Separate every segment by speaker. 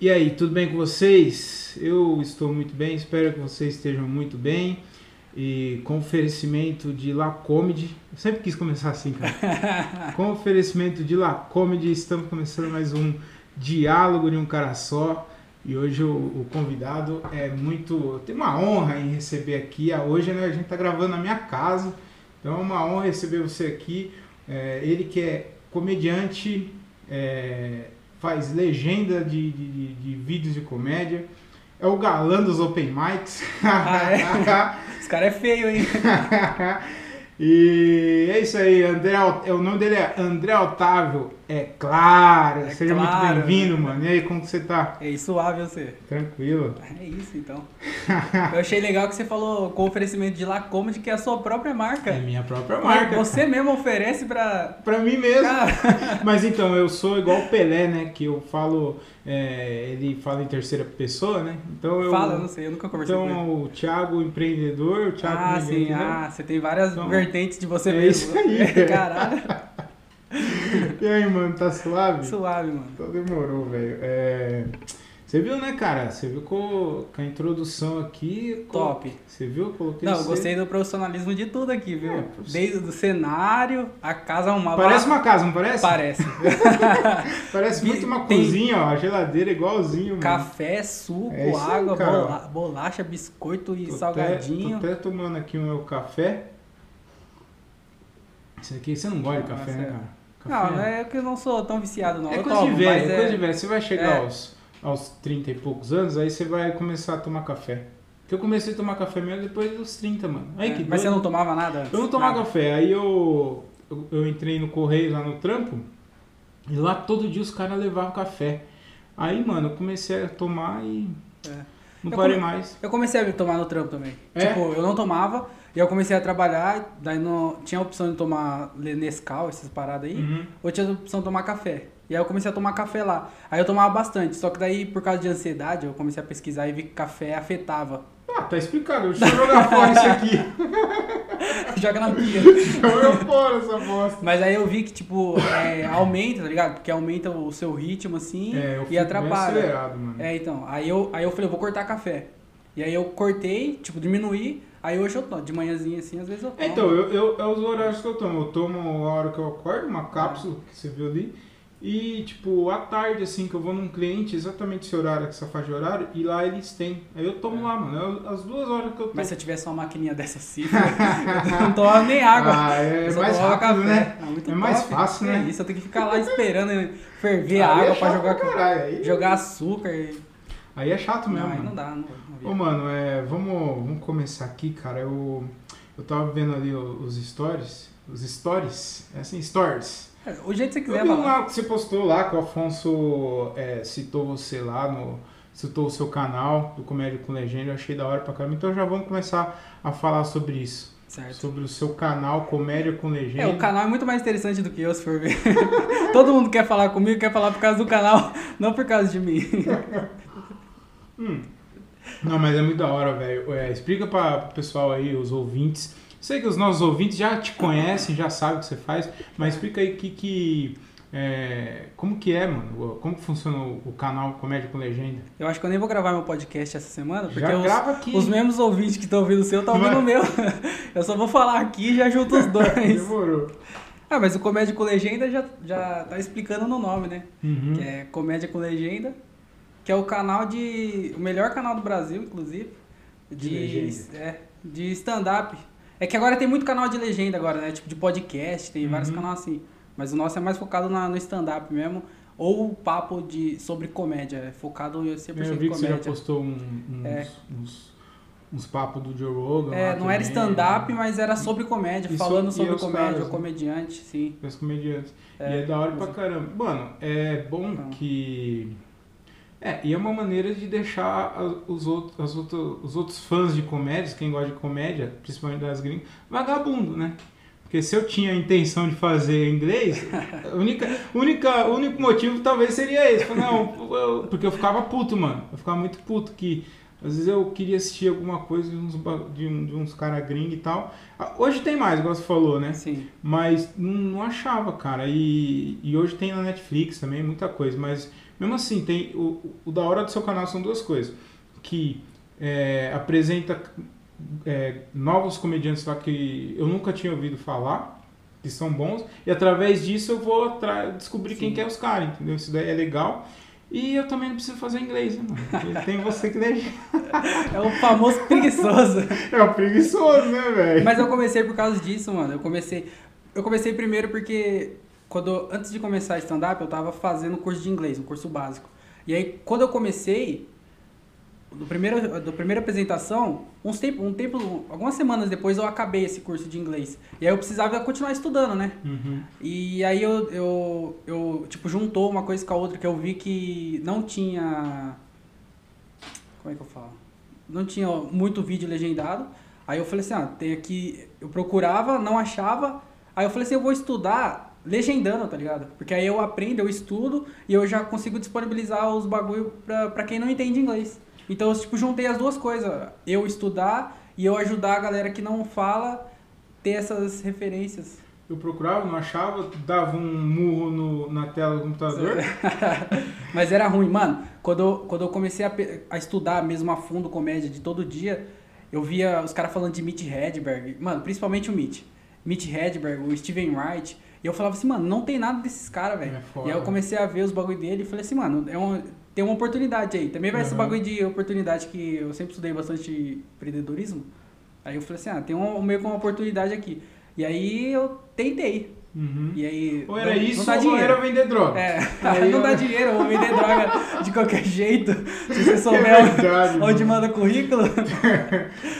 Speaker 1: E aí, tudo bem com vocês? Eu estou muito bem, espero que vocês estejam muito bem. E com oferecimento de La Comedy. Eu sempre quis começar assim, cara. com oferecimento de La Comedy, estamos começando mais um diálogo de um cara só. E hoje o, o convidado é muito. Eu tenho uma honra em receber aqui. Ah, Hoje né, a gente está gravando na minha casa. Então é uma honra receber você aqui. É, ele que é comediante, é, faz legenda de, de- de- de vídeos de comédia. É o galã dos open mics.
Speaker 2: Ah, Esse cara é feio, hein?
Speaker 1: e é isso aí, André. Al- é, O nome dele é André Otávio. É claro.
Speaker 2: É
Speaker 1: Seja
Speaker 2: claro,
Speaker 1: muito bem-vindo, mano. E aí, como que você tá?
Speaker 2: É isso, suave você.
Speaker 1: Tranquilo.
Speaker 2: É isso, então. Eu achei legal que você falou com o oferecimento de La Comedy, que é a sua própria marca.
Speaker 1: É minha própria marca.
Speaker 2: Você mesmo oferece pra...
Speaker 1: Pra mim mesmo.
Speaker 2: Cara,
Speaker 1: Mas então, eu sou igual o Pelé, né? Que eu falo. é, ele fala em terceira pessoa, né? Então eu.
Speaker 2: fala, eu não sei, eu nunca conversei com ele.
Speaker 1: então, o Thiago empreendedor, o Thiago né?
Speaker 2: Ah, sim,
Speaker 1: empreendedor.
Speaker 2: ah, você tem várias
Speaker 1: Então,
Speaker 2: vertentes de você
Speaker 1: é isso
Speaker 2: mesmo.
Speaker 1: aí.
Speaker 2: Caralho,
Speaker 1: E aí, mano, tá suave?
Speaker 2: suave, mano.
Speaker 1: Então demorou, velho. É, Você viu, né, cara? Você viu com, com a introdução aqui. com-
Speaker 2: Top.
Speaker 1: Você viu? Eu coloquei.
Speaker 2: Não, eu
Speaker 1: você.
Speaker 2: gostei do profissionalismo de tudo aqui, viu?
Speaker 1: É, profissional.
Speaker 2: Desde o cenário, a casa arrumada.
Speaker 1: Parece uma casa, não parece?
Speaker 2: Parece.
Speaker 1: Parece
Speaker 2: Vi-
Speaker 1: muito uma
Speaker 2: tem-
Speaker 1: cozinha, ó. A geladeira é igualzinho, mano.
Speaker 2: Café, suco,
Speaker 1: É isso aí,
Speaker 2: água,
Speaker 1: cara.
Speaker 2: bola- bolacha, biscoito e
Speaker 1: Tô até-
Speaker 2: salgadinho.
Speaker 1: tô até tomando aqui o meu café. Isso aqui você não gosta de
Speaker 2: Nossa,
Speaker 1: café,
Speaker 2: é.
Speaker 1: né, cara?
Speaker 2: Não,
Speaker 1: Café
Speaker 2: não é que eu não sou tão viciado, não.
Speaker 1: É
Speaker 2: eu
Speaker 1: coisa
Speaker 2: tomo,
Speaker 1: de velho,
Speaker 2: mas
Speaker 1: é
Speaker 2: é...
Speaker 1: coisa de velho. Você vai chegar
Speaker 2: é.
Speaker 1: aos, aos 30 e poucos anos, aí você vai começar a tomar café. Porque eu comecei a tomar café mesmo depois dos 30, mano. Aí
Speaker 2: é,
Speaker 1: que
Speaker 2: Mas você
Speaker 1: doido.
Speaker 2: não Ah. tomava nada antes?
Speaker 1: Eu não tomava
Speaker 2: Nada.
Speaker 1: café. Aí eu, eu, eu entrei no correio lá no trampo. E lá todo dia os caras levavam café. Aí, mano, eu comecei a tomar e
Speaker 2: É.
Speaker 1: não
Speaker 2: Eu
Speaker 1: parei
Speaker 2: come-
Speaker 1: mais.
Speaker 2: Eu comecei a tomar no trampo também.
Speaker 1: É?
Speaker 2: Tipo, eu não tomava, e eu comecei a trabalhar, daí não tinha a opção de tomar Le- Nescau, essas paradas aí,
Speaker 1: Uhum.
Speaker 2: ou tinha a opção de tomar café. E aí eu comecei a tomar café lá. Aí eu tomava bastante, só que daí, por causa de ansiedade, eu comecei a pesquisar e vi que café afetava.
Speaker 1: Ah, tá explicado. Deixa eu jogar fora isso aqui.
Speaker 2: Joga na pia.
Speaker 1: Joga fora essa bosta.
Speaker 2: Mas aí eu vi que, tipo, é, aumenta, tá ligado? Porque aumenta o seu ritmo, assim,
Speaker 1: É, eu fico
Speaker 2: e
Speaker 1: bem
Speaker 2: atrapalha.
Speaker 1: acelerado, mano.
Speaker 2: É, então. Aí eu, aí eu falei, eu vou cortar café. E aí eu cortei, tipo, diminuí. Aí hoje eu tomo. De manhãzinha, assim, às vezes eu tomo.
Speaker 1: É, Então, eu, eu, é os horários que eu tomo. Eu tomo a hora que eu acordo, uma cápsula que você viu ali. E, tipo, à tarde, assim, que eu vou num cliente, exatamente esse horário, essa faixa de horário, e lá eles têm. Aí eu tomo lá, mano. é As duas horas que eu tomo.
Speaker 2: Mas se eu tivesse uma maquininha dessa assim, eu não tomo nem água.
Speaker 1: Ah, é
Speaker 2: Eu só
Speaker 1: mais
Speaker 2: tomava
Speaker 1: rápido, né?
Speaker 2: Ah, muito
Speaker 1: É mais
Speaker 2: top.
Speaker 1: fácil, né?
Speaker 2: É isso, eu tenho que ficar lá esperando ferver a
Speaker 1: Aí é
Speaker 2: água pra
Speaker 1: chato
Speaker 2: jogar,
Speaker 1: pra caralho, aí-
Speaker 2: jogar açúcar. E...
Speaker 1: Aí é chato mesmo,
Speaker 2: Não, aí
Speaker 1: mano.
Speaker 2: não dá, não, não vi.
Speaker 1: Ô, mano, é, vamos, vamos começar aqui, cara. Eu, eu tava vendo ali o- os stories. Os stories? É assim, stories.
Speaker 2: É, O jeito que você
Speaker 1: Eu
Speaker 2: quiser,
Speaker 1: vi
Speaker 2: mano.
Speaker 1: lá que você postou lá, que o Afonso é, citou você lá, no, citou o seu canal do Comédia com Legenda, eu achei da hora pra caramba. Então já vamos começar a falar sobre isso.
Speaker 2: Certo.
Speaker 1: Sobre o seu canal Comédia com Legenda.
Speaker 2: É, o canal é muito mais interessante do que eu, se for ver. Todo mundo quer falar comigo, quer falar por causa do canal, não por causa de mim.
Speaker 1: Não, mas é muito da hora, velho. É, explica pra pro pessoal aí, os ouvintes. Sei que os nossos ouvintes já te conhecem, já sabem o que você faz, mas explica aí que. que é, como que é, mano? Como que funciona o, o canal Comédia com Legenda?
Speaker 2: Eu acho que eu nem vou gravar meu podcast essa semana, porque
Speaker 1: já
Speaker 2: os,
Speaker 1: grava aqui.
Speaker 2: os mesmos ouvintes que estão ouvindo o seu estão ouvindo o meu. Eu só vou falar aqui e já junto os dois.
Speaker 1: Demorou.
Speaker 2: Ah, mas o Comédia com Legenda já, já tá explicando no nome, né?
Speaker 1: Uhum.
Speaker 2: Que é Comédia com Legenda, que é o canal de. o melhor canal do Brasil, inclusive.
Speaker 1: De
Speaker 2: De,
Speaker 1: legenda.
Speaker 2: é, de stand-up. É que agora tem muito canal de legenda agora, né? Tipo de podcast, tem vários
Speaker 1: Uhum.
Speaker 2: canais assim. Mas o nosso é mais focado na- no stand-up mesmo. Ou o papo de, sobre comédia. É focado em 100%
Speaker 1: Eu vi que você já
Speaker 2: comédia.
Speaker 1: postou um- uns,
Speaker 2: É.
Speaker 1: uns, uns papos do Joe Rogan. lá
Speaker 2: É, não
Speaker 1: também,
Speaker 2: era stand-up,
Speaker 1: né?
Speaker 2: mas era sobre comédia,
Speaker 1: E so-
Speaker 2: falando
Speaker 1: e
Speaker 2: sobre
Speaker 1: os
Speaker 2: comédia,
Speaker 1: caras, né?
Speaker 2: comediante, sim.
Speaker 1: Mas comediante.
Speaker 2: É,
Speaker 1: e é da hora pra
Speaker 2: mas-
Speaker 1: caramba. Mano, é bom
Speaker 2: Então.
Speaker 1: que. É, e é uma maneira de deixar a- os outros, as outras- os outros fãs de comédias, quem gosta de comédia, principalmente das gringas, vagabundo, né? Porque se eu tinha a intenção de fazer em inglês, a única, única, o único motivo talvez seria esse. Falei, Não, eu- porque eu ficava puto, mano. Eu ficava muito puto que às vezes eu queria assistir alguma coisa de uns, ba- de um- de uns caras gringos e tal. Ah, Hoje tem mais, igual você falou, né?
Speaker 2: Sim.
Speaker 1: Mas não, não achava, cara. E, e hoje tem na Netflix também muita coisa. Mas, Mesmo assim, tem o, o da hora do seu canal são duas coisas. Que é, apresenta é, novos comediantes lá que eu nunca tinha ouvido falar, que são bons, e através disso eu vou descobrir quem que é os caras, entendeu? Isso daí é legal. E eu também não preciso fazer inglês, né, mano? Porque Tem você que deixa.
Speaker 2: É o famoso preguiçoso.
Speaker 1: É o preguiçoso, né, velho?
Speaker 2: Mas eu comecei por causa disso, mano. Eu comecei. Eu comecei primeiro porque quando antes de começar stand-up, eu tava fazendo um curso de inglês, um curso básico. E aí, quando eu comecei, do primeiro, da primeira apresentação, uns tempo, um tempo, algumas semanas depois eu acabei esse curso de inglês. E aí eu precisava continuar estudando, né?
Speaker 1: Uhum.
Speaker 2: E aí eu, eu, eu, tipo, juntou uma coisa com a outra que eu vi que não tinha. Como é que eu falo? Não tinha muito vídeo legendado. Aí eu falei assim, ah, tem aqui. Eu procurava, não achava. Aí eu falei assim, eu vou estudar legendando, tá ligado? Porque aí eu aprendo, eu estudo e eu já consigo disponibilizar os bagulho pra, pra quem não entende inglês. Então eu, tipo, juntei as duas coisas. Eu estudar e eu ajudar a galera que não fala ter essas referências.
Speaker 1: Eu procurava, não achava, dava um murro no- na tela do computador.
Speaker 2: Mas era ruim, mano. Quando eu, quando eu comecei a, pe- a estudar mesmo a fundo comédia de todo dia, eu via os caras falando de Mitch Hedberg. Mano, principalmente o Mitch. Mitch Hedberg, o Steven Wright. E eu falava assim, mano, não tem nada desses caras, velho.
Speaker 1: É foda.
Speaker 2: e aí eu comecei a ver os bagulho dele e falei assim, mano, é um, tem uma oportunidade aí. Também vai esse
Speaker 1: Uhum.
Speaker 2: bagulho de oportunidade que eu sempre estudei bastante empreendedorismo. Aí eu falei assim, ah, tem um, meio que uma oportunidade aqui. E aí eu tentei.
Speaker 1: Uhum.
Speaker 2: E aí.
Speaker 1: Ou era
Speaker 2: não- não
Speaker 1: isso,
Speaker 2: dá
Speaker 1: ou
Speaker 2: dinheiro.
Speaker 1: era vender droga.
Speaker 2: É,
Speaker 1: Aí
Speaker 2: não
Speaker 1: eu-
Speaker 2: dá dinheiro, eu vou vender droga de qualquer jeito. Se você souber
Speaker 1: É verdade,
Speaker 2: onde
Speaker 1: mano.
Speaker 2: manda currículo.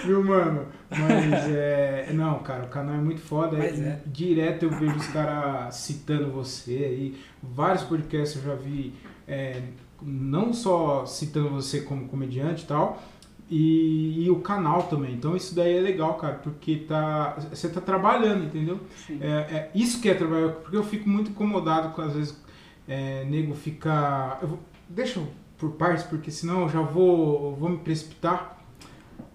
Speaker 1: Viu, mano? Mas é. Não, cara, o canal é muito foda.
Speaker 2: Mas é.
Speaker 1: Direto eu vejo os caras citando você aí. Vários podcasts eu já vi, é, não só citando você como comediante e tal. E, e o canal também. Então isso daí é legal, cara, porque tá, você tá trabalhando, entendeu? É, é isso que é trabalhar, porque eu fico muito incomodado com, às vezes, é, nego fica. eu vou- deixa eu por partes, porque senão eu já vou, eu vou me precipitar.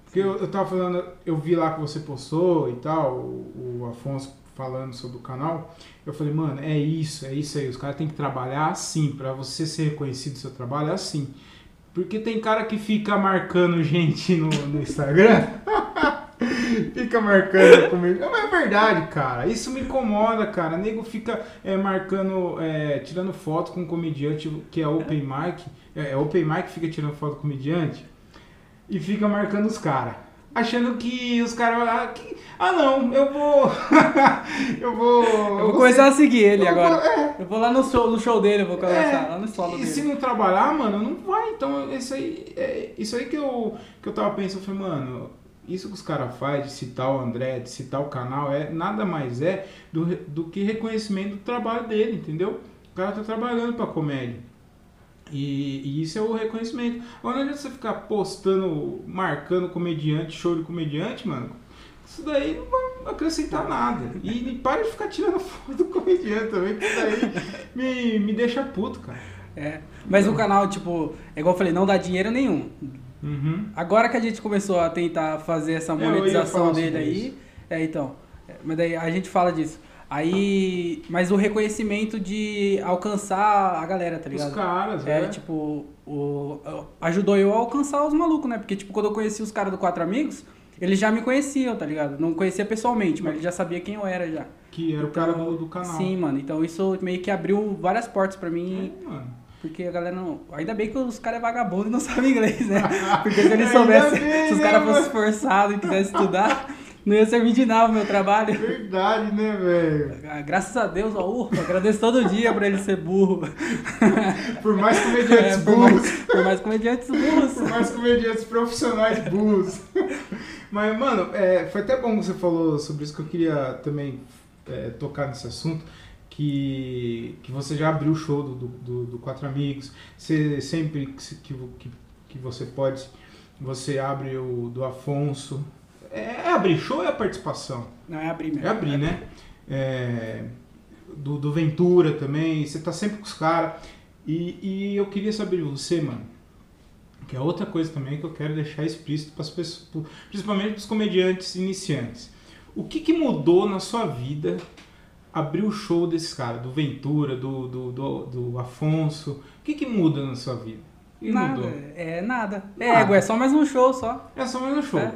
Speaker 1: Porque eu, eu tava falando, eu vi lá que você postou e tal, o, o Afonso falando sobre o canal. Eu falei, mano, é isso, é isso aí. Os caras têm que trabalhar assim, pra você ser reconhecido o seu trabalho é assim. Porque tem cara que fica marcando gente no, no Instagram. Fica marcando comigo. Não, é verdade, cara. Isso me incomoda, cara. Nego fica é, marcando, é, tirando foto com um comediante que é open mic. É, é open mic que fica tirando foto com comediante. E fica marcando os caras. Achando que os caras. Ah, que- ah, não, eu vou. eu vou.
Speaker 2: Eu vou começar a seguir ele
Speaker 1: eu vou-
Speaker 2: agora.
Speaker 1: é.
Speaker 2: Eu vou lá no show, no show dele, eu vou
Speaker 1: É,
Speaker 2: começar, lá no solo
Speaker 1: e se
Speaker 2: dele.
Speaker 1: não trabalhar, mano, não vai. Então, isso aí, é, isso aí que, eu, que eu tava pensando, eu falei, mano, isso que os caras fazem de citar o André, de citar o canal, é, nada mais é do, re- do que reconhecimento do trabalho dele, entendeu? O cara tá trabalhando pra comédia. E, e isso é o reconhecimento. Agora não adianta você ficar postando, marcando comediante, show de comediante, mano. Isso daí não vai acrescentar nada. E, para de ficar tirando foto do comediante também, que isso daí me, me deixa puto, cara.
Speaker 2: É. Mas o canal, tipo, é igual eu falei, não dá dinheiro nenhum.
Speaker 1: Uhum.
Speaker 2: Agora que a gente começou a tentar fazer essa
Speaker 1: É, eu ia
Speaker 2: monetização
Speaker 1: falar
Speaker 2: dele
Speaker 1: sobre
Speaker 2: aí,
Speaker 1: isso.
Speaker 2: é então, é, mas daí a gente fala disso. Aí, mas o reconhecimento de alcançar a galera, tá ligado?
Speaker 1: Os caras,
Speaker 2: É,
Speaker 1: né?
Speaker 2: tipo, o, ajudou eu a alcançar os malucos, né? Porque, tipo, quando eu conheci os caras do Quatro Amigos, eles já me conheciam, tá ligado? Não conhecia pessoalmente, mas ele já sabia quem eu era já.
Speaker 1: que era o cara do, do canal.
Speaker 2: Sim, mano. Então isso meio que abriu várias portas pra mim,
Speaker 1: É, mano.
Speaker 2: porque a galera não. Ainda bem que os caras é vagabundo e não sabem inglês, né? Porque se
Speaker 1: Ainda
Speaker 2: eles soubessem,
Speaker 1: bem,
Speaker 2: se os
Speaker 1: né,
Speaker 2: caras fossem
Speaker 1: mano?
Speaker 2: esforçados e quisessem estudar, não ia servir de nada o meu trabalho.
Speaker 1: É
Speaker 2: Ah,
Speaker 1: Verdade, né, velho?
Speaker 2: Graças a Deus, ó, urra, agradeço todo dia pra ele ser burro.
Speaker 1: Por mais
Speaker 2: É,
Speaker 1: comediantes
Speaker 2: por,
Speaker 1: burros,
Speaker 2: mais, por mais comediantes burros.
Speaker 1: por mais comediantes profissionais burros. Mas, mano, é, foi até bom que você falou sobre isso, que eu queria também é, tocar nesse assunto. Que, que você já abriu o show do, do, do- do Quatro Amigos, você, sempre que, se- que, vo- que, que você pode, você abre o do Afonso. É, é abrir show ou é participação?
Speaker 2: Não, é abrir mesmo.
Speaker 1: É abrir, né? É, do, do Ventura também, você tá sempre com os caras. E, e eu queria saber de você, mano, que é outra coisa também que eu quero deixar explícito para as pessoas, pro- principalmente para os comediantes iniciantes. O que, que mudou na sua vida abrir o show desses caras, do Ventura, do, do, do, do Afonso, o que, que muda na sua vida? E
Speaker 2: nada,
Speaker 1: mudou.
Speaker 2: é nada. É
Speaker 1: Nada.
Speaker 2: ego, é só mais um show só.
Speaker 1: É só mais um show.
Speaker 2: É.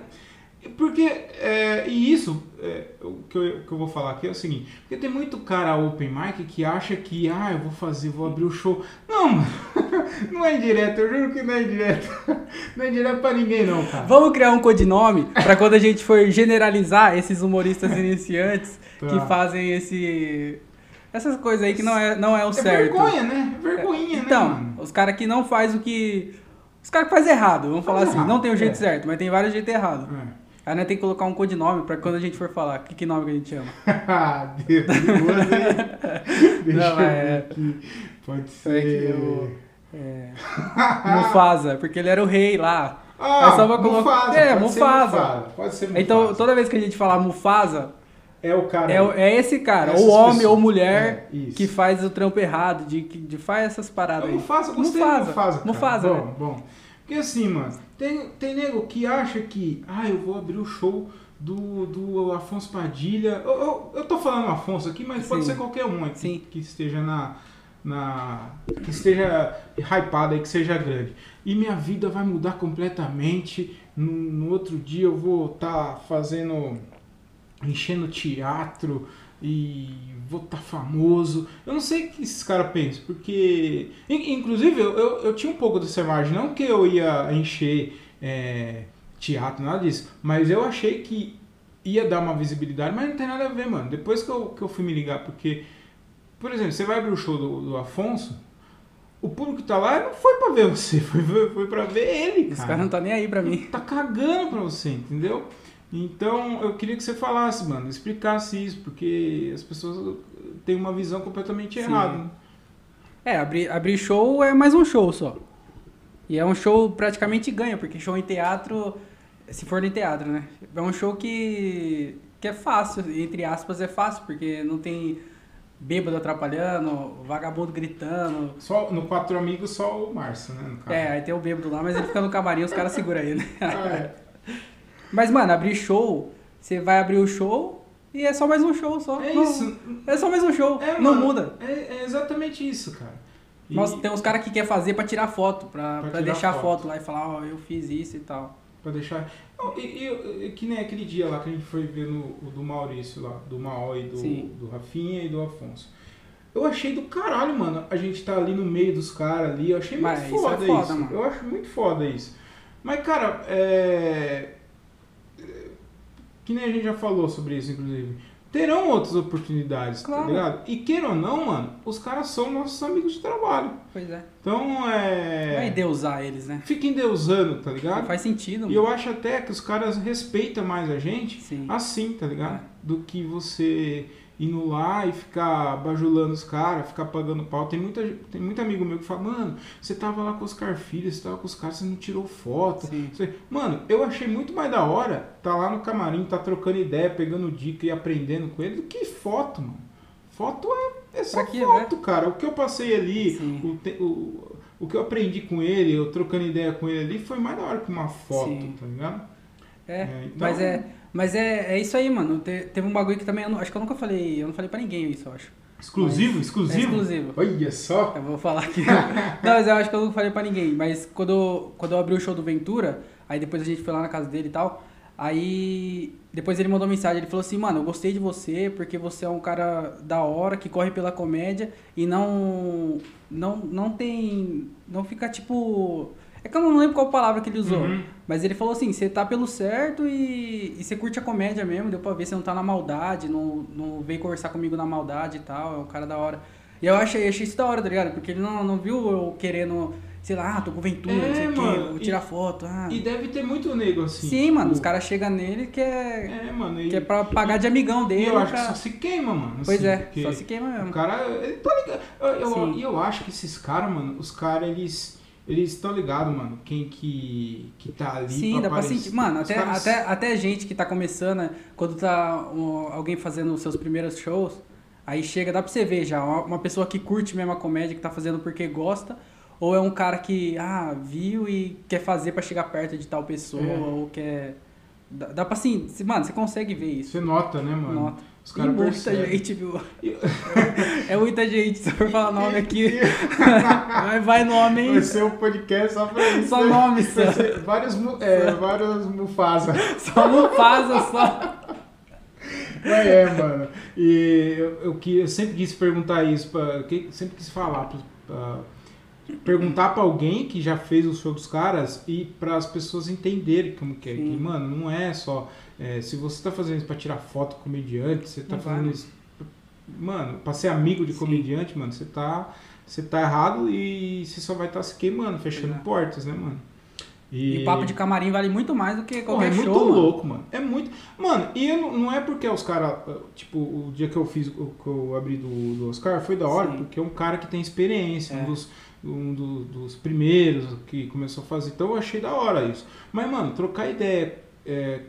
Speaker 1: E Porque, é, e isso, é, o que eu, o que eu vou falar aqui é o seguinte, porque tem muito cara open mic que acha que, ah, eu vou fazer, vou abrir o show. Não, mano, não é indireto, eu juro que não é indireto. Não é indireto pra ninguém não, cara.
Speaker 2: Vamos criar um codinome pra quando a gente for generalizar esses humoristas iniciantes
Speaker 1: Tá.
Speaker 2: que fazem esse essas coisas aí que não é não é o
Speaker 1: é
Speaker 2: certo.
Speaker 1: vergonha, né? É vergonhinha,
Speaker 2: então,
Speaker 1: né, mano?
Speaker 2: os caras que não faz o que os caras que faz errado, vamos falar
Speaker 1: Faz
Speaker 2: assim,
Speaker 1: errado,
Speaker 2: não tem o jeito
Speaker 1: é.
Speaker 2: certo, mas tem vários jeitos errados.
Speaker 1: É.
Speaker 2: Aí nós tem que colocar um codinome pra quando a gente for falar, que, que nome que a gente chama?
Speaker 1: Ah, Deus, perigoso, hein? Deixa
Speaker 2: Não,
Speaker 1: eu
Speaker 2: é-
Speaker 1: ver aqui. Pode
Speaker 2: Será que
Speaker 1: ser.
Speaker 2: eu- É, Mufasa, porque ele era o rei lá.
Speaker 1: Ah,
Speaker 2: É só pra colocar-
Speaker 1: Mufasa,
Speaker 2: É,
Speaker 1: pode ser
Speaker 2: Mufasa.
Speaker 1: Pode ser Mufasa.
Speaker 2: Então, toda vez que a gente falar Mufasa,
Speaker 1: É o cara.
Speaker 2: é, o- é esse cara,
Speaker 1: Essas
Speaker 2: ou homem
Speaker 1: pessoas.
Speaker 2: ou mulher,
Speaker 1: É, isso.
Speaker 2: que faz o trampo errado, de, que- de faz essas paradas
Speaker 1: Eu
Speaker 2: aí.
Speaker 1: Mufasa, eu gostei
Speaker 2: Mufasa.
Speaker 1: do Mufasa. Cara.
Speaker 2: Mufasa,
Speaker 1: bom,
Speaker 2: né?
Speaker 1: bom. Porque assim, mano, tem, tem nego que acha que, ah, eu vou abrir o show do, do Afonso Padilha. Eu, eu, eu tô falando Afonso aqui, mas pode
Speaker 2: Sim.
Speaker 1: ser qualquer um aqui
Speaker 2: Sim.
Speaker 1: que esteja na. Na, que esteja hypado aí, que seja grande. E minha vida vai mudar completamente. No, no outro dia eu vou estar fazendo enchendo teatro e vou estar famoso. Eu não sei o que esses caras pensam, porque. in- Inclusive, eu, eu, eu tinha um pouco dessa imagem, não que eu ia encher é, teatro, nada disso, mas eu achei que ia dar uma visibilidade, mas não tem nada a ver, mano. Depois que eu, que eu fui me ligar, porque. Por exemplo, você vai abrir o show do, do Afonso, o público que tá lá não foi pra ver você, foi, foi, foi pra ver ele,
Speaker 2: Esse cara não tá nem aí pra mim.
Speaker 1: tá cagando pra você, entendeu? Então eu queria que você falasse, mano, explicasse isso, porque as pessoas têm uma visão completamente
Speaker 2: Sim.
Speaker 1: errada. né?
Speaker 2: É, abrir, abrir show é mais um show só. E é um show praticamente ganha, porque show em teatro, se for no teatro, né? É um show que, que é fácil, entre aspas, é fácil, porque não tem bêbado atrapalhando, vagabundo gritando.
Speaker 1: Só no Quatro Amigos, só o Márcio, né? No caso.
Speaker 2: É, aí tem o bêbado lá, mas ele fica no camarim, os caras seguram ele. né?
Speaker 1: Ah, é.
Speaker 2: Mas, mano, abrir show, você vai abrir o show e é só mais um show só.
Speaker 1: É
Speaker 2: Não-
Speaker 1: isso.
Speaker 2: É só mais um show,
Speaker 1: É,
Speaker 2: não
Speaker 1: mano,
Speaker 2: muda.
Speaker 1: É, é exatamente isso, cara. E-
Speaker 2: Nossa, tem uns caras que quer fazer pra tirar foto, pra,
Speaker 1: Pra
Speaker 2: pra
Speaker 1: tirar
Speaker 2: deixar
Speaker 1: foto.
Speaker 2: foto. lá e falar, ó, eu fiz isso e tal.
Speaker 1: Pra deixar. Não, E, e- e que nem aquele dia lá que a gente foi ver no, o do Maurício lá, do Maó e do,
Speaker 2: Sim.
Speaker 1: do Rafinha e do Afonso. Eu achei do caralho, mano. A gente tá ali no meio dos caras ali. Eu achei muito
Speaker 2: Mas isso é
Speaker 1: foda isso.
Speaker 2: foda, mano.
Speaker 1: Eu acho muito foda isso. Mas, cara, é. é, Que nem a gente já falou sobre isso, inclusive. Terão outras oportunidades, tá
Speaker 2: Claro.
Speaker 1: ligado? E queiram ou não, mano, os caras são nossos amigos de trabalho.
Speaker 2: Pois é.
Speaker 1: Então é.
Speaker 2: Vai deusar eles, né?
Speaker 1: Fiquem deusando, tá ligado?
Speaker 2: Não faz sentido,
Speaker 1: E
Speaker 2: mano.
Speaker 1: eu acho até que os caras respeitam mais a gente
Speaker 2: Sim.
Speaker 1: assim, tá ligado? Do que você indo lá e ficar bajulando os caras, ficar pagando pau. Tem, muita, tem muito amigo meu que fala, mano, você tava lá com os Oscar Filho, você tava com os caras, você não tirou foto.
Speaker 2: Sim.
Speaker 1: Você- Mano, eu achei muito mais da hora tá lá no camarim, tá trocando ideia, pegando dica e aprendendo com ele do que foto, mano. Foto é, é só
Speaker 2: Pra quê, né?
Speaker 1: foto, cara. O que eu passei ali,
Speaker 2: Sim.
Speaker 1: o, te- o, o que eu aprendi com ele, eu trocando ideia com ele ali, foi mais da hora que uma foto,
Speaker 2: Sim.
Speaker 1: tá ligado?
Speaker 2: É,
Speaker 1: É, então-
Speaker 2: mas é. Mas é, é isso aí, mano. Te- teve um bagulho que também. eu não- acho que eu nunca falei. Eu não falei pra ninguém isso, eu acho.
Speaker 1: Exclusivo, exclusivo?
Speaker 2: É exclusivo.
Speaker 1: Olha só.
Speaker 2: Eu vou falar aqui. não, mas eu acho que eu nunca falei pra ninguém. Mas quando, eu- quando eu abri o show do Ventura, aí depois a gente foi lá na casa dele e tal. Aí depois ele mandou mensagem, ele falou assim, mano, eu gostei de você porque você é um cara da hora, que corre pela comédia e não não não tem não fica tipo é que eu não lembro qual palavra que ele usou,
Speaker 1: Uhum.
Speaker 2: mas ele falou assim, você tá pelo certo e, e você curte a comédia mesmo, deu pra ver, você não tá na maldade, não, não veio conversar comigo na maldade e tal, é um cara da hora. E eu achei, achei isso da hora, tá ligado? Porque ele não, não viu eu querendo, sei lá, ah, tô com Ventura,
Speaker 1: É,
Speaker 2: não sei o quê,
Speaker 1: mano,
Speaker 2: vou
Speaker 1: e-
Speaker 2: tirar foto, ah...
Speaker 1: E deve ter muito nego assim.
Speaker 2: Sim, mano,
Speaker 1: tipo,
Speaker 2: os caras chegam nele que é,
Speaker 1: É, mano. E,
Speaker 2: que é pra pagar de amigão
Speaker 1: e
Speaker 2: dele.
Speaker 1: eu acho
Speaker 2: pra-
Speaker 1: que só se queima, mano.
Speaker 2: Pois
Speaker 1: assim,
Speaker 2: é,
Speaker 1: porque-
Speaker 2: só se queima
Speaker 1: O
Speaker 2: mesmo.
Speaker 1: cara, ele tá ligado. Eu, eu,
Speaker 2: Sim.
Speaker 1: eu acho que esses caras, mano, os caras, eles. Eles estão ligados, mano, quem que, que tá ali
Speaker 2: Sim, dá pra
Speaker 1: aparecer.
Speaker 2: sentir. Mano,
Speaker 1: Os
Speaker 2: até,
Speaker 1: caras-
Speaker 2: até, até gente que tá começando, né, quando tá um, alguém fazendo os seus primeiros shows, aí chega, dá pra você ver já, uma, uma pessoa que curte mesmo a comédia, que tá fazendo porque gosta, ou é um cara que, ah, viu e quer fazer pra chegar perto de tal pessoa,
Speaker 1: É.
Speaker 2: ou quer... Dá, dá pra assim, se- mano, você consegue ver isso.
Speaker 1: Você nota, né, mano?
Speaker 2: Nota.
Speaker 1: Os
Speaker 2: E
Speaker 1: caras
Speaker 2: muita
Speaker 1: percebem.
Speaker 2: gente, viu? É muita gente, se eu for falar nome aqui. Vai, vai nome, hein?
Speaker 1: Vai ser um podcast só pra isso.
Speaker 2: Só
Speaker 1: né?
Speaker 2: nome,
Speaker 1: Vai
Speaker 2: só.
Speaker 1: ser vários, mu- é, vários Mufasa.
Speaker 2: Só Mufasa, só.
Speaker 1: Mas é, mano. E eu, eu, que- eu sempre quis perguntar isso, pra, que- sempre quis falar, pra, pra- perguntar pra alguém que já fez o show dos caras e para as pessoas entenderem como que é.
Speaker 2: Sim.
Speaker 1: Que, mano, não é só. é, se você tá fazendo isso pra tirar foto com comediante, você tá
Speaker 2: Não
Speaker 1: fazendo
Speaker 2: vale.
Speaker 1: isso. Mano, pra ser amigo de
Speaker 2: Sim.
Speaker 1: comediante, mano, você tá. Você tá errado e você só vai estar se queimando, fechando
Speaker 2: Exato.
Speaker 1: portas, né, mano?
Speaker 2: E papo de camarim vale muito mais do que
Speaker 1: Porra,
Speaker 2: qualquer
Speaker 1: é muito
Speaker 2: show. mano.
Speaker 1: louco, mano. É muito. Mano, e eu não, não é porque os caras. Tipo, o dia que eu fiz, o- que eu abri do, do Oscar, foi da hora,
Speaker 2: Sim.
Speaker 1: porque é um cara que tem experiência,
Speaker 2: É.
Speaker 1: um, dos, um do- dos primeiros que começou a fazer. Então eu achei da hora isso. Mas, mano, trocar ideia é,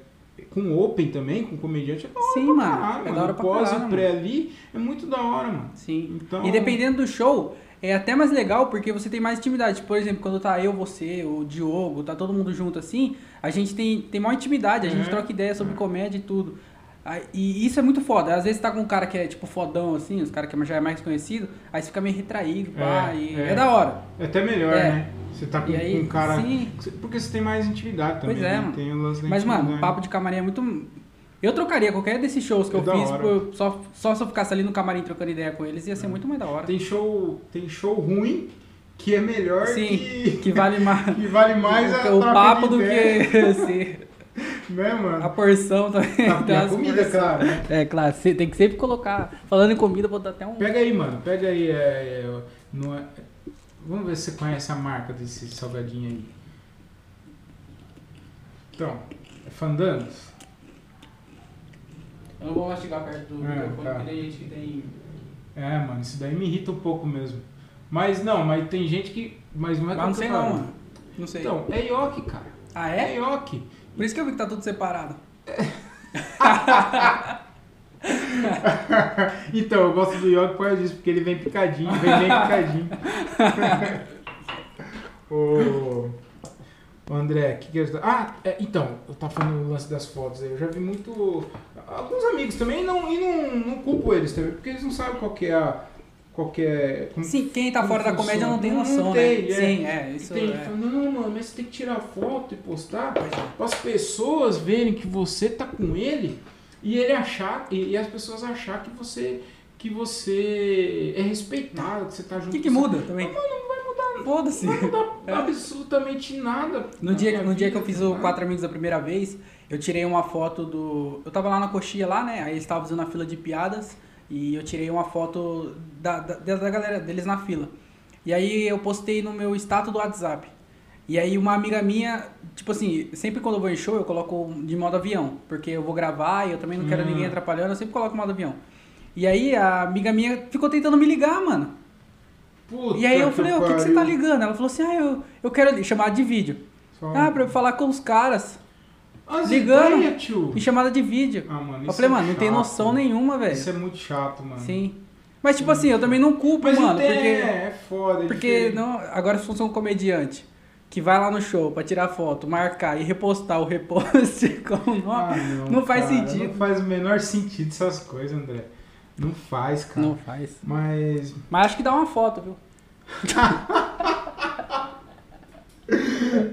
Speaker 1: com Open também, com comediante, é da hora
Speaker 2: Sim, mano.
Speaker 1: pra caralho,
Speaker 2: é
Speaker 1: mano.
Speaker 2: da hora pra
Speaker 1: Pós
Speaker 2: caralho,
Speaker 1: e
Speaker 2: mano.
Speaker 1: pré ali é muito da hora, mano.
Speaker 2: Sim.
Speaker 1: Então-
Speaker 2: E dependendo do show, é até mais legal porque você tem mais intimidade. Por exemplo, quando tá eu, você, o Diogo, tá todo mundo junto assim, a gente tem, tem maior intimidade, a gente
Speaker 1: É.
Speaker 2: troca ideia sobre comédia e tudo. Aí- E isso é muito foda. Às vezes tá com um cara que é tipo fodão assim, os caras que já é mais conhecido, aí você fica meio retraído, pá,
Speaker 1: É,
Speaker 2: e
Speaker 1: é.
Speaker 2: é. da hora.
Speaker 1: É até melhor,
Speaker 2: É.
Speaker 1: né? Você tá com,
Speaker 2: E aí,
Speaker 1: com um cara.
Speaker 2: sim.
Speaker 1: Porque você tem mais intimidade também.
Speaker 2: Pois é,
Speaker 1: né?
Speaker 2: mano.
Speaker 1: Tem o lance da
Speaker 2: Mas, mano,
Speaker 1: intimidade.
Speaker 2: papo de camarim é muito. Eu trocaria qualquer desses shows que
Speaker 1: né? É
Speaker 2: eu
Speaker 1: da
Speaker 2: fiz,
Speaker 1: hora. É.
Speaker 2: por- só, só se eu ficasse ali no camarim trocando ideia com eles, ia ser muito mais da hora.
Speaker 1: Tem show, tem show ruim que é melhor
Speaker 2: Sim,
Speaker 1: que,
Speaker 2: que vale mais.
Speaker 1: que vale mais a
Speaker 2: o
Speaker 1: troca de
Speaker 2: papo do
Speaker 1: ideia,
Speaker 2: que assim,
Speaker 1: né,
Speaker 2: a
Speaker 1: mano?
Speaker 2: porção também.
Speaker 1: A,
Speaker 2: tem
Speaker 1: a
Speaker 2: umas
Speaker 1: Tá, comida,
Speaker 2: porções.
Speaker 1: claro. né?
Speaker 2: É, claro, você tem que sempre colocar. Falando em comida, vou dar até um.
Speaker 1: Pega aí, mano. Pega aí. é, é, não é- vamos ver se você conhece a marca desse salgadinho aí. Então, é Fandangos?
Speaker 2: Eu não vou mastigar perto do
Speaker 1: É,
Speaker 2: microfone,
Speaker 1: tá.
Speaker 2: porque tem gente que tem.
Speaker 1: É, mano, isso daí me irrita um pouco mesmo. Mas não, mas tem gente que. Mas não é
Speaker 2: Mas não
Speaker 1: tanto
Speaker 2: sei
Speaker 1: cara.
Speaker 2: não, mano. Não sei.
Speaker 1: Então, é ioki, cara.
Speaker 2: ah,
Speaker 1: É
Speaker 2: é?
Speaker 1: ioki.
Speaker 2: Por isso que eu vi que tá tudo separado.
Speaker 1: Então, eu gosto do York por causa disso, porque ele vem picadinho, vem bem picadinho. Ô, ô, André, que que eu... Ah, é, então, eu tava falando do lance das fotos aí, eu já vi muito... Alguns amigos também, e não, e não, não culpo eles também, porque eles não sabem qual que é a... Qual que é... Como
Speaker 2: Sim, quem tá
Speaker 1: Não
Speaker 2: fora da
Speaker 1: Hum, funciona.
Speaker 2: comédia não tem
Speaker 1: Não
Speaker 2: noção,
Speaker 1: tem,
Speaker 2: né?
Speaker 1: é.
Speaker 2: Sim, é,
Speaker 1: que
Speaker 2: isso
Speaker 1: tem gente
Speaker 2: é.
Speaker 1: falando, não, mano, mas você tem que tirar foto e postar para as pessoas verem que você tá com ele e ele achar e, e as pessoas achar que você que você é respeitado, que você tá junto.
Speaker 2: O que, que
Speaker 1: com-
Speaker 2: muda também?
Speaker 1: Não, mano, não vai mudar.
Speaker 2: Foda-se.
Speaker 1: Não vai mudar absolutamente nada.
Speaker 2: No dia,
Speaker 1: na
Speaker 2: no dia que eu
Speaker 1: vida, tá?
Speaker 2: fiz o
Speaker 1: nada.
Speaker 2: Quatro Amigos a primeira vez, eu tirei uma foto do. Eu tava lá na coxinha lá, né? Aí eles estavam fazendo a fila de piadas e eu tirei uma foto da, da, da galera deles na fila. E aí eu postei no meu status do WhatsApp. E aí uma amiga minha, tipo assim, sempre quando eu vou em show eu coloco de modo avião, porque eu vou gravar e eu também não quero
Speaker 1: Hum.
Speaker 2: ninguém atrapalhando, eu sempre coloco modo avião. E aí a amiga minha ficou tentando me ligar, mano.
Speaker 1: Puta
Speaker 2: E aí eu falei, ô, o que, que você tá
Speaker 1: pariu.
Speaker 2: ligando? Ela falou assim, ah, eu, eu quero chamar de vídeo.
Speaker 1: Só um-
Speaker 2: Ah, pra eu falar com os caras.
Speaker 1: As
Speaker 2: ligando.
Speaker 1: ideias, tio.
Speaker 2: E chamada de vídeo.
Speaker 1: Ah, mano,
Speaker 2: eu
Speaker 1: isso
Speaker 2: falei,
Speaker 1: é
Speaker 2: mano, não tem
Speaker 1: chato.
Speaker 2: noção nenhuma, velho.
Speaker 1: Isso é muito chato, mano.
Speaker 2: Sim. Mas, tipo assim, eu também não culpo,
Speaker 1: Mas
Speaker 2: mano.
Speaker 1: não tem,
Speaker 2: Porque,
Speaker 1: é foda. é
Speaker 2: porque
Speaker 1: diferente.
Speaker 2: não, agora se fosse um comediante que vai lá no show pra tirar foto, marcar e repostar o repost com o
Speaker 1: Ah,
Speaker 2: nome. não faz
Speaker 1: cara,
Speaker 2: sentido.
Speaker 1: Não faz o menor sentido essas coisas, André. Não faz, cara.
Speaker 2: não faz.
Speaker 1: Mas.
Speaker 2: Mas acho que dá uma foto, viu?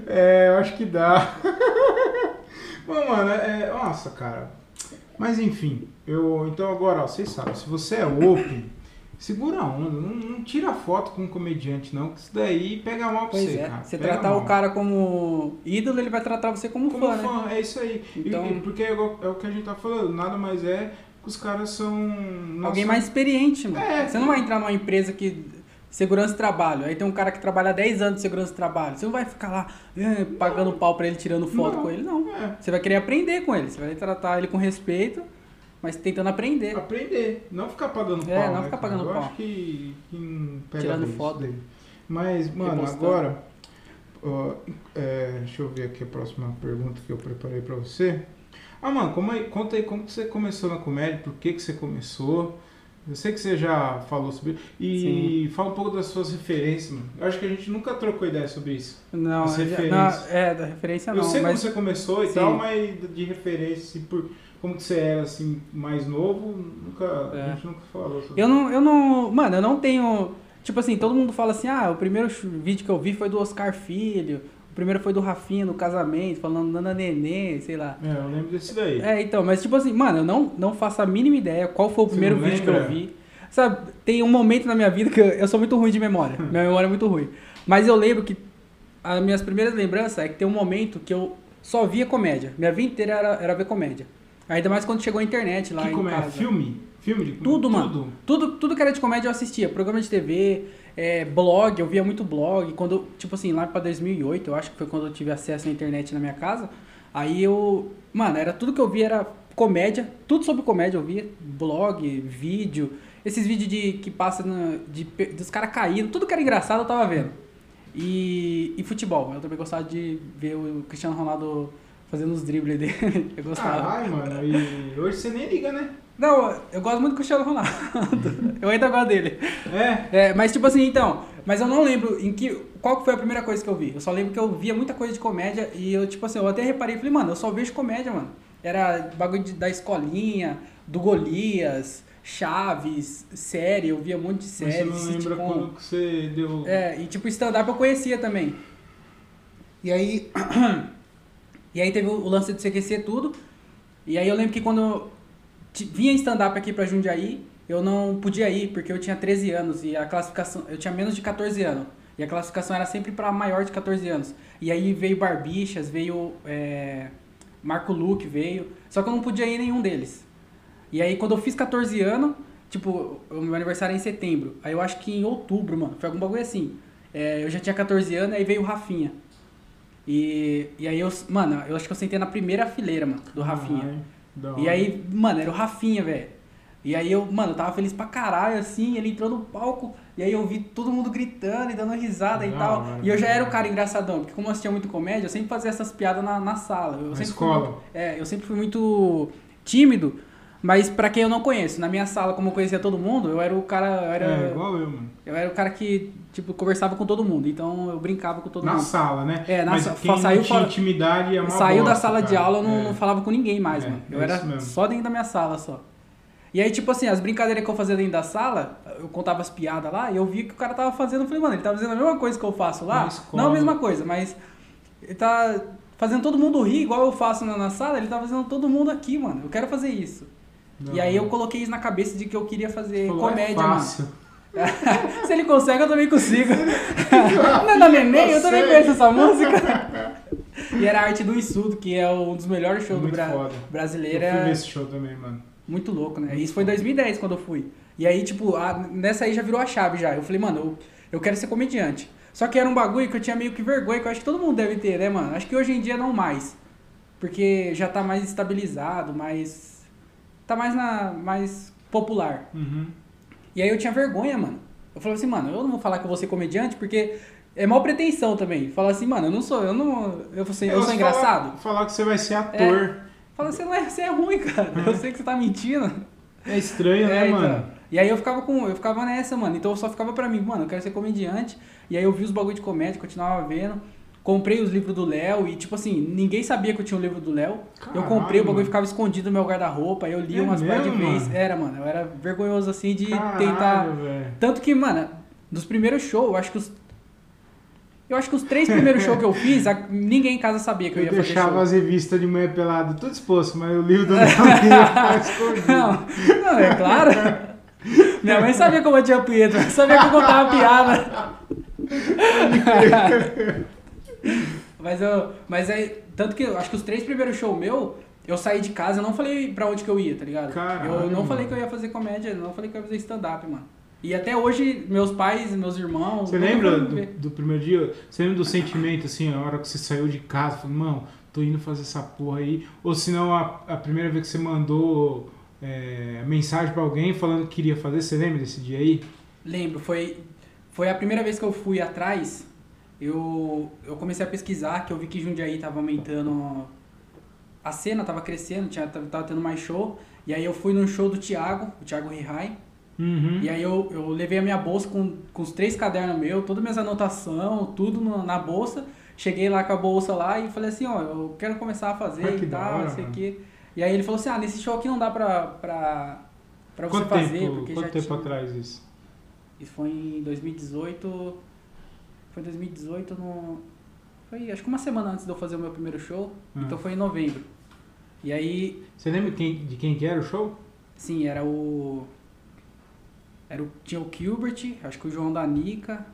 Speaker 1: É, eu acho que dá. Bom, mano, é. Nossa, cara. Mas enfim, eu. Então agora, ó, vocês sabem, se você é open, segura a onda. Não, não tira foto com um comediante, não, que isso daí pega mal pra
Speaker 2: Pois
Speaker 1: você,
Speaker 2: é.
Speaker 1: cara.
Speaker 2: Você
Speaker 1: Pega
Speaker 2: tratar
Speaker 1: mal.
Speaker 2: o cara como ídolo, ele vai tratar você como,
Speaker 1: Como
Speaker 2: fã, né?
Speaker 1: fã, é isso aí. E-
Speaker 2: Então-
Speaker 1: e porque é o é o que a gente tá falando, nada mais é que os caras são. não
Speaker 2: Alguém
Speaker 1: são-
Speaker 2: mais experiente, mano.
Speaker 1: É.
Speaker 2: Você não vai entrar numa empresa que. Segurança e trabalho. Aí tem um cara que trabalha há 10 anos de segurança e trabalho. Você não vai ficar lá eh, pagando pau pra ele, tirando foto
Speaker 1: Não.
Speaker 2: com ele, não.
Speaker 1: É.
Speaker 2: Você vai querer aprender com ele. Você vai tratar ele com respeito, mas tentando aprender.
Speaker 1: aprender, não ficar pagando
Speaker 2: É,
Speaker 1: pau.
Speaker 2: não
Speaker 1: né,
Speaker 2: ficar
Speaker 1: cara?
Speaker 2: pagando
Speaker 1: Eu
Speaker 2: pau.
Speaker 1: acho que, que não pega
Speaker 2: Tirando
Speaker 1: bem isso
Speaker 2: foto.
Speaker 1: daí. Mas, mano,
Speaker 2: Repostando.
Speaker 1: agora. ó, é, deixa eu ver aqui a próxima pergunta que eu preparei pra é, você. Ah, mano, como aí- conta aí como que você começou na comédia, por que, que você começou, Eu sei que você já falou sobre E fala um pouco das suas referências, mano. Eu acho que a gente nunca trocou ideia sobre isso.
Speaker 2: Não,
Speaker 1: As
Speaker 2: eu já-
Speaker 1: referências.
Speaker 2: não, é, da referência
Speaker 1: Eu
Speaker 2: não,
Speaker 1: sei
Speaker 2: mas
Speaker 1: como você começou e
Speaker 2: Sim.
Speaker 1: tal, mas de referência, assim, por como que você era assim, mais novo, nunca.
Speaker 2: É.
Speaker 1: A gente nunca falou sobre
Speaker 2: eu não, eu não, mano, eu não tenho, tipo assim, todo mundo fala assim, ah, o primeiro ch- vídeo que eu vi foi do Oscar Filho, o primeiro foi do Rafinha no casamento, falando nana nenê, sei lá.
Speaker 1: É, eu lembro desse daí.
Speaker 2: É, então, mas tipo assim, mano, eu não, não faço a mínima ideia qual foi o
Speaker 1: Você
Speaker 2: primeiro
Speaker 1: não
Speaker 2: vídeo que
Speaker 1: lembra?
Speaker 2: eu vi. Sabe, tem um momento na minha vida que eu, eu sou muito ruim de memória.
Speaker 1: Hum.
Speaker 2: minha memória é muito ruim. Mas eu lembro que as minhas primeiras lembranças é que tem um momento que eu só via comédia. Minha vida inteira era, era ver comédia. Ainda mais quando chegou a internet lá
Speaker 1: que
Speaker 2: em
Speaker 1: como é?
Speaker 2: casa.
Speaker 1: Filme? Filme de
Speaker 2: Tudo,
Speaker 1: Tudo.
Speaker 2: mano. Tudo, tudo que era de comédia eu assistia. Programa de TV, é, blog, eu via muito blog. Quando, tipo assim, lá pra 2008, eu acho que foi quando eu tive acesso à internet na minha casa. Aí eu. Mano, era tudo que eu via era comédia. Tudo sobre comédia eu via. Blog, vídeo. Esses vídeos de que passa na, de, pe- dos caras caindo. Tudo que era engraçado eu tava vendo. E, e futebol. Eu também gostava de ver o Cristiano Ronaldo fazendo os dribles dele. Eu gostava.
Speaker 1: Caralho, mano. E hoje você nem liga, né?
Speaker 2: Não, eu gosto muito do Cristiano Ronaldo. Eu ainda gosto dele.
Speaker 1: É.
Speaker 2: É, mas tipo assim, então, mas eu não lembro em que qual que foi a primeira coisa que eu vi. Eu só lembro que eu via muita coisa de comédia e eu tipo assim, eu até reparei, falei, mano, eu só vejo comédia, mano. Era bagulho de- da escolinha, do Golias, Chaves, série, eu via um monte de
Speaker 1: Mas você
Speaker 2: série,
Speaker 1: não lembra
Speaker 2: sitcom.
Speaker 1: quando que você deu.
Speaker 2: É, e tipo, stand-up eu conhecia também. E aí. e aí teve o lance do CQC tudo. E aí eu lembro que quando eu ti- vinha stand-up aqui pra Jundiaí, eu não podia ir, porque eu tinha 13 anos e a classificação. Eu tinha menos de 14 anos. E a classificação era sempre pra maior de 14 anos. E aí veio Barbixas, veio. é, Marco Luque veio. Só que eu não podia ir em nenhum deles. E aí, quando eu fiz 14 anos, tipo, o meu aniversário é em setembro. Aí eu acho que em outubro, mano, foi algum bagulho assim. É, eu já tinha 14 anos, aí veio o Rafinha. E, e aí eu, mano, eu acho que eu sentei na primeira fileira, mano, do Rafinha.
Speaker 1: Ai, da
Speaker 2: E
Speaker 1: hora.
Speaker 2: aí, mano, era o Rafinha, velho. E aí eu, mano, eu tava feliz pra caralho, assim, ele entrou no palco, e aí eu vi todo mundo gritando e dando risada e
Speaker 1: Da
Speaker 2: tal.
Speaker 1: hora,
Speaker 2: e eu já
Speaker 1: cara.
Speaker 2: era o cara engraçadão, porque como eu assistia muito comédia, eu sempre fazia essas piadas na, na sala. Eu
Speaker 1: Na
Speaker 2: sempre
Speaker 1: escola.
Speaker 2: Fui, muito- é, eu sempre fui muito tímido, mas pra quem eu não conheço, na minha sala, como eu conhecia todo mundo, eu era o cara. Eu era,
Speaker 1: É, igual eu, mano.
Speaker 2: eu era o cara que, tipo, conversava com todo mundo, então eu brincava com todo
Speaker 1: na
Speaker 2: mundo.
Speaker 1: sala, né?
Speaker 2: É, na
Speaker 1: Mas
Speaker 2: sa-
Speaker 1: quem não
Speaker 2: saiu
Speaker 1: tinha
Speaker 2: fora-
Speaker 1: intimidade é uma
Speaker 2: Saiu da
Speaker 1: bosta,
Speaker 2: sala de
Speaker 1: cara.
Speaker 2: aula, eu não,
Speaker 1: É.
Speaker 2: não falava com ninguém mais,
Speaker 1: É,
Speaker 2: mano. Eu
Speaker 1: é isso
Speaker 2: era
Speaker 1: mesmo.
Speaker 2: só dentro da minha sala só. E aí, tipo assim, as brincadeiras que eu fazia dentro da sala, eu contava as piadas lá, e eu via que o cara tava fazendo. Eu falei, mano, ele tá fazendo a mesma coisa que eu faço lá.
Speaker 1: Na escola.
Speaker 2: Não a mesma coisa, mas ele tá fazendo todo mundo rir, igual eu faço na, na sala, ele tá fazendo todo mundo aqui, mano. Eu quero fazer isso.
Speaker 1: Não.
Speaker 2: E aí eu coloquei isso na cabeça de que eu queria fazer
Speaker 1: Falou,
Speaker 2: comédia,
Speaker 1: é
Speaker 2: mano.
Speaker 1: fácil.
Speaker 2: Se ele consegue, eu também consigo. Não, não, neném, eu também
Speaker 1: Consegue.
Speaker 2: conheço essa música. E era a arte do insulto, que é um dos melhores shows do
Speaker 1: Muito
Speaker 2: Bra
Speaker 1: foda.
Speaker 2: brasileiro.
Speaker 1: Eu fui ver
Speaker 2: É
Speaker 1: esse show também, mano.
Speaker 2: muito louco, né? Isso foi em 2010 quando eu fui. E aí, tipo, a- nessa aí já virou a chave já. Eu falei, mano, eu, eu quero ser comediante. Só que era um bagulho que eu tinha meio que vergonha, que eu acho que todo mundo deve ter, né, mano? Acho que hoje em dia não mais. Porque já tá mais estabilizado, mais. Tá mais na. mais popular.
Speaker 1: Uhum.
Speaker 2: E aí eu tinha vergonha, mano. Eu falava assim, mano, eu não vou falar que eu vou ser comediante porque é mal pretensão também. Falar assim, mano, eu não sou, eu não, eu sou, eu
Speaker 1: Elas
Speaker 2: sou
Speaker 1: falam-
Speaker 2: engraçado. É.
Speaker 1: Falar que você vai ser ator.
Speaker 2: Fala, você não é, você é ruim, cara. Eu sei que você tá mentindo.
Speaker 1: É, estranho, né,
Speaker 2: então.
Speaker 1: mano?
Speaker 2: E aí eu ficava com, eu ficava nessa, mano. Então eu só ficava pra mim, mano, eu quero ser comediante. E aí eu vi os bagulho de comédia, continuava vendo. Comprei os livros do Léo e, tipo assim, ninguém sabia que eu tinha o livro do Léo. Eu
Speaker 1: Caralho,
Speaker 2: comprei, o
Speaker 1: mano.
Speaker 2: bagulho ficava escondido no meu guarda-roupa. Eu li
Speaker 1: É
Speaker 2: umas par de
Speaker 1: mesmo,
Speaker 2: vezes.
Speaker 1: mano?
Speaker 2: Era, mano, eu era vergonhoso assim de
Speaker 1: Caralho,
Speaker 2: tentar.
Speaker 1: velho.
Speaker 2: Tanto que, mano, dos primeiros shows, eu acho que os. Eu acho que os três primeiros shows que eu fiz, a- ninguém em casa sabia que eu,
Speaker 1: Eu,
Speaker 2: ia fazer
Speaker 1: deixava
Speaker 2: show.
Speaker 1: as revistas de manhã pelado tudo exposto, mas o livro do Daniel escondido.
Speaker 2: Não, não, é claro. Minha mãe sabia como eu tinha punheta, mas sabia que eu contava piada. mas eu. Mas aí. Tanto que eu acho que os três primeiros shows meu, eu saí de casa, eu não falei pra onde que eu ia, tá ligado?
Speaker 1: Caralho,
Speaker 2: eu não
Speaker 1: mano.
Speaker 2: falei que eu ia fazer comédia, eu não falei que eu ia fazer stand-up, mano. E até hoje, meus pais, meus irmãos.
Speaker 1: Você
Speaker 2: todo mundo
Speaker 1: lembra
Speaker 2: me vê.
Speaker 1: do, do primeiro dia? Você lembra do sentimento, assim, a hora que você saiu de casa, falou, mano, tô indo fazer essa porra aí. Ou se não, a, a primeira vez que você mandou é, mensagem pra alguém falando que queria fazer, você lembra desse dia aí?
Speaker 2: Lembro, foi, foi a primeira vez que eu fui atrás. Eu, eu comecei a pesquisar, que eu vi que Jundiaí tava aumentando. A cena tava crescendo, tinha, tava, tava tendo mais show. E aí eu fui num show do Thiago, o Thiago Rihai.
Speaker 1: Uhum.
Speaker 2: E aí eu, eu levei a minha bolsa com, com os três cadernos meus, todas minhas anotações, tudo no- na bolsa. Cheguei lá com a bolsa lá e falei assim, ó, eu quero começar a fazer
Speaker 1: Ah, que
Speaker 2: e
Speaker 1: da
Speaker 2: tal,
Speaker 1: hora,
Speaker 2: não sei o
Speaker 1: mano.
Speaker 2: quê. E aí ele falou assim, ah, nesse show aqui não dá pra, pra, pra você
Speaker 1: Quanto
Speaker 2: fazer,
Speaker 1: tempo,
Speaker 2: porque
Speaker 1: quanto
Speaker 2: já
Speaker 1: tempo
Speaker 2: tinha... um
Speaker 1: atrás isso?
Speaker 2: Isso foi em 2018. Foi em 2018 no. Foi acho que uma semana antes de eu fazer o meu primeiro show.
Speaker 1: Ah.
Speaker 2: Então foi em novembro. E aí,
Speaker 1: Você lembra quem- de quem que era o show?
Speaker 2: sim, era o. Era o, tinha o Gilbert, acho que o João da Nica.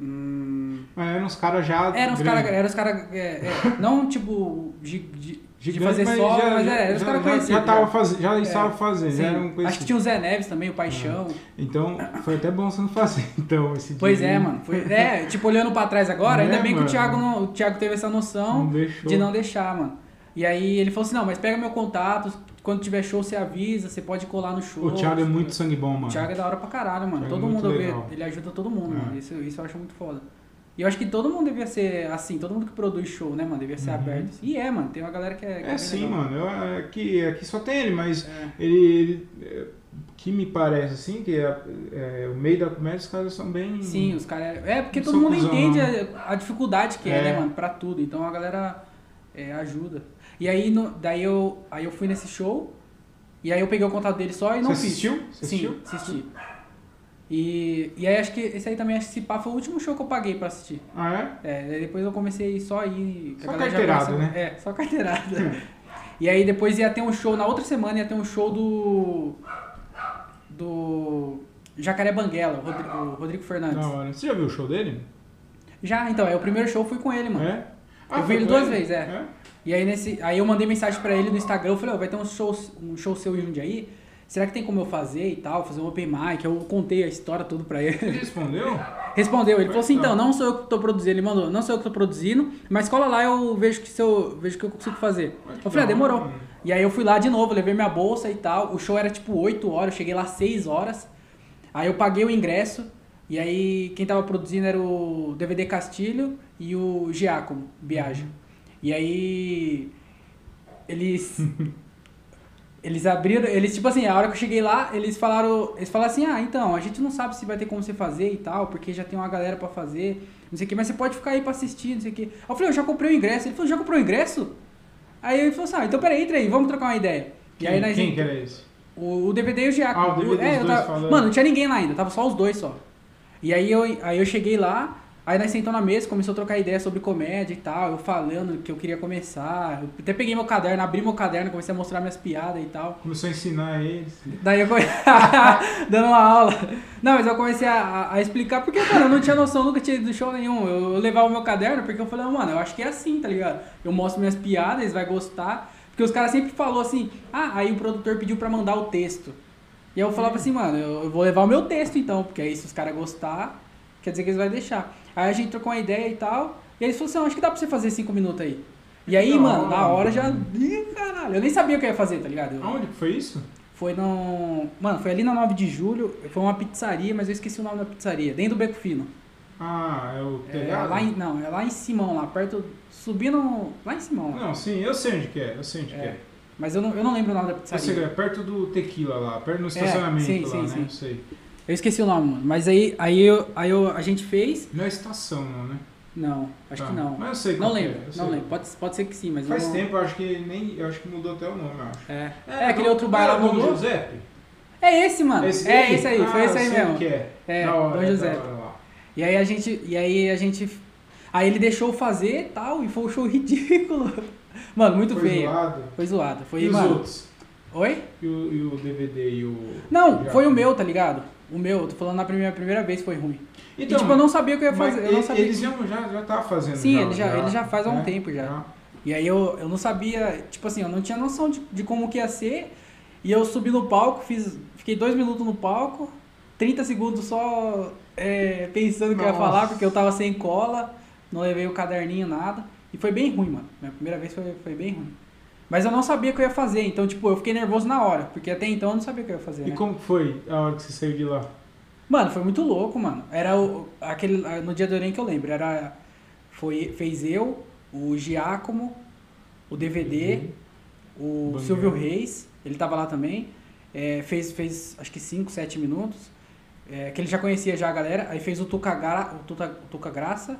Speaker 2: Hum,
Speaker 1: Ah, eram uns caras já.
Speaker 2: eram os
Speaker 1: grandes.
Speaker 2: caras. Eram os caras. é, é, não tipo. De, de, de
Speaker 1: Gigante,
Speaker 2: fazer
Speaker 1: mas
Speaker 2: só,
Speaker 1: já-
Speaker 2: mas
Speaker 1: já-
Speaker 2: é, era, era os
Speaker 1: já-
Speaker 2: caras
Speaker 1: já-
Speaker 2: conhecidos. É.
Speaker 1: Já, tava faz- já estavam fazendo,
Speaker 2: Sim,
Speaker 1: já eram
Speaker 2: acho que
Speaker 1: conhecidos.
Speaker 2: tinha um o Zé Neves também, o Paixão.
Speaker 1: Então, foi até bom você não fazer, então, esse
Speaker 2: Pois
Speaker 1: dia
Speaker 2: é,
Speaker 1: aí.
Speaker 2: mano. Foi- é, tipo, olhando pra trás
Speaker 1: Né,
Speaker 2: agora, ainda bem que
Speaker 1: mano?
Speaker 2: o Thiago, não- o Thiago teve essa
Speaker 1: Não
Speaker 2: noção
Speaker 1: deixou.
Speaker 2: de não deixar, mano. E aí ele falou assim, não, mas pega meu contato, quando tiver show você avisa, você pode colar no show.
Speaker 1: O Thiago é muito sangue bom,
Speaker 2: O
Speaker 1: mano.
Speaker 2: Thiago é da hora pra caralho, mano.
Speaker 1: Thiago é
Speaker 2: todo
Speaker 1: muito
Speaker 2: mundo vê,
Speaker 1: legal.
Speaker 2: ele ajuda todo mundo,
Speaker 1: É.
Speaker 2: mano. Isso, isso eu acho muito foda. E eu acho que todo mundo devia ser assim, todo mundo que produz show, né, mano, devia ser
Speaker 1: Uhum.
Speaker 2: aberto. E é, mano, tem uma galera que é... que
Speaker 1: É
Speaker 2: bem
Speaker 1: sim,
Speaker 2: legal.
Speaker 1: mano. Eu, é aqui, aqui só tem ele, mas
Speaker 2: É.
Speaker 1: ele. ele é, que me parece assim, que é, é, o meio da comédia os caras são bem.
Speaker 2: Sim, os caras. É, porque
Speaker 1: Não
Speaker 2: todo
Speaker 1: sou
Speaker 2: mundo
Speaker 1: cuzão,
Speaker 2: entende a, a dificuldade que é,
Speaker 1: É.
Speaker 2: né, mano, pra tudo. Então a galera é, ajuda. E aí, no- daí eu, aí eu fui nesse show, e aí eu peguei o contato dele só e não
Speaker 1: Você
Speaker 2: fiz.
Speaker 1: assistiu? Você
Speaker 2: Sim,
Speaker 1: assistiu?
Speaker 2: assisti. E, e aí acho que esse aí também, acho que esse pá foi o último show que eu paguei pra assistir.
Speaker 1: Ah, é?
Speaker 2: É, daí depois eu comecei só aí. que a
Speaker 1: Só
Speaker 2: galera já
Speaker 1: carteirada,
Speaker 2: começa-
Speaker 1: né?
Speaker 2: É, só carteirada. e aí depois ia ter um show, na outra semana ia ter um show do. do. Jacaré Banguela, o Rodrigo, o Rodrigo Fernandes.
Speaker 1: Da hora. Você já viu o show dele?
Speaker 2: Já, então, é o primeiro show eu fui com ele, mano.
Speaker 1: É?
Speaker 2: Eu vi
Speaker 1: foi
Speaker 2: ele
Speaker 1: com
Speaker 2: duas vezes, é.
Speaker 1: é?
Speaker 2: E aí nesse, aí eu mandei mensagem pra ele no Instagram, eu falei, ó, vai ter um show, um show seu em Jundiaí? Será que tem como eu fazer e tal, fazer um open mic? Eu contei a história toda pra ele.
Speaker 1: Ele respondeu?
Speaker 2: Respondeu, ele falou assim,
Speaker 1: Então.
Speaker 2: então, não sou eu que tô produzindo, ele mandou, não sou eu que tô produzindo, mas cola lá, eu vejo que se eu vejo o que eu consigo fazer.
Speaker 1: Mas que
Speaker 2: Eu falei, ah,
Speaker 1: da hora, né?
Speaker 2: demorou.
Speaker 1: mano.
Speaker 2: E aí eu fui lá de novo, levei minha bolsa e tal. O show era tipo 8 horas, eu cheguei lá 6 horas. Aí eu paguei o ingresso. E aí quem tava produzindo era o DVD Castilho e o Giacomo Biagio. E aí eles eles abriram, eles tipo assim, a hora que eu cheguei lá, eles falaram, eles falaram assim: "Ah, então, a gente não sabe se vai ter como você fazer e tal, porque já tem uma galera pra fazer, não sei o que, mas você pode ficar aí pra assistir, não sei o que". Eu falei: "Eu já comprei o ingresso". Ele falou: "Já comprou o ingresso?" Aí ele falou assim: ah, então peraí, entra aí, vamos trocar uma ideia.
Speaker 1: Quem,
Speaker 2: e aí nós
Speaker 1: quem que era esse?
Speaker 2: o, o DVD e o Giacomo.
Speaker 1: Ah, o DVD,
Speaker 2: é,
Speaker 1: os
Speaker 2: eu
Speaker 1: dois
Speaker 2: tava-
Speaker 1: falando.
Speaker 2: Mano, não tinha ninguém lá ainda, tava só os dois só. E aí eu, aí eu cheguei lá, aí nós sentamos na mesa, começou a trocar ideia sobre comédia e tal, eu falando que eu queria começar. Eu até peguei meu caderno, abri meu caderno, comecei a mostrar minhas piadas e tal.
Speaker 1: Começou a ensinar eles.
Speaker 2: Daí eu comecei dando uma aula. Não, mas eu comecei a- a, a explicar porque, mano, eu não tinha noção, nunca tinha ido no show nenhum. Eu, eu levava o meu caderno porque eu falei, "Ah, mano, eu acho que é assim, tá ligado? Eu mostro minhas piadas, eles vão gostar. Porque os caras sempre falou assim, ah, aí o produtor pediu pra mandar o texto. E eu falava assim, mano, eu, eu vou levar o meu texto então, porque aí se os caras gostar, quer dizer que eles vão deixar. Aí a gente trocou uma ideia e tal, e aí eles falaram assim, "Ah, acho que dá pra você fazer cinco minutos aí. E aí,
Speaker 1: Da
Speaker 2: mano,
Speaker 1: hora,
Speaker 2: na hora já.
Speaker 1: mano.
Speaker 2: Ih, caralho, eu nem sabia o que eu ia fazer, tá ligado? Eu-
Speaker 1: Aonde que foi isso?
Speaker 2: foi no. Mano, foi ali na 9 de julho. Foi uma pizzaria, mas eu esqueci o nome da pizzaria. Dentro do Beco Fino.
Speaker 1: Ah, é o
Speaker 2: É,
Speaker 1: telhado?
Speaker 2: lá em, não, é lá em Simão, lá perto. Subindo. Lá em Simão. lá.
Speaker 1: Não, sim, eu sei onde que é, eu sei onde
Speaker 2: É,
Speaker 1: que é.
Speaker 2: Mas eu não, eu não lembro o nome da
Speaker 1: Eu sei que
Speaker 2: pizzaria.
Speaker 1: é perto do tequila lá, perto do estacionamento
Speaker 2: É, sim,
Speaker 1: lá,
Speaker 2: sim,
Speaker 1: né?
Speaker 2: sim.
Speaker 1: Não sei.
Speaker 2: Eu esqueci o nome, mano. Mas aí, aí, eu, aí eu, a gente fez.
Speaker 1: Não é estação, não, né?
Speaker 2: Não, acho
Speaker 1: Tá.
Speaker 2: que não.
Speaker 1: Mas eu sei
Speaker 2: Não
Speaker 1: qual que é,
Speaker 2: lembro,
Speaker 1: eu sei.
Speaker 2: não lembro. Pode, pode ser que sim, mas eu
Speaker 1: Faz
Speaker 2: não-
Speaker 1: tempo, eu acho que nem. Eu acho que mudou até o nome, eu acho.
Speaker 2: É, é, aquele outro bar
Speaker 1: era
Speaker 2: lá
Speaker 1: Dom
Speaker 2: mudou.
Speaker 1: Giuseppe?
Speaker 2: É esse, mano. é
Speaker 1: daí?
Speaker 2: esse aí, foi
Speaker 1: Ah,
Speaker 2: esse aí
Speaker 1: eu sei
Speaker 2: mesmo.
Speaker 1: Que é.
Speaker 2: É,
Speaker 1: da hora,
Speaker 2: Dom
Speaker 1: é da
Speaker 2: Giuseppe.
Speaker 1: hora lá.
Speaker 2: E aí a gente. E aí a gente. Aí ele deixou eu fazer e tal, e foi um show ridículo. Mano, muito
Speaker 1: Foi
Speaker 2: feio.
Speaker 1: zoado.
Speaker 2: Foi zoado. Foi,
Speaker 1: E os
Speaker 2: mano.
Speaker 1: outros?
Speaker 2: Oi?
Speaker 1: E o, e o DVD e o.
Speaker 2: Não,
Speaker 1: Já.
Speaker 2: foi o meu, tá ligado? O meu, eu tô falando na primeira, primeira vez foi ruim.
Speaker 1: Então,
Speaker 2: e tipo, eu não sabia o que eu ia
Speaker 1: mas
Speaker 2: fazer. Eu não
Speaker 1: e-
Speaker 2: sabia.
Speaker 1: Eles é. já, já, já tá fazendo.
Speaker 2: Sim, ele já- ele já faz há um tempo já.
Speaker 1: Já.
Speaker 2: E aí eu, eu não sabia, tipo assim, eu não tinha noção de, de como que ia ser. E eu subi no palco, fiz. Fiquei dois minutos no palco, 30 segundos só é, pensando o que eu ia
Speaker 1: Nossa.
Speaker 2: falar, porque eu tava sem cola, não levei o caderninho, nada. E foi bem ruim, mano. Minha primeira vez foi, foi bem ruim. Mas eu não sabia o que eu ia fazer, então, tipo, eu fiquei nervoso na hora, porque até então eu não sabia o que eu ia fazer.
Speaker 1: E
Speaker 2: né?
Speaker 1: como que foi a hora que você saiu de lá?
Speaker 2: Mano, foi muito louco, mano. Era o, aquele no dia do Enem que eu lembro, era foi fez eu, o Giacomo, o DVD, o
Speaker 1: Banguela.
Speaker 2: Silvio Reis, ele tava lá também. É, fez, fez acho que 5, 7 minutos. é, que ele já conhecia já a galera. Aí fez o Tuca, Gra- o Tuta- o Tuca Graça,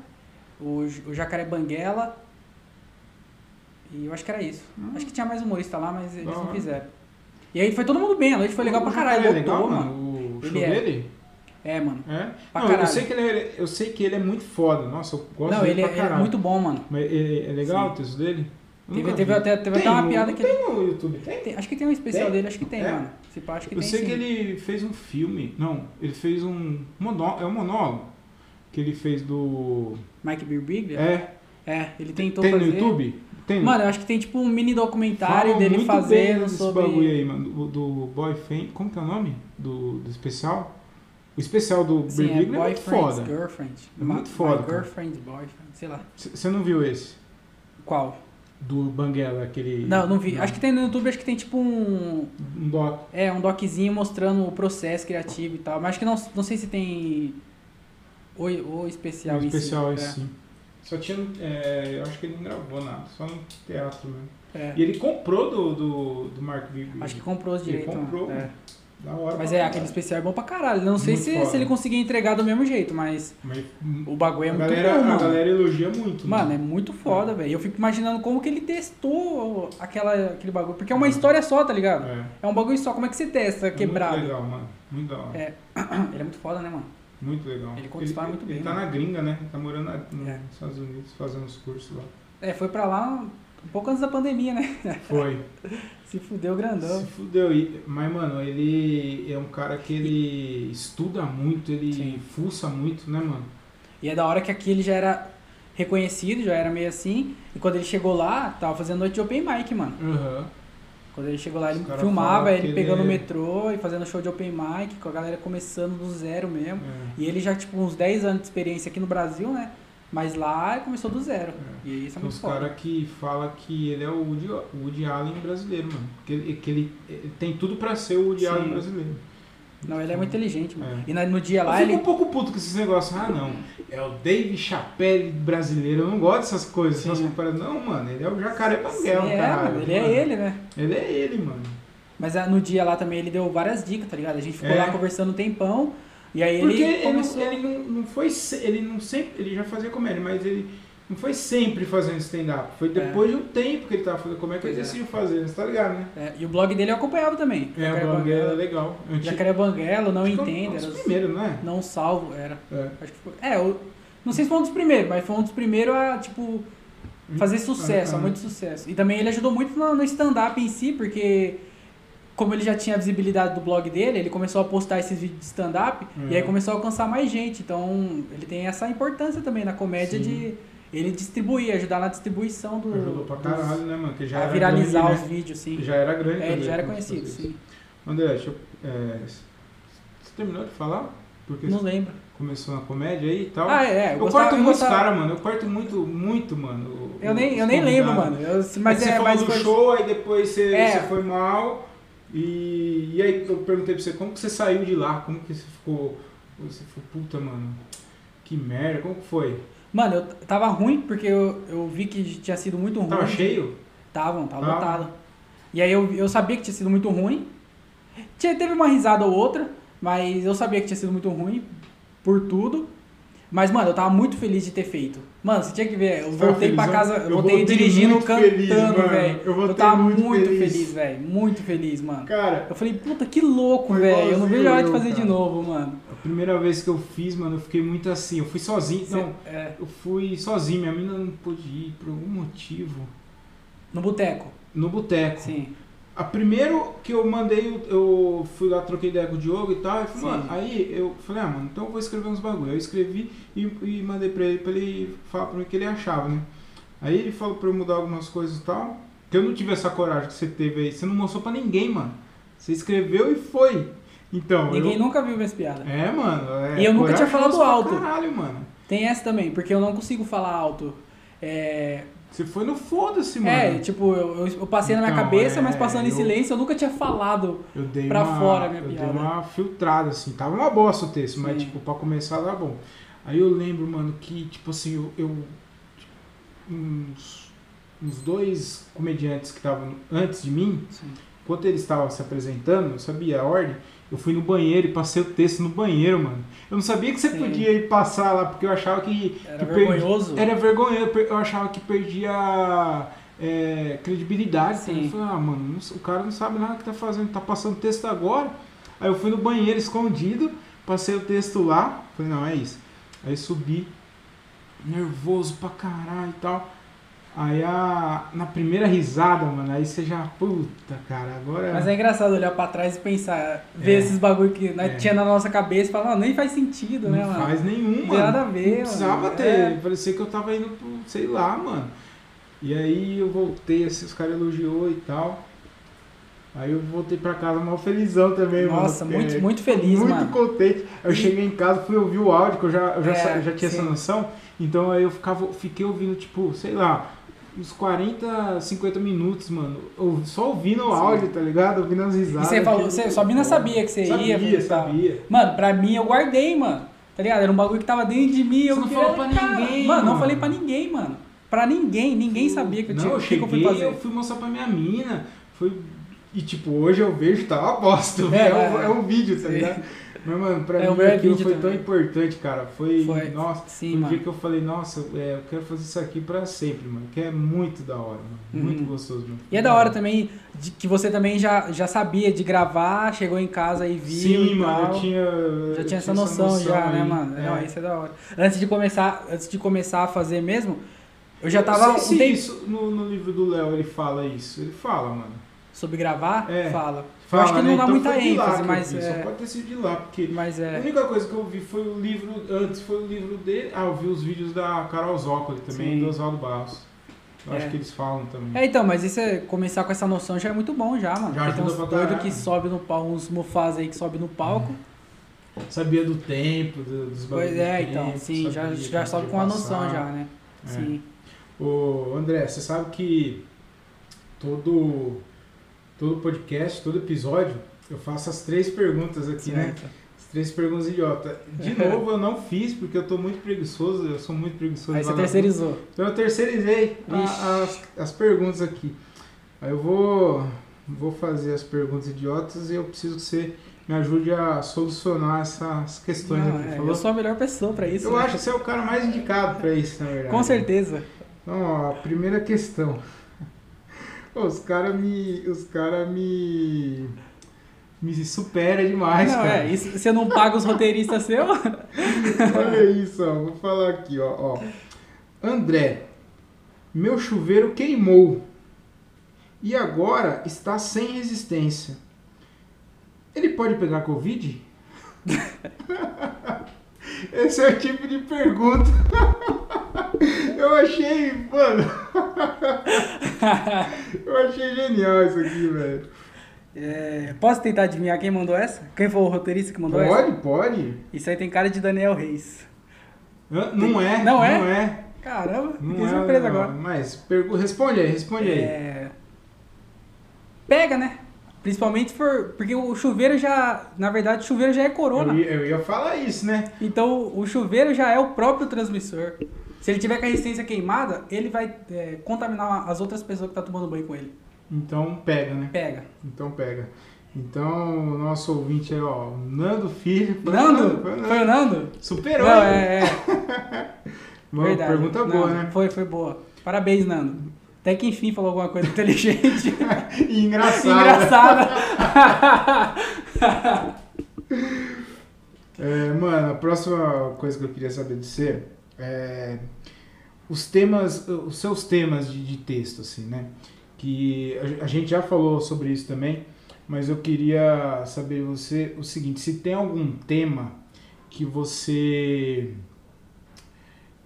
Speaker 2: o, J- o Jacaré Banguela. E eu acho que era isso. Acho que tinha mais um humorista lá, mas eles
Speaker 1: Da
Speaker 2: não
Speaker 1: hora.
Speaker 2: quiseram. E aí foi todo mundo bem, a noite foi legal pra
Speaker 1: O Jacaré
Speaker 2: caralho.
Speaker 1: É
Speaker 2: Lotou,
Speaker 1: legal,
Speaker 2: mano.
Speaker 1: mano. O show
Speaker 2: Ele é.
Speaker 1: dele?
Speaker 2: É, mano.
Speaker 1: É? Não,
Speaker 2: Pra
Speaker 1: eu
Speaker 2: caralho.
Speaker 1: sei, que ele é, eu sei que ele é muito foda. Nossa, eu gosto
Speaker 2: Não,
Speaker 1: dele
Speaker 2: ele
Speaker 1: pra
Speaker 2: é, é
Speaker 1: caralho.
Speaker 2: muito bom, mano.
Speaker 1: Mas ele- é legal o texto dele? Eu
Speaker 2: Teve,
Speaker 1: nunca
Speaker 2: teve
Speaker 1: vi.
Speaker 2: até, teve
Speaker 1: Tem
Speaker 2: até uma
Speaker 1: no-
Speaker 2: piada que ele.
Speaker 1: Tem no YouTube, tem?
Speaker 2: tem- acho que tem um especial
Speaker 1: Tem?
Speaker 2: dele, acho que tem,
Speaker 1: É?
Speaker 2: mano. Se pá, acho que
Speaker 1: Eu
Speaker 2: tem
Speaker 1: sei
Speaker 2: sim.
Speaker 1: que ele fez um filme. Não, ele fez um monólogo. É um monólogo que ele fez do.
Speaker 2: Mike Birbiglia?
Speaker 1: É.
Speaker 2: É, ele tentou
Speaker 1: Tem no
Speaker 2: fazer.
Speaker 1: YouTube? Tem.
Speaker 2: Mano, eu acho que tem tipo um mini documentário
Speaker 1: Falam
Speaker 2: dele
Speaker 1: muito bem
Speaker 2: fazendo
Speaker 1: desse
Speaker 2: sobre.
Speaker 1: bagulho aí, mano. Do, do Boyfriend. Como que é o nome? Do, do especial? O especial do
Speaker 2: Sim, é
Speaker 1: Birbiglia é, muito
Speaker 2: boyfriends,
Speaker 1: foda.
Speaker 2: girlfriend.
Speaker 1: É muito
Speaker 2: My-
Speaker 1: foda,
Speaker 2: My
Speaker 1: cara.
Speaker 2: girlfriend, boyfriend, sei lá.
Speaker 1: C- Você não viu esse?
Speaker 2: Qual?
Speaker 1: Do Banguela, aquele.
Speaker 2: Não, não vi. Acho que tem no YouTube, acho que tem tipo um.
Speaker 1: Um doc.
Speaker 2: É, um doczinho mostrando o processo criativo e tal. Mas acho que não, não sei se tem. O, o especial
Speaker 1: Um
Speaker 2: em si.
Speaker 1: especial
Speaker 2: É,
Speaker 1: esse. Só tinha. no- é, eu acho que ele não gravou nada, só no teatro mesmo.
Speaker 2: é.
Speaker 1: E ele comprou do, do, do Mark Birbiglia.
Speaker 2: Acho que comprou os
Speaker 1: Ele
Speaker 2: direitos. mano.
Speaker 1: comprou,
Speaker 2: É.
Speaker 1: mano. Da hora.
Speaker 2: Mas
Speaker 1: pra
Speaker 2: é,
Speaker 1: caralho.
Speaker 2: aquele especial é bom pra caralho. Não sei
Speaker 1: Muito
Speaker 2: se,
Speaker 1: foda.
Speaker 2: se ele conseguir entregar do mesmo jeito, mas
Speaker 1: Mas,
Speaker 2: o bagulho é
Speaker 1: a,
Speaker 2: muito
Speaker 1: galera,
Speaker 2: bom,
Speaker 1: a
Speaker 2: mano.
Speaker 1: galera elogia muito.
Speaker 2: Mano,
Speaker 1: né?
Speaker 2: é muito foda, velho. Eu fico imaginando como que ele testou aquela, aquele bagulho. Porque é uma história só, tá ligado? É,
Speaker 1: é.
Speaker 2: um bagulho só. Como é que você testa
Speaker 1: Muito
Speaker 2: quebrado?
Speaker 1: legal, mano. Muito da hora.
Speaker 2: É. ele é muito foda, né, mano?
Speaker 1: Muito legal.
Speaker 2: Ele conquistou muito
Speaker 1: ele
Speaker 2: bem,
Speaker 1: tá
Speaker 2: né?
Speaker 1: na gringa, né? Ele tá morando na- nos
Speaker 2: É.
Speaker 1: Estados Unidos, fazendo os cursos lá.
Speaker 2: É, foi pra lá um um pouco antes da pandemia, né?
Speaker 1: Foi.
Speaker 2: Se fudeu
Speaker 1: Se
Speaker 2: grandão.
Speaker 1: fudeu. E- Mas, mano, ele é um cara que ele estuda muito, ele
Speaker 2: Sim.
Speaker 1: fuça muito, né, mano?
Speaker 2: E é da hora que aqui ele já era reconhecido, já era meio assim. E quando ele chegou lá, tava fazendo noite de open mic, mano.
Speaker 1: Aham.
Speaker 2: Quando ele chegou lá, ele
Speaker 1: Os cara
Speaker 2: filmava,
Speaker 1: fala
Speaker 2: ele
Speaker 1: que
Speaker 2: pegando o
Speaker 1: ele-
Speaker 2: metrô e fazendo show de open mic, com a galera começando do zero mesmo.
Speaker 1: É.
Speaker 2: E ele já, tipo, uns 10 anos de experiência aqui no Brasil, né? Mas lá ele começou do zero.
Speaker 1: É.
Speaker 2: E isso é
Speaker 1: Tem
Speaker 2: muito
Speaker 1: uns
Speaker 2: foda.
Speaker 1: caras que falam que ele é o Woody, o Woody Allen brasileiro, mano. Que ele, que ele, ele tem tudo pra ser o Woody
Speaker 2: Sim.
Speaker 1: Allen brasileiro.
Speaker 2: Não, ele é muito inteligente, mano.
Speaker 1: É.
Speaker 2: E na- no dia
Speaker 1: Eu
Speaker 2: lá
Speaker 1: fico
Speaker 2: ele.
Speaker 1: um pouco puto com esses negócios. Ah, não. É o Dave Chapelle brasileiro. Eu não gosto dessas coisas.
Speaker 2: Sim.
Speaker 1: Essas comparações. Não, mano. Ele é o jacaré
Speaker 2: Sim,
Speaker 1: banguela,
Speaker 2: é,
Speaker 1: caralho.
Speaker 2: mano, ele é
Speaker 1: mano.
Speaker 2: ele, né?
Speaker 1: Ele é ele, mano.
Speaker 2: Mas ah, no dia lá também ele deu várias dicas, tá ligado? A gente ficou
Speaker 1: É.
Speaker 2: lá conversando um tempão. E aí
Speaker 1: Porque
Speaker 2: ele
Speaker 1: ele,
Speaker 2: começou.
Speaker 1: não, ele não, não foi. se- Ele não sempre. Ele já fazia comédia, mas ele não foi sempre fazendo stand-up. Foi depois de um tempo que ele tava fazendo comédia que ele
Speaker 2: É. Pois é.
Speaker 1: decidiu fazer, você tá ligado, né?
Speaker 2: É, e o blog dele eu acompanhava também.
Speaker 1: É, o Banguela é legal. Eu tinha-
Speaker 2: Jacaré Banguela, não
Speaker 1: acho que é um-
Speaker 2: entenda.
Speaker 1: Um
Speaker 2: era
Speaker 1: dos
Speaker 2: os-
Speaker 1: primeiros, não é?
Speaker 2: Não salvo, era.
Speaker 1: É.
Speaker 2: Acho que foi. É, eu não sei se foi um dos primeiros, mas foi um dos primeiros a, tipo, fazer sucesso,
Speaker 1: Ah,
Speaker 2: a
Speaker 1: ah.
Speaker 2: muito sucesso. E também ele ajudou muito no, no stand-up em si, porque como ele já tinha a visibilidade do blog dele, ele começou a postar esses vídeos de stand-up
Speaker 1: É.
Speaker 2: e aí começou a alcançar mais gente. Então, ele tem essa importância também na comédia
Speaker 1: Sim.
Speaker 2: de ele distribuir, ajudar na distribuição do.
Speaker 1: Ajudou pra
Speaker 2: dos-
Speaker 1: caralho, né, mano? Que já
Speaker 2: a
Speaker 1: era
Speaker 2: Hum. viralizar
Speaker 1: grande,
Speaker 2: os
Speaker 1: né?
Speaker 2: vídeos, sim.
Speaker 1: Já era grande.
Speaker 2: é, ele
Speaker 1: também,
Speaker 2: já era
Speaker 1: né?
Speaker 2: conhecido, sim.
Speaker 1: André, deixa eu, é, você terminou de falar? Porque
Speaker 2: Não
Speaker 1: você
Speaker 2: lembro.
Speaker 1: começou na comédia aí e tal.
Speaker 2: Ah, é, é,
Speaker 1: Então, eu
Speaker 2: gostava-
Speaker 1: corto
Speaker 2: eu
Speaker 1: muito os
Speaker 2: gostava-
Speaker 1: caras, mano. Eu corto muito, muito, mano. o-
Speaker 2: Eu nem, eu
Speaker 1: os
Speaker 2: nem lembro,
Speaker 1: convidados.
Speaker 2: mano. Eu- mas
Speaker 1: É que
Speaker 2: é,
Speaker 1: você
Speaker 2: mas
Speaker 1: falou do
Speaker 2: foi-
Speaker 1: show, aí depois você,
Speaker 2: É.
Speaker 1: você foi mal. E, e aí eu perguntei pra você, como que você saiu de lá? Como que você ficou... Você ficou, puta, mano, que merda. Como que foi?
Speaker 2: Mano, eu t- tava ruim porque eu, eu vi que tinha sido muito ruim.
Speaker 1: Tava Tá cheio?
Speaker 2: Tava, tava
Speaker 1: Tava.
Speaker 2: lotado. E aí eu, eu sabia que tinha sido muito ruim. Tinha, teve uma risada ou outra, mas eu sabia que tinha sido muito ruim por tudo. Mas, mano, eu tava muito feliz de ter feito. Mano, você tinha que ver, eu
Speaker 1: Você tava
Speaker 2: voltei pra
Speaker 1: felizão?
Speaker 2: casa,
Speaker 1: Eu
Speaker 2: eu voltei
Speaker 1: voltei
Speaker 2: dirigindo,
Speaker 1: muito feliz,
Speaker 2: cantando,
Speaker 1: mano.
Speaker 2: velho.
Speaker 1: Eu voltei
Speaker 2: tava
Speaker 1: muito
Speaker 2: muito,
Speaker 1: feliz.
Speaker 2: feliz, velho. Muito feliz, mano.
Speaker 1: Cara,
Speaker 2: Eu falei, puta, que louco,
Speaker 1: Foi
Speaker 2: velho. Eu não
Speaker 1: igualzinho
Speaker 2: vejo a hora de
Speaker 1: eu,
Speaker 2: fazer de
Speaker 1: cara.
Speaker 2: novo, mano.
Speaker 1: a primeira vez que eu fiz, mano, eu fiquei muito assim. Eu fui sozinho,
Speaker 2: Cê-
Speaker 1: então...
Speaker 2: é,
Speaker 1: Eu fui sozinho, minha mina não pôde ir por algum motivo.
Speaker 2: no boteco, assim.
Speaker 1: No boteco.
Speaker 2: sim.
Speaker 1: A primeiro que eu mandei, eu- eu fui lá, troquei ideia com o Diogo e tal. E falei,
Speaker 2: Sim.
Speaker 1: mano, aí eu falei, ah, mano, então eu vou escrever uns bagulho. Eu escrevi e, e mandei pra ele, pra ele falar pra mim o que ele achava, né? Aí ele falou pra eu mudar algumas coisas e tal. Que eu não tive essa coragem que você teve aí. Você não mostrou pra ninguém, mano. Você escreveu e foi. Então.
Speaker 2: Ninguém
Speaker 1: eu...
Speaker 2: nunca viu minhas piadas.
Speaker 1: É, mano. é
Speaker 2: E eu nunca tinha
Speaker 1: corajoso
Speaker 2: falado
Speaker 1: pra
Speaker 2: alto.
Speaker 1: Caralho, mano.
Speaker 2: Tem essa também, porque eu não consigo falar alto. É,
Speaker 1: Você foi no foda-se, mano.
Speaker 2: é tipo, eu, eu- eu passei na minha
Speaker 1: Então,
Speaker 2: cabeça,
Speaker 1: é,
Speaker 2: mas passando em
Speaker 1: eu-
Speaker 2: silêncio, eu nunca tinha falado.
Speaker 1: Eu dei
Speaker 2: Pra
Speaker 1: uma,
Speaker 2: fora a minha
Speaker 1: eu
Speaker 2: piada.
Speaker 1: dei uma filtrada, assim. Tava uma bosta o texto, mas,
Speaker 2: Sim.
Speaker 1: tipo, pra começar, tá bom. Aí eu lembro, mano, que, tipo assim, eu... eu- tipo, uns, uns dois comediantes que estavam antes de mim, Enquanto ele estava se apresentando, eu sabia a ordem. Eu fui no banheiro e passei o texto no banheiro, mano. Eu não sabia que você
Speaker 2: Sim.
Speaker 1: podia ir passar lá, porque eu achava que. que
Speaker 2: Era
Speaker 1: perdi-
Speaker 2: vergonhoso.
Speaker 1: Era vergonhoso. Eu achava que perdia é, credibilidade.
Speaker 2: Sim.
Speaker 1: Eu falei, ah, mano, não- o cara não sabe nada que tá fazendo, tá passando texto agora. Aí eu fui no banheiro escondido, passei o texto lá. Falei, não, é isso. Aí subi, nervoso pra caralho e tal. Aí a, na primeira risada, mano, aí você já, puta, cara, agora.
Speaker 2: Mas é engraçado olhar pra trás e pensar, ver
Speaker 1: É.
Speaker 2: esses bagulho que nós
Speaker 1: É.
Speaker 2: tinha na nossa cabeça e falar, "Ah, nem faz sentido,
Speaker 1: não
Speaker 2: né, mano?
Speaker 1: faz
Speaker 2: Não
Speaker 1: nenhum,
Speaker 2: tem
Speaker 1: mano.
Speaker 2: nada a ver,
Speaker 1: Não precisava
Speaker 2: mano.
Speaker 1: ter.
Speaker 2: É.
Speaker 1: Parecia que eu tava indo pro, sei lá, mano. E aí eu voltei, assim, os caras elogiou e tal. Aí eu voltei pra casa mal felizão também, mano.
Speaker 2: Nossa,
Speaker 1: porque-
Speaker 2: muito, muito feliz,
Speaker 1: muito
Speaker 2: mano.
Speaker 1: contente. Aí Eu cheguei em casa, fui ouvir o áudio, que eu já, eu já,
Speaker 2: É,
Speaker 1: sa- eu já tinha
Speaker 2: sim.
Speaker 1: essa noção. Então aí eu ficava, fiquei ouvindo, tipo, sei lá, uns 40, 50 minutos, mano. ou- Só ouvindo o
Speaker 2: Sim.
Speaker 1: áudio, tá ligado? Ouvindo as
Speaker 2: E
Speaker 1: risadas.
Speaker 2: você falou,
Speaker 1: aquilo.
Speaker 2: você, sua mina sabia que você ia.
Speaker 1: Sabia,
Speaker 2: tal.
Speaker 1: sabia.
Speaker 2: Mano, pra mim eu guardei, mano. Tá ligado? Era um bagulho que tava dentro de mim. eu
Speaker 1: Você não
Speaker 2: queria-
Speaker 1: falou pra
Speaker 2: cara,
Speaker 1: ninguém,
Speaker 2: Mano, não
Speaker 1: mano.
Speaker 2: falei pra ninguém, mano. Pra ninguém, ninguém sabia que eu tinha.
Speaker 1: Não, eu
Speaker 2: o que, que
Speaker 1: cheguei,
Speaker 2: eu fui fazer?
Speaker 1: mostrar pra minha mina. Fui... E tipo, hoje eu vejo, tá uma bosta.
Speaker 2: É,
Speaker 1: É, um, é
Speaker 2: é.
Speaker 1: um vídeo, tá
Speaker 2: Sim.
Speaker 1: ligado? Mas, mano, pra
Speaker 2: É, o
Speaker 1: mim
Speaker 2: meu é
Speaker 1: aquilo
Speaker 2: vídeo
Speaker 1: foi
Speaker 2: também.
Speaker 1: tão importante, cara. Foi,
Speaker 2: Foi.
Speaker 1: nossa,
Speaker 2: Sim,
Speaker 1: foi um
Speaker 2: mano.
Speaker 1: dia que eu falei, nossa, é, eu quero fazer isso aqui pra sempre, mano. Que é muito da hora, mano. Muito
Speaker 2: Uhum.
Speaker 1: gostoso, mano.
Speaker 2: E é da hora também de- que você também já, já sabia de gravar, chegou em casa e viu.
Speaker 1: Sim,
Speaker 2: e
Speaker 1: mano,
Speaker 2: tal.
Speaker 1: eu tinha. eu
Speaker 2: Já tinha essa noção, já, né,
Speaker 1: aí.
Speaker 2: mano?
Speaker 1: É.
Speaker 2: Não, isso é da hora. Antes de começar, antes de começar a fazer mesmo, eu já
Speaker 1: Eu
Speaker 2: tava
Speaker 1: não sei
Speaker 2: um
Speaker 1: se
Speaker 2: tempo
Speaker 1: isso no, no livro do Léo ele fala isso. Ele fala, mano.
Speaker 2: sobre gravar,
Speaker 1: É.
Speaker 2: fala.
Speaker 1: Fala,
Speaker 2: acho que não
Speaker 1: né?
Speaker 2: dá
Speaker 1: Então
Speaker 2: muita
Speaker 1: foi de lá
Speaker 2: ênfase,
Speaker 1: que eu
Speaker 2: mas
Speaker 1: vi,
Speaker 2: é-
Speaker 1: Só pode ter sido de lá, porque
Speaker 2: Mas
Speaker 1: A
Speaker 2: é.
Speaker 1: única coisa que eu vi foi o livro, antes foi o livro dele. Ah, eu vi os vídeos da Carol Zócoli também,
Speaker 2: Sim.
Speaker 1: do Oswaldo Barros. Eu
Speaker 2: É.
Speaker 1: acho que eles falam também.
Speaker 2: É, então, mas isso é, começar com essa noção já é muito bom já, mano.
Speaker 1: Já
Speaker 2: Porque tem
Speaker 1: ajuda
Speaker 2: uns
Speaker 1: pra
Speaker 2: doidos
Speaker 1: caralho. Hum.
Speaker 2: que sobe no palco, uns mofás aí que sobe no palco.
Speaker 1: Sabia do tempo, do- dos
Speaker 2: Pois
Speaker 1: bagulhos
Speaker 2: é,
Speaker 1: do
Speaker 2: então,
Speaker 1: tempo,
Speaker 2: sim, já,
Speaker 1: sabia
Speaker 2: já
Speaker 1: como
Speaker 2: sobe
Speaker 1: ia
Speaker 2: com a
Speaker 1: passar.
Speaker 2: noção já, né?
Speaker 1: É.
Speaker 2: Sim.
Speaker 1: Ô, André, você sabe que todo, todo podcast, todo episódio, eu faço as três perguntas aqui, né?
Speaker 2: Certo.
Speaker 1: As três perguntas idiota. De novo, eu não fiz, porque eu tô muito preguiçoso, eu sou muito preguiçoso.
Speaker 2: Aí você
Speaker 1: vagabundo.
Speaker 2: terceirizou.
Speaker 1: Então eu terceirizei a-
Speaker 2: Ixi.
Speaker 1: as, as perguntas aqui. Aí eu vou, vou fazer as perguntas idiotas e eu preciso que você me ajude a solucionar essas questões
Speaker 2: Não,
Speaker 1: aqui,
Speaker 2: é,
Speaker 1: falou?
Speaker 2: eu sou a melhor pessoa pra isso.
Speaker 1: Eu
Speaker 2: né?
Speaker 1: acho que é. você é o cara mais indicado pra isso, na verdade.
Speaker 2: Com certeza.
Speaker 1: Então, ó, a primeira questão. Pô, os caras me. Os cara me. Me supera demais,
Speaker 2: não,
Speaker 1: cara.
Speaker 2: é, isso, você não paga os roteiristas seu?
Speaker 1: Olha isso, ó. Vou falar aqui, ó, ó. André, meu chuveiro queimou e agora está sem resistência. Ele pode pegar Covid? Esse é o tipo de pergunta. Eu achei, mano. Eu achei genial isso aqui, velho.
Speaker 2: É, posso tentar adivinhar quem mandou essa? Quem foi o roteirista que mandou essa?
Speaker 1: Pode, pode.
Speaker 2: Isso aí tem cara de Daniel Reis.
Speaker 1: Hã? Não é,
Speaker 2: Não é?
Speaker 1: Não é.
Speaker 2: Caramba,
Speaker 1: Não
Speaker 2: fiquei
Speaker 1: é,
Speaker 2: surpresa
Speaker 1: não.
Speaker 2: agora.
Speaker 1: Mas pergu- responde aí, responde aí.
Speaker 2: É, Pega, né? Principalmente por, porque o chuveiro já. Na verdade, o chuveiro já é corona.
Speaker 1: Eu ia, eu ia falar isso, né?
Speaker 2: Então o chuveiro já é o próprio transmissor. Se ele tiver com a resistência queimada, ele vai é, contaminar as outras pessoas que tá tomando banho com ele.
Speaker 1: Então pega, né?
Speaker 2: Pega.
Speaker 1: Então pega. Então, o nosso ouvinte aí, ó, o Nando Filho. Foi o
Speaker 2: Nando?
Speaker 1: Foi o
Speaker 2: Foi o Nando?
Speaker 1: Superou,
Speaker 2: Não,
Speaker 1: hein?
Speaker 2: é, é.
Speaker 1: Mano,
Speaker 2: Verdade.
Speaker 1: pergunta
Speaker 2: Não,
Speaker 1: boa, né?
Speaker 2: Foi, foi boa. Parabéns, Nando. Até que enfim falou alguma coisa inteligente.
Speaker 1: E engraçada.
Speaker 2: Engraçada.
Speaker 1: É, mano, a próxima coisa que eu queria saber de você é os temas, os seus temas de, de texto, assim, né? Que a, a gente já falou sobre isso também, mas eu queria saber de você o seguinte: se tem algum tema que você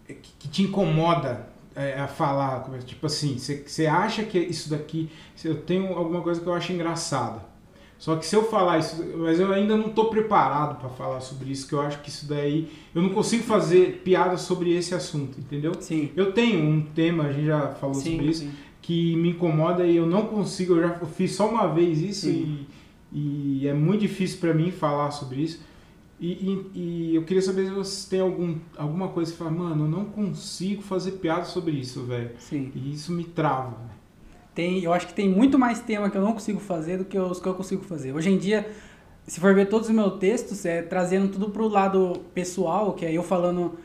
Speaker 1: é, que, que te incomoda é, a falar, como é, tipo assim, você, você acha que isso daqui, se eu tenho alguma coisa que eu acho engraçada. Só que se eu falar isso, mas eu ainda não tô preparado para falar sobre isso, que eu acho que isso daí, eu não consigo fazer piada sobre esse assunto, entendeu?
Speaker 2: Sim.
Speaker 1: Eu tenho um tema, a gente já falou sobre
Speaker 2: Sim,
Speaker 1: isso,
Speaker 2: sim.
Speaker 1: que me incomoda e eu não consigo, eu já fiz só uma vez isso
Speaker 2: Sim.
Speaker 1: e, e é muito difícil para mim falar sobre isso. E, e- e eu queria saber se você tem algum, alguma coisa que você fala, mano, eu não consigo fazer piada sobre isso, velho.
Speaker 2: sim.
Speaker 1: E isso me trava.
Speaker 2: Tem, eu acho que tem muito mais tema que eu não consigo fazer do que os que eu consigo fazer. Hoje em dia, se for ver todos os meus textos, é trazendo tudo pro lado pessoal, que é eu falando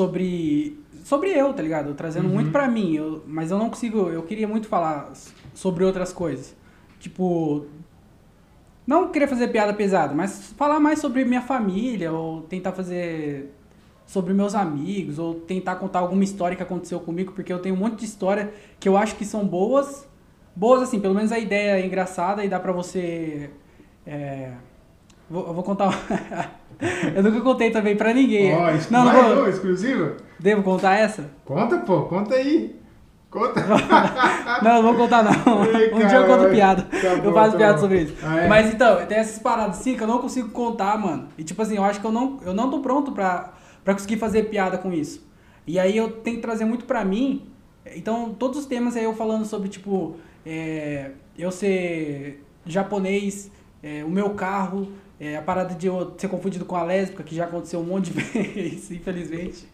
Speaker 2: sobre sobre eu, tá ligado? Trazendo
Speaker 1: Uhum.
Speaker 2: muito pra mim, eu- mas eu não consigo, eu queria muito falar s- sobre outras coisas. Tipo, não queria fazer piada pesada, mas falar mais sobre minha família ou tentar fazer sobre meus amigos ou tentar contar alguma história que aconteceu comigo, porque eu tenho um monte de história que eu acho que são boas, boas assim, pelo menos a ideia é engraçada e dá pra você é, vou- eu vou contar. uma- eu nunca contei também pra ninguém.
Speaker 1: Ó,
Speaker 2: É. não, não,
Speaker 1: vai,
Speaker 2: vou-
Speaker 1: ô, exclusiva?
Speaker 2: Devo contar essa?
Speaker 1: Conta, pô, conta aí. Conta.
Speaker 2: Não, não vou contar não.
Speaker 1: Ah. Ei,
Speaker 2: um dia eu
Speaker 1: caralho.
Speaker 2: conto piada.
Speaker 1: Tá
Speaker 2: eu
Speaker 1: bom,
Speaker 2: faço
Speaker 1: tá
Speaker 2: piada
Speaker 1: bom.
Speaker 2: sobre isso.
Speaker 1: Ah, é?
Speaker 2: Mas então, tem essas paradas assim que eu não consigo contar, mano. E tipo assim, eu acho que eu não, eu não tô pronto pra, pra conseguir fazer piada com isso. E aí eu tenho que trazer muito pra mim. Então, todos os temas aí eu falando sobre, tipo, é, eu ser japonês, é, o meu carro, é, a parada de eu ser confundido com a lésbica, que já aconteceu um monte de vezes, infelizmente.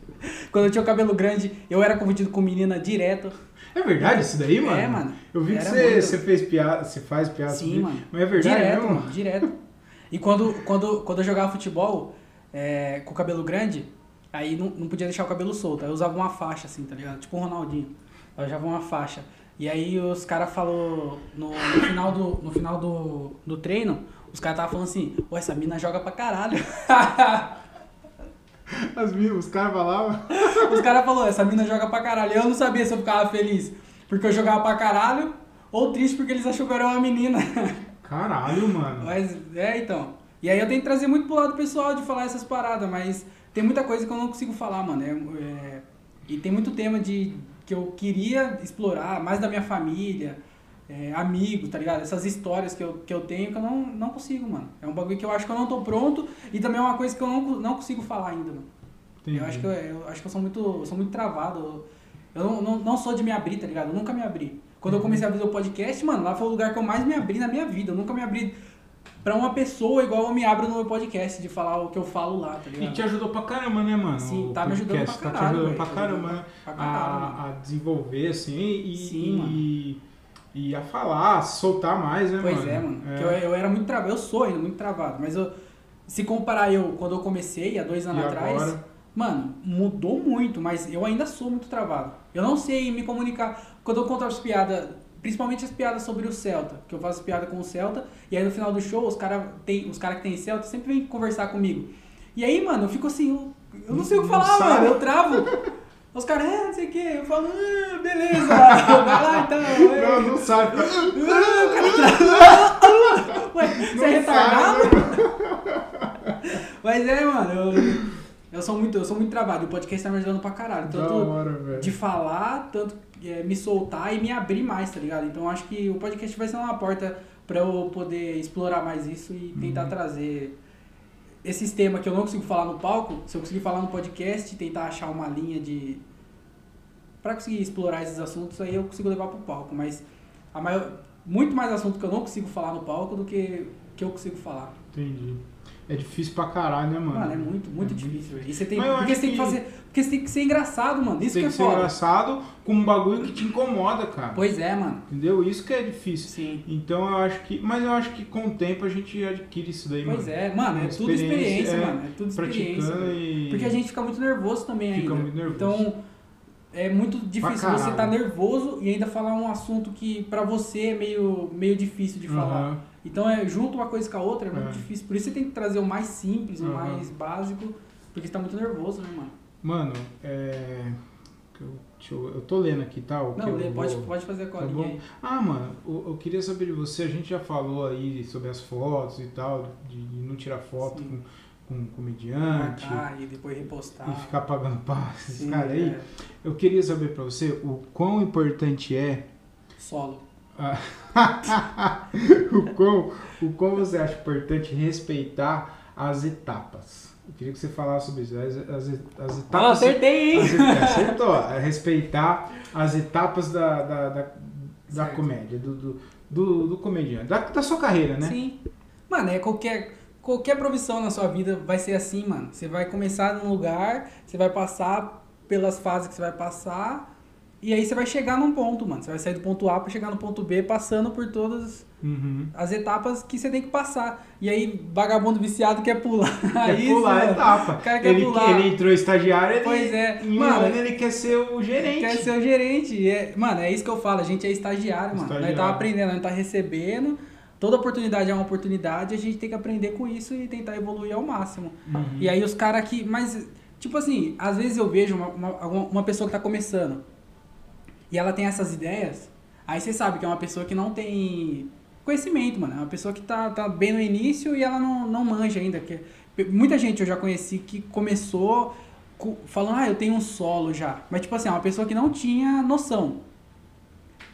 Speaker 2: Quando eu tinha o cabelo grande, eu era confundido com menina direto.
Speaker 1: É verdade isso daí, mano?
Speaker 2: É, mano.
Speaker 1: Eu vi que
Speaker 2: Era
Speaker 1: você,
Speaker 2: muito.
Speaker 1: você fez piada, você faz piada
Speaker 2: Sim,
Speaker 1: sobre isso,
Speaker 2: mano.
Speaker 1: Mas é verdade
Speaker 2: direto,
Speaker 1: mesmo?
Speaker 2: mano, direto. E quando, quando, quando eu jogava futebol é, com o cabelo grande, aí não, não podia deixar o cabelo solto. Aí eu usava uma faixa, assim, tá ligado? Tipo o Ronaldinho. Eu usava uma faixa. E aí os caras falou no, no final, do, no final do, do treino, os caras estavam falando assim, pô, essa mina joga pra caralho.
Speaker 1: As minhas, os caras falavam.
Speaker 2: Os caras falaram, essa mina joga pra caralho. Eu não sabia se eu ficava feliz porque eu jogava pra caralho ou triste porque eles achou que eu era uma menina.
Speaker 1: Caralho, mano.
Speaker 2: Mas, é, então. E aí eu tenho que trazer muito pro lado pessoal de falar essas paradas, mas tem muita coisa que eu não consigo falar, mano. É, é, e tem muito tema de, que eu queria explorar, mais da minha família, é, amigo, tá ligado? Essas histórias que eu, que eu tenho que eu não, não consigo, mano. É um bagulho que eu acho que eu não tô pronto e também é uma coisa que eu não, não consigo falar ainda, mano.
Speaker 1: Entendi.
Speaker 2: Eu acho que eu, eu acho que eu sou muito, eu sou muito travado. Eu- Eu não, não, não sou de me abrir, tá ligado? Eu nunca me abri. Quando
Speaker 1: Uhum.
Speaker 2: eu comecei a fazer o podcast, mano, lá foi o lugar que eu mais me abri na minha vida. Eu nunca me abri pra uma pessoa igual eu me abro no meu podcast, de falar o que eu falo lá, tá
Speaker 1: E
Speaker 2: ligado?
Speaker 1: te ajudou pra caramba, né, mano?
Speaker 2: Sim,
Speaker 1: O
Speaker 2: tá me ajudando
Speaker 1: podcast
Speaker 2: pra
Speaker 1: tá
Speaker 2: caralho,
Speaker 1: te ajudando pra
Speaker 2: velho.
Speaker 1: caramba, né?
Speaker 2: Pra caralho, mano.
Speaker 1: A, a desenvolver, assim, e,
Speaker 2: Sim,
Speaker 1: e-
Speaker 2: mano.
Speaker 1: e, a falar, a soltar mais, né,
Speaker 2: Pois
Speaker 1: mano?
Speaker 2: é, mano. Porque Eu, eu era muito travado, eu sou ainda muito travado, mas eu, se comparar eu quando eu comecei, há dois anos
Speaker 1: E
Speaker 2: atrás,
Speaker 1: agora?
Speaker 2: mano, mudou muito, mas eu ainda sou muito travado. Eu não sei me comunicar. Quando eu conto as piadas, principalmente as piadas sobre o Celta, que eu faço piada com o Celta, e aí no final do show os caras os cara que tem Celta sempre vêm conversar comigo. E aí, mano, eu fico assim, eu, eu não sei o que
Speaker 1: Não
Speaker 2: falar,
Speaker 1: sabe.
Speaker 2: mano, eu travo. Os caras, é, não sei o que, eu falo, ah, beleza, vai lá então. é.
Speaker 1: Não, não sabe.
Speaker 2: Tá Ué, você é retardado? Mas é, mano, eu, eu sou muito, eu sou muito travado. E o podcast tá me ajudando pra caralho.
Speaker 1: Da
Speaker 2: Tanto
Speaker 1: hora, velho.
Speaker 2: de falar, tanto é, me soltar e me abrir mais, tá ligado? Então eu acho que o podcast vai ser uma porta pra eu poder explorar mais isso e tentar
Speaker 1: Uhum.
Speaker 2: trazer esses temas que eu não consigo falar no palco, se eu conseguir falar no podcast, tentar achar uma linha de. Pra conseguir explorar esses assuntos, aí eu consigo levar pro palco. Mas a maior, muito mais assunto que eu não consigo falar no palco do que, que eu consigo falar.
Speaker 1: Entendi. É difícil pra caralho, né, mano?
Speaker 2: Mano, é muito, muito difícil, velho. E você tem,
Speaker 1: Mas eu
Speaker 2: porque
Speaker 1: acho
Speaker 2: você tem que
Speaker 1: que-
Speaker 2: fazer, porque você tem que ser engraçado, mano. Isso
Speaker 1: Tem
Speaker 2: que é
Speaker 1: que ser
Speaker 2: foda.
Speaker 1: engraçado com um bagulho que te incomoda, cara.
Speaker 2: Pois é, mano.
Speaker 1: Entendeu? Isso que é difícil.
Speaker 2: Sim.
Speaker 1: Então eu acho que. Mas eu acho que com o tempo a gente adquire isso daí,
Speaker 2: Pois
Speaker 1: mano.
Speaker 2: é, mano, é tudo experiência, mano. É tudo experiência.
Speaker 1: Praticando
Speaker 2: velho.
Speaker 1: e.
Speaker 2: Porque a gente fica muito nervoso também
Speaker 1: Fica
Speaker 2: ainda.
Speaker 1: muito nervoso.
Speaker 2: Então, é muito difícil
Speaker 1: caralho.
Speaker 2: você estar nervoso e ainda falar um assunto que pra você é meio, meio difícil de falar.
Speaker 1: Aham.
Speaker 2: Então, é junto uma coisa com a outra, é muito
Speaker 1: É.
Speaker 2: difícil. Por isso você tem que trazer o mais simples, o
Speaker 1: Aham.
Speaker 2: mais básico, porque você tá muito nervoso, né, mano?
Speaker 1: Mano, é. que Eu, deixa eu, eu tô lendo aqui, tá? O que
Speaker 2: Não,
Speaker 1: eu
Speaker 2: Lê, pode,
Speaker 1: vou-
Speaker 2: pode fazer a
Speaker 1: Tá
Speaker 2: colinha
Speaker 1: bom?
Speaker 2: aí.
Speaker 1: Ah, mano, eu, eu queria saber de você. A gente já falou aí sobre as fotos e tal, de, de não tirar foto
Speaker 2: Sim.
Speaker 1: com, com um comediante
Speaker 2: Marcar Ah, e depois repostar.
Speaker 1: Ah, e ficar pagando pau esses
Speaker 2: Sim,
Speaker 1: caras aí.
Speaker 2: é,
Speaker 1: Eu queria saber pra você o quão importante é
Speaker 2: Solo.
Speaker 1: Ah, o, quão, o quão você acha importante respeitar as etapas? Eu queria que você falasse sobre isso. As, as, as
Speaker 2: Ah,
Speaker 1: etapas.
Speaker 2: acertei, hein?
Speaker 1: as et- acertou. É Respeitar as etapas da, da, da, da
Speaker 2: Certo.
Speaker 1: comédia, do, do, do, do comediante, da, da sua carreira, né?
Speaker 2: Sim. Mano, é qualquer, qualquer profissão na sua vida vai ser assim, mano. Você vai começar num lugar, você vai passar pelas fases que você vai passar. E aí você vai chegar num ponto, mano. Você vai sair do ponto A pra chegar no ponto B, passando por todas
Speaker 1: Uhum.
Speaker 2: as etapas que você tem que passar. E aí, vagabundo viciado quer pular.
Speaker 1: Quer
Speaker 2: Ah, isso,
Speaker 1: pular a
Speaker 2: mano.
Speaker 1: etapa.
Speaker 2: O cara quer
Speaker 1: ele,
Speaker 2: pular.
Speaker 1: ele entrou estagiário, ele,
Speaker 2: Pois é.
Speaker 1: em um
Speaker 2: Mano,
Speaker 1: ano ele quer ser o gerente.
Speaker 2: Quer ser o gerente. É, mano, é isso que eu falo. A gente é estagiário, mano. Nós
Speaker 1: Estagiário.
Speaker 2: tá aprendendo, nós tá recebendo. Toda oportunidade é uma oportunidade. A gente tem que aprender com isso e tentar evoluir ao máximo.
Speaker 1: Uhum.
Speaker 2: E aí os caras que... Mas, tipo assim, às vezes eu vejo uma, uma, alguma- uma pessoa que tá começando. E ela tem essas ideias. Aí você sabe que é uma pessoa que não tem conhecimento, mano. É uma pessoa que tá, tá bem no início e ela não, não manja ainda. Que, muita gente eu já conheci que começou co- falando, ah, eu tenho um solo já. Mas, tipo assim, é uma pessoa que não tinha noção.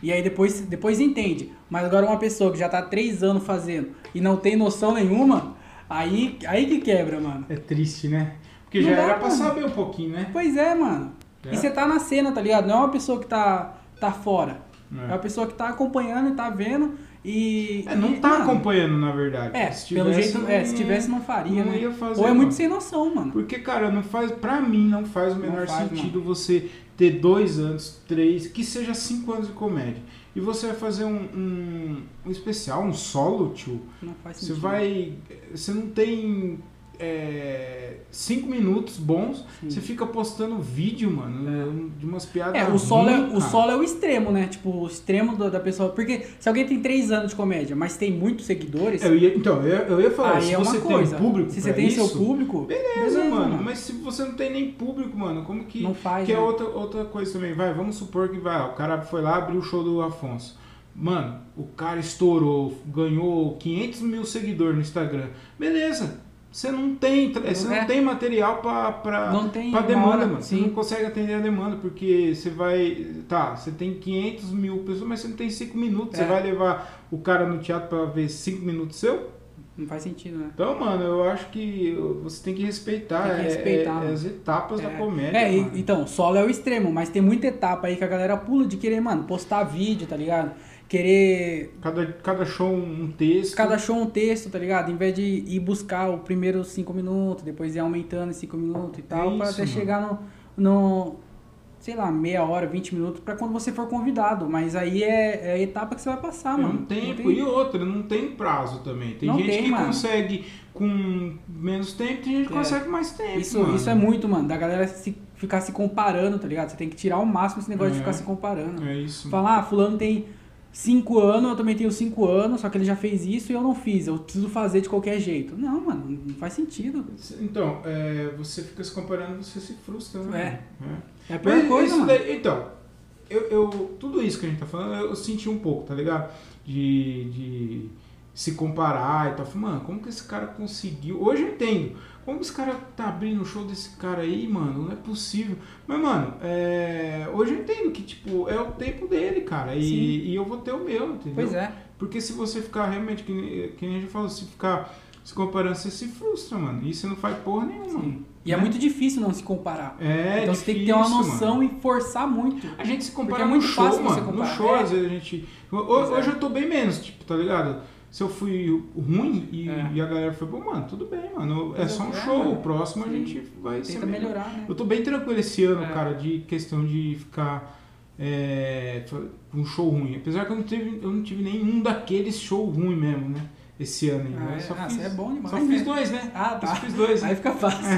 Speaker 2: E aí depois, depois entende. Mas agora uma pessoa que já tá três anos fazendo e não tem noção nenhuma, aí, aí que quebra, mano.
Speaker 1: É triste, né? Porque
Speaker 2: Não
Speaker 1: já
Speaker 2: dá,
Speaker 1: era pra
Speaker 2: mano.
Speaker 1: saber um pouquinho, né?
Speaker 2: Pois é, mano.
Speaker 1: É.
Speaker 2: E você tá na cena, tá ligado? Não é uma pessoa que tá, tá fora.
Speaker 1: É.
Speaker 2: É. uma pessoa que tá acompanhando e tá vendo e.
Speaker 1: É, não
Speaker 2: e,
Speaker 1: tá
Speaker 2: mano,
Speaker 1: acompanhando, na verdade.
Speaker 2: É,
Speaker 1: Se
Speaker 2: pelo
Speaker 1: tivesse,
Speaker 2: jeito.
Speaker 1: não
Speaker 2: é, se
Speaker 1: ia-
Speaker 2: tivesse não faria,
Speaker 1: não
Speaker 2: né?
Speaker 1: ia fazer, um
Speaker 2: Ou é
Speaker 1: mano.
Speaker 2: muito sem noção, mano.
Speaker 1: Porque, cara, não faz. Pra mim, não faz o
Speaker 2: Não
Speaker 1: menor
Speaker 2: faz,
Speaker 1: sentido você ter dois anos, três, que seja cinco anos de comédia. E você vai fazer um, um, um especial, um solo, tio.
Speaker 2: Não faz
Speaker 1: Você
Speaker 2: sentido.
Speaker 1: vai. Você não tem. é, cinco minutos bons,
Speaker 2: Sim.
Speaker 1: você fica postando vídeo, mano, de umas piadas.
Speaker 2: É, o solo é,
Speaker 1: ruim,
Speaker 2: o
Speaker 1: cara.
Speaker 2: solo é o extremo, né? Tipo, o extremo da, da pessoa. Porque se alguém tem três anos de comédia, mas tem muitos seguidores,
Speaker 1: Eu ia- então, eu, eu ia falar,
Speaker 2: é- aí
Speaker 1: se
Speaker 2: é uma
Speaker 1: você
Speaker 2: coisa.
Speaker 1: tem um público,
Speaker 2: se
Speaker 1: pra
Speaker 2: você tem
Speaker 1: isso,
Speaker 2: seu público, beleza,
Speaker 1: Beleza, mano, mas se você não tem nem público, mano, como que.
Speaker 2: não faz.
Speaker 1: que é
Speaker 2: né?
Speaker 1: outra, outra coisa também, vai, vamos supor que vai, o cara foi lá abriu o show do Afonso. Mano, o cara estourou, ganhou 500 mil seguidores no Instagram. Beleza, você não tem, tra- você
Speaker 2: É.
Speaker 1: não tem material pra, pra,
Speaker 2: Não tem
Speaker 1: pra
Speaker 2: uma
Speaker 1: demanda,
Speaker 2: hora,
Speaker 1: mano. Você
Speaker 2: sim.
Speaker 1: não consegue atender a demanda, porque você vai. Tá, você tem 500 mil pessoas, mas você não tem 5 minutos.
Speaker 2: É.
Speaker 1: Você vai levar o cara no teatro pra ver 5 minutos seu?
Speaker 2: Não faz sentido, né?
Speaker 1: Então, mano, eu acho que você tem que respeitar,
Speaker 2: Tem que
Speaker 1: é-
Speaker 2: respeitar,
Speaker 1: é-
Speaker 2: mano.
Speaker 1: as etapas da comédia.
Speaker 2: É, e-
Speaker 1: mano.
Speaker 2: então, solo é o extremo, mas tem muita etapa aí que a galera pula de querer, mano, postar vídeo, tá ligado? Querer.
Speaker 1: Cada, cada show um texto.
Speaker 2: Cada show um texto, tá ligado? Em vez de ir buscar o primeiro cinco minutos, depois ir aumentando em cinco minutos e tal,
Speaker 1: É
Speaker 2: pra
Speaker 1: isso,
Speaker 2: até
Speaker 1: mano.
Speaker 2: chegar no, no. Sei lá, meia hora, 20 minutos, pra quando você for convidado. Mas aí é, é a etapa que você vai passar,
Speaker 1: É
Speaker 2: mano.
Speaker 1: um tempo
Speaker 2: tem-
Speaker 1: e outra, não tem prazo também. Tem
Speaker 2: Não
Speaker 1: gente
Speaker 2: tem,
Speaker 1: que
Speaker 2: mano.
Speaker 1: consegue com menos tempo, tem gente que
Speaker 2: É.
Speaker 1: consegue com mais tempo.
Speaker 2: Isso,
Speaker 1: mano.
Speaker 2: isso é muito, mano, da galera se, ficar se comparando, tá ligado? Você tem que tirar o máximo esse negócio de
Speaker 1: É.
Speaker 2: ficar se comparando.
Speaker 1: É isso.
Speaker 2: Falar, ah, fulano tem 5 anos, eu também tenho 5 anos, só que ele já fez isso e eu não fiz, eu preciso fazer de qualquer jeito. Não, mano, não faz sentido.
Speaker 1: Então, é, você fica se comparando, você se frustra, né? É.
Speaker 2: É a pior coisa,
Speaker 1: isso
Speaker 2: mano.
Speaker 1: daí- então, eu, eu- tudo isso que a gente tá falando, eu senti um pouco, tá ligado? De, de se comparar e tal. Falei, Mano, como que esse cara conseguiu? Hoje eu entendo. Como que esse cara tá abrindo o show desse cara aí, mano? Não é possível. Mas, mano, é, hoje eu entendo que, tipo, é o tempo dele, cara.
Speaker 2: Sim.
Speaker 1: E, e eu vou ter o meu, entendeu?
Speaker 2: Pois é.
Speaker 1: Porque se você ficar realmente, que nem, que nem a gente falou, se ficar se comparando, você se frustra, mano. E você não faz porra nenhuma.
Speaker 2: E é muito difícil não se comparar.
Speaker 1: Né? É,
Speaker 2: então
Speaker 1: difícil,
Speaker 2: você tem que ter uma noção
Speaker 1: mano.
Speaker 2: e forçar muito.
Speaker 1: A gente se
Speaker 2: Porque
Speaker 1: compara
Speaker 2: é
Speaker 1: muito
Speaker 2: muito
Speaker 1: no show,
Speaker 2: fácil você
Speaker 1: mano. No
Speaker 2: comparar.
Speaker 1: show,
Speaker 2: É.
Speaker 1: às vezes a gente. Ho-
Speaker 2: Pois
Speaker 1: Hoje,
Speaker 2: é.
Speaker 1: eu tô bem menos, tipo, tá ligado? Se eu fui ruim e,
Speaker 2: É.
Speaker 1: e a galera foi, pô, mano, tudo bem, mano. É
Speaker 2: Pois
Speaker 1: só
Speaker 2: é,
Speaker 1: um show,
Speaker 2: mano.
Speaker 1: o próximo a
Speaker 2: Sim.
Speaker 1: gente vai ser
Speaker 2: Tenta
Speaker 1: melhor.
Speaker 2: melhorar, né?
Speaker 1: Eu tô bem tranquilo esse ano,
Speaker 2: É.
Speaker 1: cara, de questão de ficar é, com um show ruim. Apesar que eu não, tive, eu não tive nenhum daqueles show ruim mesmo, né? Esse ano ainda.
Speaker 2: Ah,
Speaker 1: Eu
Speaker 2: é,
Speaker 1: só
Speaker 2: ah,
Speaker 1: fiz,
Speaker 2: você é bom demais.
Speaker 1: só fiz
Speaker 2: né?
Speaker 1: dois, né?
Speaker 2: Ah,
Speaker 1: Só
Speaker 2: tá.
Speaker 1: fiz dois.
Speaker 2: Aí
Speaker 1: né?
Speaker 2: fica fácil.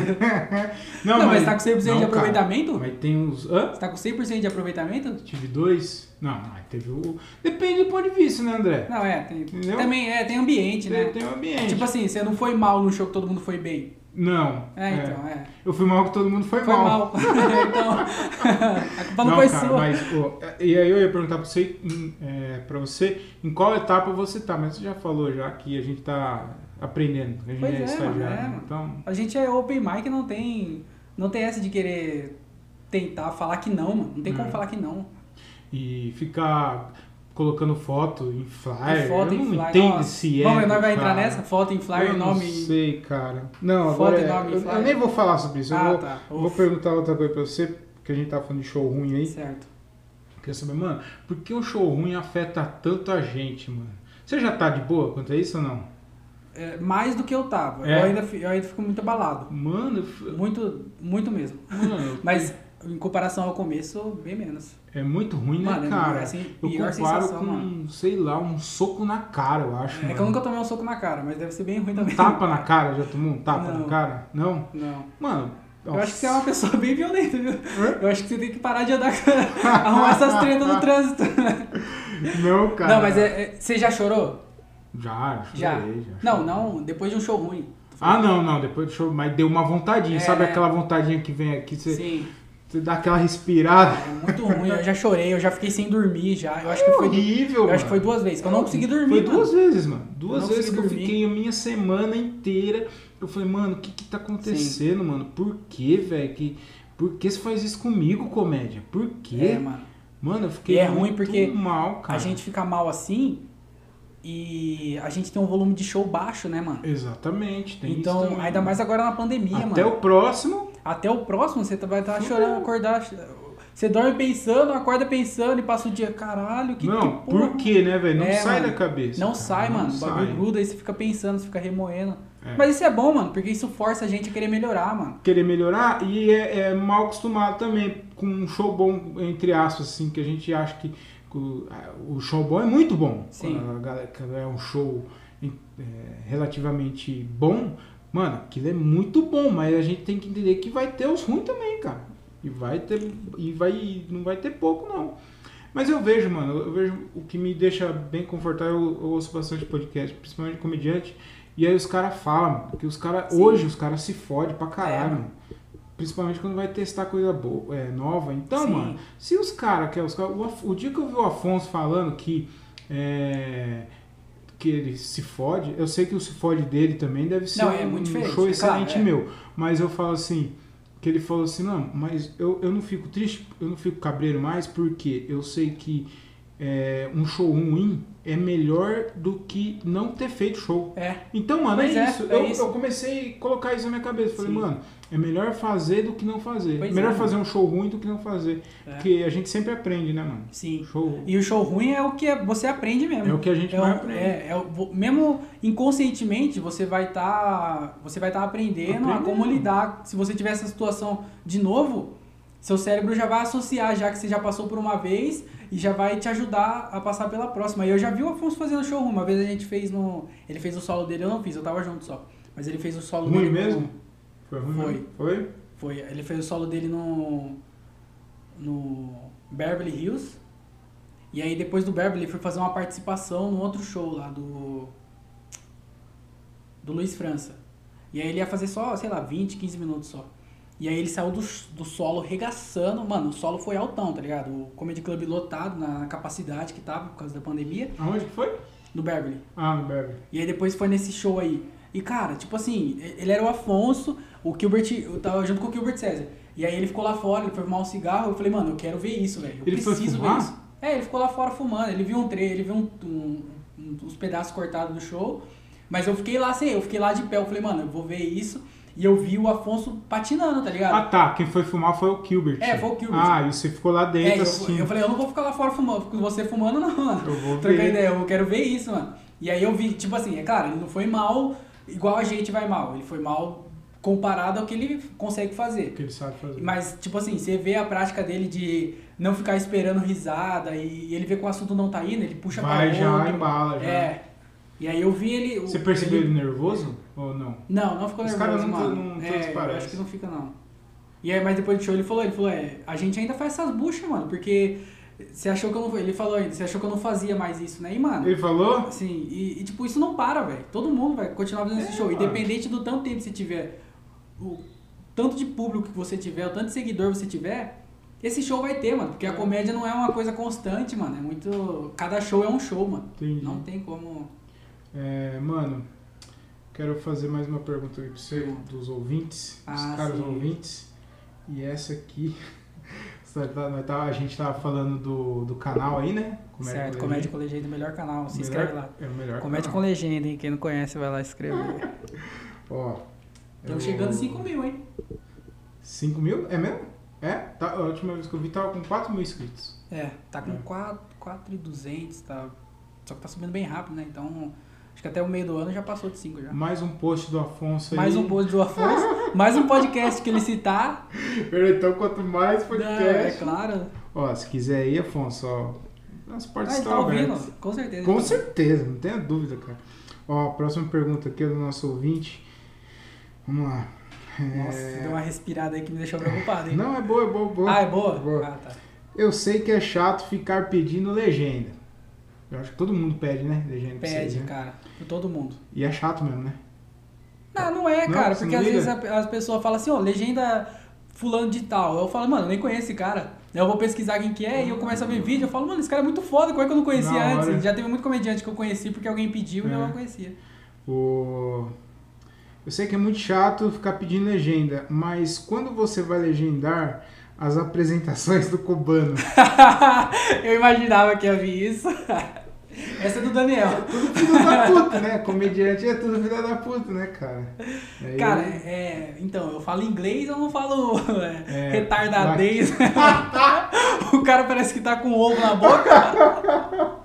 Speaker 1: Não,
Speaker 2: Não, mas tá com 100% de
Speaker 1: não, cara.
Speaker 2: aproveitamento?
Speaker 1: Mas tem uns. Hã?
Speaker 2: Você tá com 100% de aproveitamento?
Speaker 1: Tive dois? Não, mas teve o. Depende do ponto de vista, né, André?
Speaker 2: Não, é, tem.
Speaker 1: Entendeu?
Speaker 2: Também é, tem ambiente, né?
Speaker 1: Tem, tem um ambiente.
Speaker 2: Tipo assim, você não foi mal no show que todo mundo foi bem.
Speaker 1: Não.
Speaker 2: É, então, é.
Speaker 1: Eu fui mal que todo mundo foi,
Speaker 2: Foi mal. então, a culpa não, foi
Speaker 1: cara,
Speaker 2: sua.
Speaker 1: mas, pô, e aí eu ia perguntar pra você, em, é, pra você em qual etapa você tá, mas você já falou já que a gente tá aprendendo, a gente é,
Speaker 2: Pois é, mano,
Speaker 1: estagiário,
Speaker 2: é,
Speaker 1: né?
Speaker 2: mano.
Speaker 1: então...
Speaker 2: A gente é open mic, não tem, não tem essa de querer tentar falar que não, mano. Não tem como
Speaker 1: É.
Speaker 2: falar que não.
Speaker 1: E ficar colocando foto em flyer,
Speaker 2: Tem foto
Speaker 1: eu não
Speaker 2: em flyer.
Speaker 1: entendo
Speaker 2: nossa.
Speaker 1: se é...
Speaker 2: Vamos, nós vai entrar
Speaker 1: cara.
Speaker 2: nessa? Foto em flyer, é
Speaker 1: eu
Speaker 2: nome.
Speaker 1: Não sei, cara. Não,
Speaker 2: Foto
Speaker 1: agora
Speaker 2: e
Speaker 1: é-
Speaker 2: nome em
Speaker 1: eu,
Speaker 2: flyer.
Speaker 1: eu nem vou falar sobre isso,
Speaker 2: Ah,
Speaker 1: eu vou,
Speaker 2: tá.
Speaker 1: eu vou
Speaker 2: Ufa.
Speaker 1: perguntar outra coisa pra você, porque a gente tá falando de show ruim aí.
Speaker 2: Certo.
Speaker 1: Queria saber, mano, por que o show ruim afeta tanto a gente, mano? Você já tá de boa quanto a isso ou não?
Speaker 2: É, mais do que eu tava.
Speaker 1: É.
Speaker 2: Eu, ainda, fi- eu ainda fico muito abalado.
Speaker 1: Mano, eu f-
Speaker 2: Muito, muito mesmo.
Speaker 1: mano, eu-
Speaker 2: Mas em comparação ao começo, bem menos.
Speaker 1: É muito ruim, né,
Speaker 2: é
Speaker 1: cara?
Speaker 2: assim,
Speaker 1: Eu
Speaker 2: pior
Speaker 1: comparo
Speaker 2: sensação,
Speaker 1: com,
Speaker 2: mano.
Speaker 1: sei lá, um soco na cara, eu acho.
Speaker 2: É que eu
Speaker 1: mano.
Speaker 2: nunca tomei um soco na cara, mas deve ser bem ruim também.
Speaker 1: Tapa na cara, já tomou um tapa na
Speaker 2: Não.
Speaker 1: cara? Não?
Speaker 2: Não.
Speaker 1: Mano,
Speaker 2: Eu acho que você é uma pessoa bem violenta, viu?
Speaker 1: Hã?
Speaker 2: Eu acho que você tem que parar de andar, com- arrumar essas tretas no trânsito.
Speaker 1: Não, cara.
Speaker 2: Não, mas é- é- você já chorou?
Speaker 1: Já, já.
Speaker 2: Já.
Speaker 1: chorei, já
Speaker 2: Não,
Speaker 1: chorei.
Speaker 2: não, depois de um show ruim.
Speaker 1: Ah, não, não, depois do show, mas deu uma vontadinha,
Speaker 2: É.
Speaker 1: sabe aquela vontadinha que vem aqui, você,
Speaker 2: Sim,
Speaker 1: você dá aquela respirada.
Speaker 2: é muito ruim. Eu já chorei, eu já fiquei sem dormir já. Eu acho que foi,
Speaker 1: horrível,
Speaker 2: eu acho que foi
Speaker 1: mano.
Speaker 2: duas vezes. que Eu não consegui
Speaker 1: Foi
Speaker 2: dormir.
Speaker 1: duas
Speaker 2: mano.
Speaker 1: vezes, mano. Duas
Speaker 2: não
Speaker 1: vezes que
Speaker 2: consegui
Speaker 1: eu
Speaker 2: dormir.
Speaker 1: fiquei a minha semana inteira. Eu falei, mano, o que que tá acontecendo, mano? Por que, velho? Que, por que você faz isso comigo, comédia? Por quê?
Speaker 2: É, mano.
Speaker 1: Mano, eu fiquei
Speaker 2: E é ruim
Speaker 1: muito
Speaker 2: porque
Speaker 1: mal, cara.
Speaker 2: A gente fica mal assim e a gente tem um volume de show baixo, né, mano?
Speaker 1: Exatamente, tem isso
Speaker 2: então,
Speaker 1: também,
Speaker 2: ainda
Speaker 1: mano.
Speaker 2: mais agora na pandemia,
Speaker 1: Até
Speaker 2: mano.
Speaker 1: o próximo,
Speaker 2: Até o próximo você tá- vai estar chorando, acordar. Você dorme pensando, acorda pensando e passa o dia, caralho, que
Speaker 1: não,
Speaker 2: que porra.
Speaker 1: por quê, né, velho? Não
Speaker 2: É,
Speaker 1: sai
Speaker 2: mano.
Speaker 1: da cabeça.
Speaker 2: Não
Speaker 1: cara,
Speaker 2: sai,
Speaker 1: não
Speaker 2: mano. O
Speaker 1: sai.
Speaker 2: bagulho gruda e você fica pensando, você fica remoendo.
Speaker 1: É.
Speaker 2: Mas isso é bom, mano, porque isso força a gente a querer melhorar, mano.
Speaker 1: querer melhorar e é, é mal acostumado também com um show bom, entre aspas, assim, que a gente acha que o, o show bom é muito bom.
Speaker 2: Sim.
Speaker 1: Quando a galera- quando é um show é, relativamente bom, mano, aquilo é muito bom, mas a gente tem que entender que vai ter os ruins também, cara. E vai ter. E vai. Não vai ter pouco, não. Mas eu vejo, mano, eu vejo o que me deixa bem confortável, eu, eu ouço bastante podcast, principalmente comediante, e aí os caras falam, mano, que os caras,
Speaker 2: Sim.
Speaker 1: hoje os caras se fodem pra caralho,
Speaker 2: É.
Speaker 1: mano. Principalmente quando vai testar coisa boa, é, nova. Então,
Speaker 2: Sim.
Speaker 1: mano, se os caras que é os cara, o, Af- o dia que eu vi o Afonso falando que é, que ele se fode, eu sei que o se fode dele também deve ser
Speaker 2: Não,
Speaker 1: um,
Speaker 2: é muito diferente,
Speaker 1: show
Speaker 2: é claro,
Speaker 1: excelente
Speaker 2: é.
Speaker 1: meu, mas eu falo assim, que ele falou assim, não, mas eu, eu não fico triste, eu não fico cabreiro mais, porque eu sei que é, um show ruim é melhor do que não ter feito show.
Speaker 2: É,
Speaker 1: Então, mano, é,
Speaker 2: Pois é,
Speaker 1: isso.
Speaker 2: é
Speaker 1: eu,
Speaker 2: isso.
Speaker 1: eu comecei a colocar isso na minha cabeça. Falei,
Speaker 2: Sim.
Speaker 1: mano, é melhor fazer do que não fazer.
Speaker 2: Pois
Speaker 1: melhor
Speaker 2: é,
Speaker 1: fazer um show ruim do que não fazer.
Speaker 2: É.
Speaker 1: Porque a gente sempre aprende, né, mano?
Speaker 2: sim.
Speaker 1: Show
Speaker 2: E o show ruim é o que é- você aprende mesmo.
Speaker 1: é o que a gente
Speaker 2: É,
Speaker 1: vai
Speaker 2: um-
Speaker 1: aprender.
Speaker 2: é, é o- vo- mesmo inconscientemente você vai estar você vai tá aprendendo, a
Speaker 1: Aprendendo.
Speaker 2: como lidar se você tiver essa situação de novo seu cérebro já vai associar já que você já passou por uma vez e já vai te ajudar a passar pela próxima e eu já vi o Afonso fazendo showroom uma vez a gente fez no ele fez o solo dele eu não fiz eu tava junto só mas ele fez o solo
Speaker 1: Ruim
Speaker 2: dele no-
Speaker 1: mesmo? Foi ruim?
Speaker 2: um Foi.
Speaker 1: mesmo? Foi?
Speaker 2: foi ele fez o solo dele no no Beverly Hills e aí depois do Beverly ele foi fazer uma participação no outro show lá do do Luiz França. E aí ele ia fazer só, sei lá, 20, 15 minutos só. E aí ele saiu do, do solo regaçando. Mano, o solo foi altão, tá ligado? O Comedy Club lotado na capacidade que tava por causa da pandemia
Speaker 1: Aonde que foi?
Speaker 2: do Beverly.
Speaker 1: Ah, no Beverly.
Speaker 2: E aí depois foi nesse show aí. E cara, tipo assim, e- ele era o Afonso, o Gilbert, eu tava junto com o Gilbert César. E aí ele ficou lá fora, ele foi fumar um cigarro, eu falei, mano, eu quero ver isso, velho. Eu
Speaker 1: Ele foi
Speaker 2: preciso
Speaker 1: fumar?
Speaker 2: ver isso. É, ele ficou lá fora fumando, ele viu um tre ele viu um, um- um- uns pedaços cortados do show. Mas eu fiquei lá sem, eu fiquei lá de pé, eu falei, mano, eu vou ver isso. E eu vi o Afonso patinando, tá ligado?
Speaker 1: Ah tá, quem foi fumar foi o Gilbert.
Speaker 2: É, foi o Gilbert.
Speaker 1: Ah, e você ficou lá
Speaker 2: É,
Speaker 1: dentro
Speaker 2: eu,
Speaker 1: assim.
Speaker 2: eu falei, eu não vou ficar lá fora fumando, com você fumando não, mano.
Speaker 1: Eu vou
Speaker 2: Trocar
Speaker 1: ver.
Speaker 2: ideia, eu quero ver isso, mano. E aí eu vi, tipo assim, é claro, ele não foi mal igual a gente vai mal. Ele foi mal comparado ao que ele consegue
Speaker 1: O
Speaker 2: fazer.
Speaker 1: que ele sabe fazer.
Speaker 2: Mas, tipo assim, você vê a prática dele de não ficar esperando risada e ele vê que o assunto não tá indo, ele puxa
Speaker 1: Vai
Speaker 2: pra
Speaker 1: já,
Speaker 2: outro.
Speaker 1: embala já.
Speaker 2: É. E aí eu vi ele...
Speaker 1: Você percebeu
Speaker 2: ele...
Speaker 1: ele nervoso ou não?
Speaker 2: Não, não ficou
Speaker 1: Os
Speaker 2: nervoso,
Speaker 1: caras não
Speaker 2: mano.
Speaker 1: tão- não
Speaker 2: É,
Speaker 1: transparecem.
Speaker 2: eu acho que não fica, não. E aí, mas depois do show ele falou, ele falou, é, a gente ainda faz essas buchas, mano, porque você achou que eu não... Ele falou ainda, você achou que eu não fazia mais isso, né? E, mano...
Speaker 1: Ele falou?
Speaker 2: Assim, e, e, tipo, isso não para, velho. Todo mundo vai continuar fazendo
Speaker 1: É,
Speaker 2: esse show.
Speaker 1: mano.
Speaker 2: Independente do tanto tempo que você tiver, o tanto de público que você tiver, o tanto de seguidor que você tiver, esse show vai ter, mano. Porque a comédia não é uma coisa constante, mano. É muito. Cada show é um show, mano.
Speaker 1: Entendi.
Speaker 2: Não tem como.
Speaker 1: É, mano, quero fazer mais uma pergunta aí pra você, um dos ouvintes,
Speaker 2: Ah,
Speaker 1: dos caros
Speaker 2: sim.
Speaker 1: ouvintes. E essa aqui, você tá- nós tava- a gente tava falando do, do canal aí, né?
Speaker 2: certo,
Speaker 1: com
Speaker 2: Comédia
Speaker 1: Legenda.
Speaker 2: com Legenda, o melhor canal. Se
Speaker 1: Melhor-
Speaker 2: inscreve lá.
Speaker 1: É o melhor
Speaker 2: Comédia com
Speaker 1: canal.
Speaker 2: Legenda, hein? Quem não conhece, vai lá escrever.
Speaker 1: Ó, eu-
Speaker 2: Estamos chegando a 5 mil, hein?
Speaker 1: 5 mil? É mesmo? É? Tá, a última vez que eu vi tava com 4 mil inscritos.
Speaker 2: Hum. É, tá com 4,200, tá. Só que tá subindo bem rápido, né? Então, Acho que até o meio do ano já passou de 5 já.
Speaker 1: Mais um post do Afonso
Speaker 2: Mais
Speaker 1: aí.
Speaker 2: um post do Afonso, mais um podcast que ele citar.
Speaker 1: Peraí, Então, quanto mais
Speaker 2: É, é
Speaker 1: podcast.
Speaker 2: claro.
Speaker 1: Ó, se quiser aí, Afonso, ó. As
Speaker 2: Ah,
Speaker 1: portas
Speaker 2: ele tá
Speaker 1: estão abertas.
Speaker 2: ouvindo, com certeza.
Speaker 1: Com certeza, não tenha dúvida, cara. Ó, a próxima pergunta aqui é do nosso ouvinte. Vamos lá.
Speaker 2: Nossa,
Speaker 1: É,
Speaker 2: deu uma respirada aí que me deixou preocupado, hein?
Speaker 1: Não, é boa, é boa, boa.
Speaker 2: ah, é boa?
Speaker 1: Boa.
Speaker 2: Ah, tá.
Speaker 1: Eu sei que é chato ficar pedindo legenda. Eu acho que todo mundo pede, né? Legenda pra vocês,
Speaker 2: Pede,
Speaker 1: né?
Speaker 2: cara, pra todo mundo.
Speaker 1: E é chato mesmo, né?
Speaker 2: Não, não é,
Speaker 1: Não,
Speaker 2: cara,
Speaker 1: você
Speaker 2: porque
Speaker 1: não
Speaker 2: às
Speaker 1: liga?
Speaker 2: vezes a- as pessoas falam assim, ó, legenda fulano de tal. Eu falo, mano, eu nem conheço esse cara. Aí Eu vou pesquisar quem que é e eu começo a ver vídeo. Eu falo, mano, esse cara é muito foda, como é que eu não conhecia
Speaker 1: Da
Speaker 2: antes?
Speaker 1: hora.
Speaker 2: Já teve muito comediante que eu conheci porque alguém pediu e
Speaker 1: É.
Speaker 2: eu não conhecia.
Speaker 1: O... Eu sei que é muito chato ficar pedindo legenda, mas quando você vai legendar as apresentações do cubano?
Speaker 2: eu imaginava que ia vir isso. Essa é do Daniel.
Speaker 1: Tudo filho da puta, né? Comediante é tudo filho da puta, né, cara? Aí-
Speaker 2: Cara, é, então, eu falo inglês, eu não falo é,
Speaker 1: É,
Speaker 2: retardadez. o cara parece que tá com ovo na boca.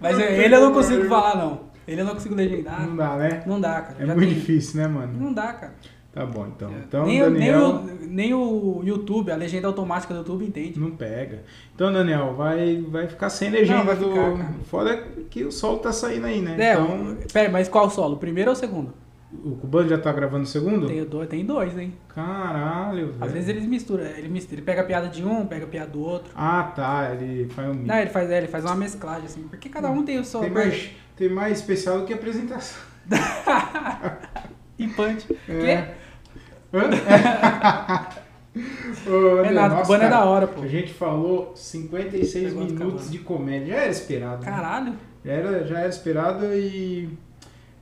Speaker 2: Mas é, ele eu não consigo falar, não. Ele eu não consigo legendar.
Speaker 1: Não dá, né?
Speaker 2: Não dá, cara.
Speaker 1: É
Speaker 2: já
Speaker 1: muito
Speaker 2: tem-
Speaker 1: difícil, né, mano?
Speaker 2: Não dá, cara. É.
Speaker 1: Tá bom, então. Então,
Speaker 2: nem, o- nem
Speaker 1: Daniel...
Speaker 2: o, nem o YouTube, a legenda automática do YouTube entende.
Speaker 1: Não pega. Então, Daniel, vai, vai ficar sem legenda
Speaker 2: Não, vai
Speaker 1: do.
Speaker 2: ficar, cara.
Speaker 1: Foda é que o sol tá saindo aí, né?
Speaker 2: É,
Speaker 1: então,
Speaker 2: pera, mas qual solo? O Primeiro ou o segundo?
Speaker 1: o cubano já tá gravando o segundo?
Speaker 2: Tem dois, tem dois, hein?
Speaker 1: Caralho, velho.
Speaker 2: Às vezes eles misturam, ele mistura, ele pega a piada de um, pega a piada do outro.
Speaker 1: Ah, tá, ele faz um mix.
Speaker 2: Não, ele faz, é, ele faz uma mesclagem, assim, porque cada um tem o seu
Speaker 1: Tem mais, tem mais especial do que apresentação.
Speaker 2: impante.
Speaker 1: É.
Speaker 2: Que?
Speaker 1: Hã? Ô, André,
Speaker 2: Renato, o
Speaker 1: nossa,
Speaker 2: Cubano
Speaker 1: cara,
Speaker 2: é da hora, pô.
Speaker 1: A gente falou 56
Speaker 2: Negócio
Speaker 1: minutos
Speaker 2: acabando.
Speaker 1: de comédia. Já era esperado. né?
Speaker 2: Caralho.
Speaker 1: Já era, já era esperado e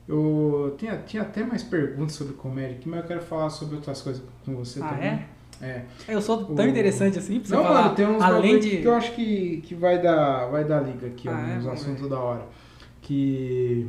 Speaker 1: eu tinha, tinha até mais perguntas sobre comédia aqui, mas eu quero falar sobre outras coisas com você
Speaker 2: Ah,
Speaker 1: também. É?
Speaker 2: Eu sou
Speaker 1: O-
Speaker 2: tão interessante assim pra você
Speaker 1: Não,
Speaker 2: falar.
Speaker 1: mano, tem uns
Speaker 2: além
Speaker 1: bagulho
Speaker 2: de.
Speaker 1: que eu acho que, que vai, dar, vai dar liga aqui,
Speaker 2: Ah, é?
Speaker 1: ó, uns
Speaker 2: Vamos
Speaker 1: assuntos da hora. Que.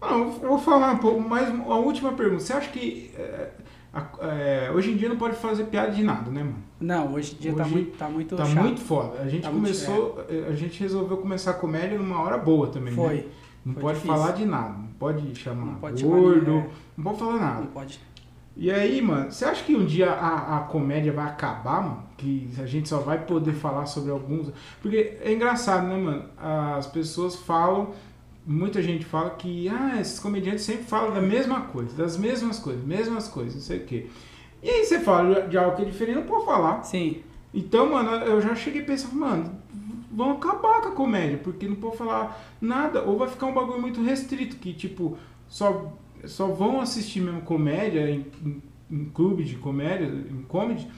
Speaker 1: Não, eu vou falar um pouco mais. A última pergunta. Você acha que. é, a- é, hoje em dia não pode fazer piada de nada, né, mano?
Speaker 2: Não, hoje em dia tá
Speaker 1: Hoje
Speaker 2: muito, tá muito
Speaker 1: tá
Speaker 2: chato.
Speaker 1: muito foda. A gente
Speaker 2: Tá muito
Speaker 1: começou. eh, A gente resolveu começar a comédia numa hora boa também. né?
Speaker 2: Foi.
Speaker 1: Não
Speaker 2: Foi
Speaker 1: pode
Speaker 2: difícil.
Speaker 1: falar de nada, não pode chamar
Speaker 2: Não pode chamar
Speaker 1: gordo,
Speaker 2: ninguém, é.
Speaker 1: não pode falar nada.
Speaker 2: Não pode.
Speaker 1: E aí, mano, você acha que um dia a, a comédia vai acabar, mano? Que a gente só vai poder falar sobre alguns. Porque é engraçado, né, mano? As pessoas falam, muita gente fala que, ah, esses comediantes sempre falam da mesma coisa, das mesmas coisas, mesmas coisas, não sei o quê. E aí você fala de algo que é diferente, não pode falar.
Speaker 2: Sim.
Speaker 1: Então, mano, eu já cheguei pensando, mano, vão acabar com a comédia, porque não pode falar nada, ou vai ficar um bagulho muito restrito, que tipo, só, só vão assistir mesmo comédia em, em, em clube de comédia, em comedy,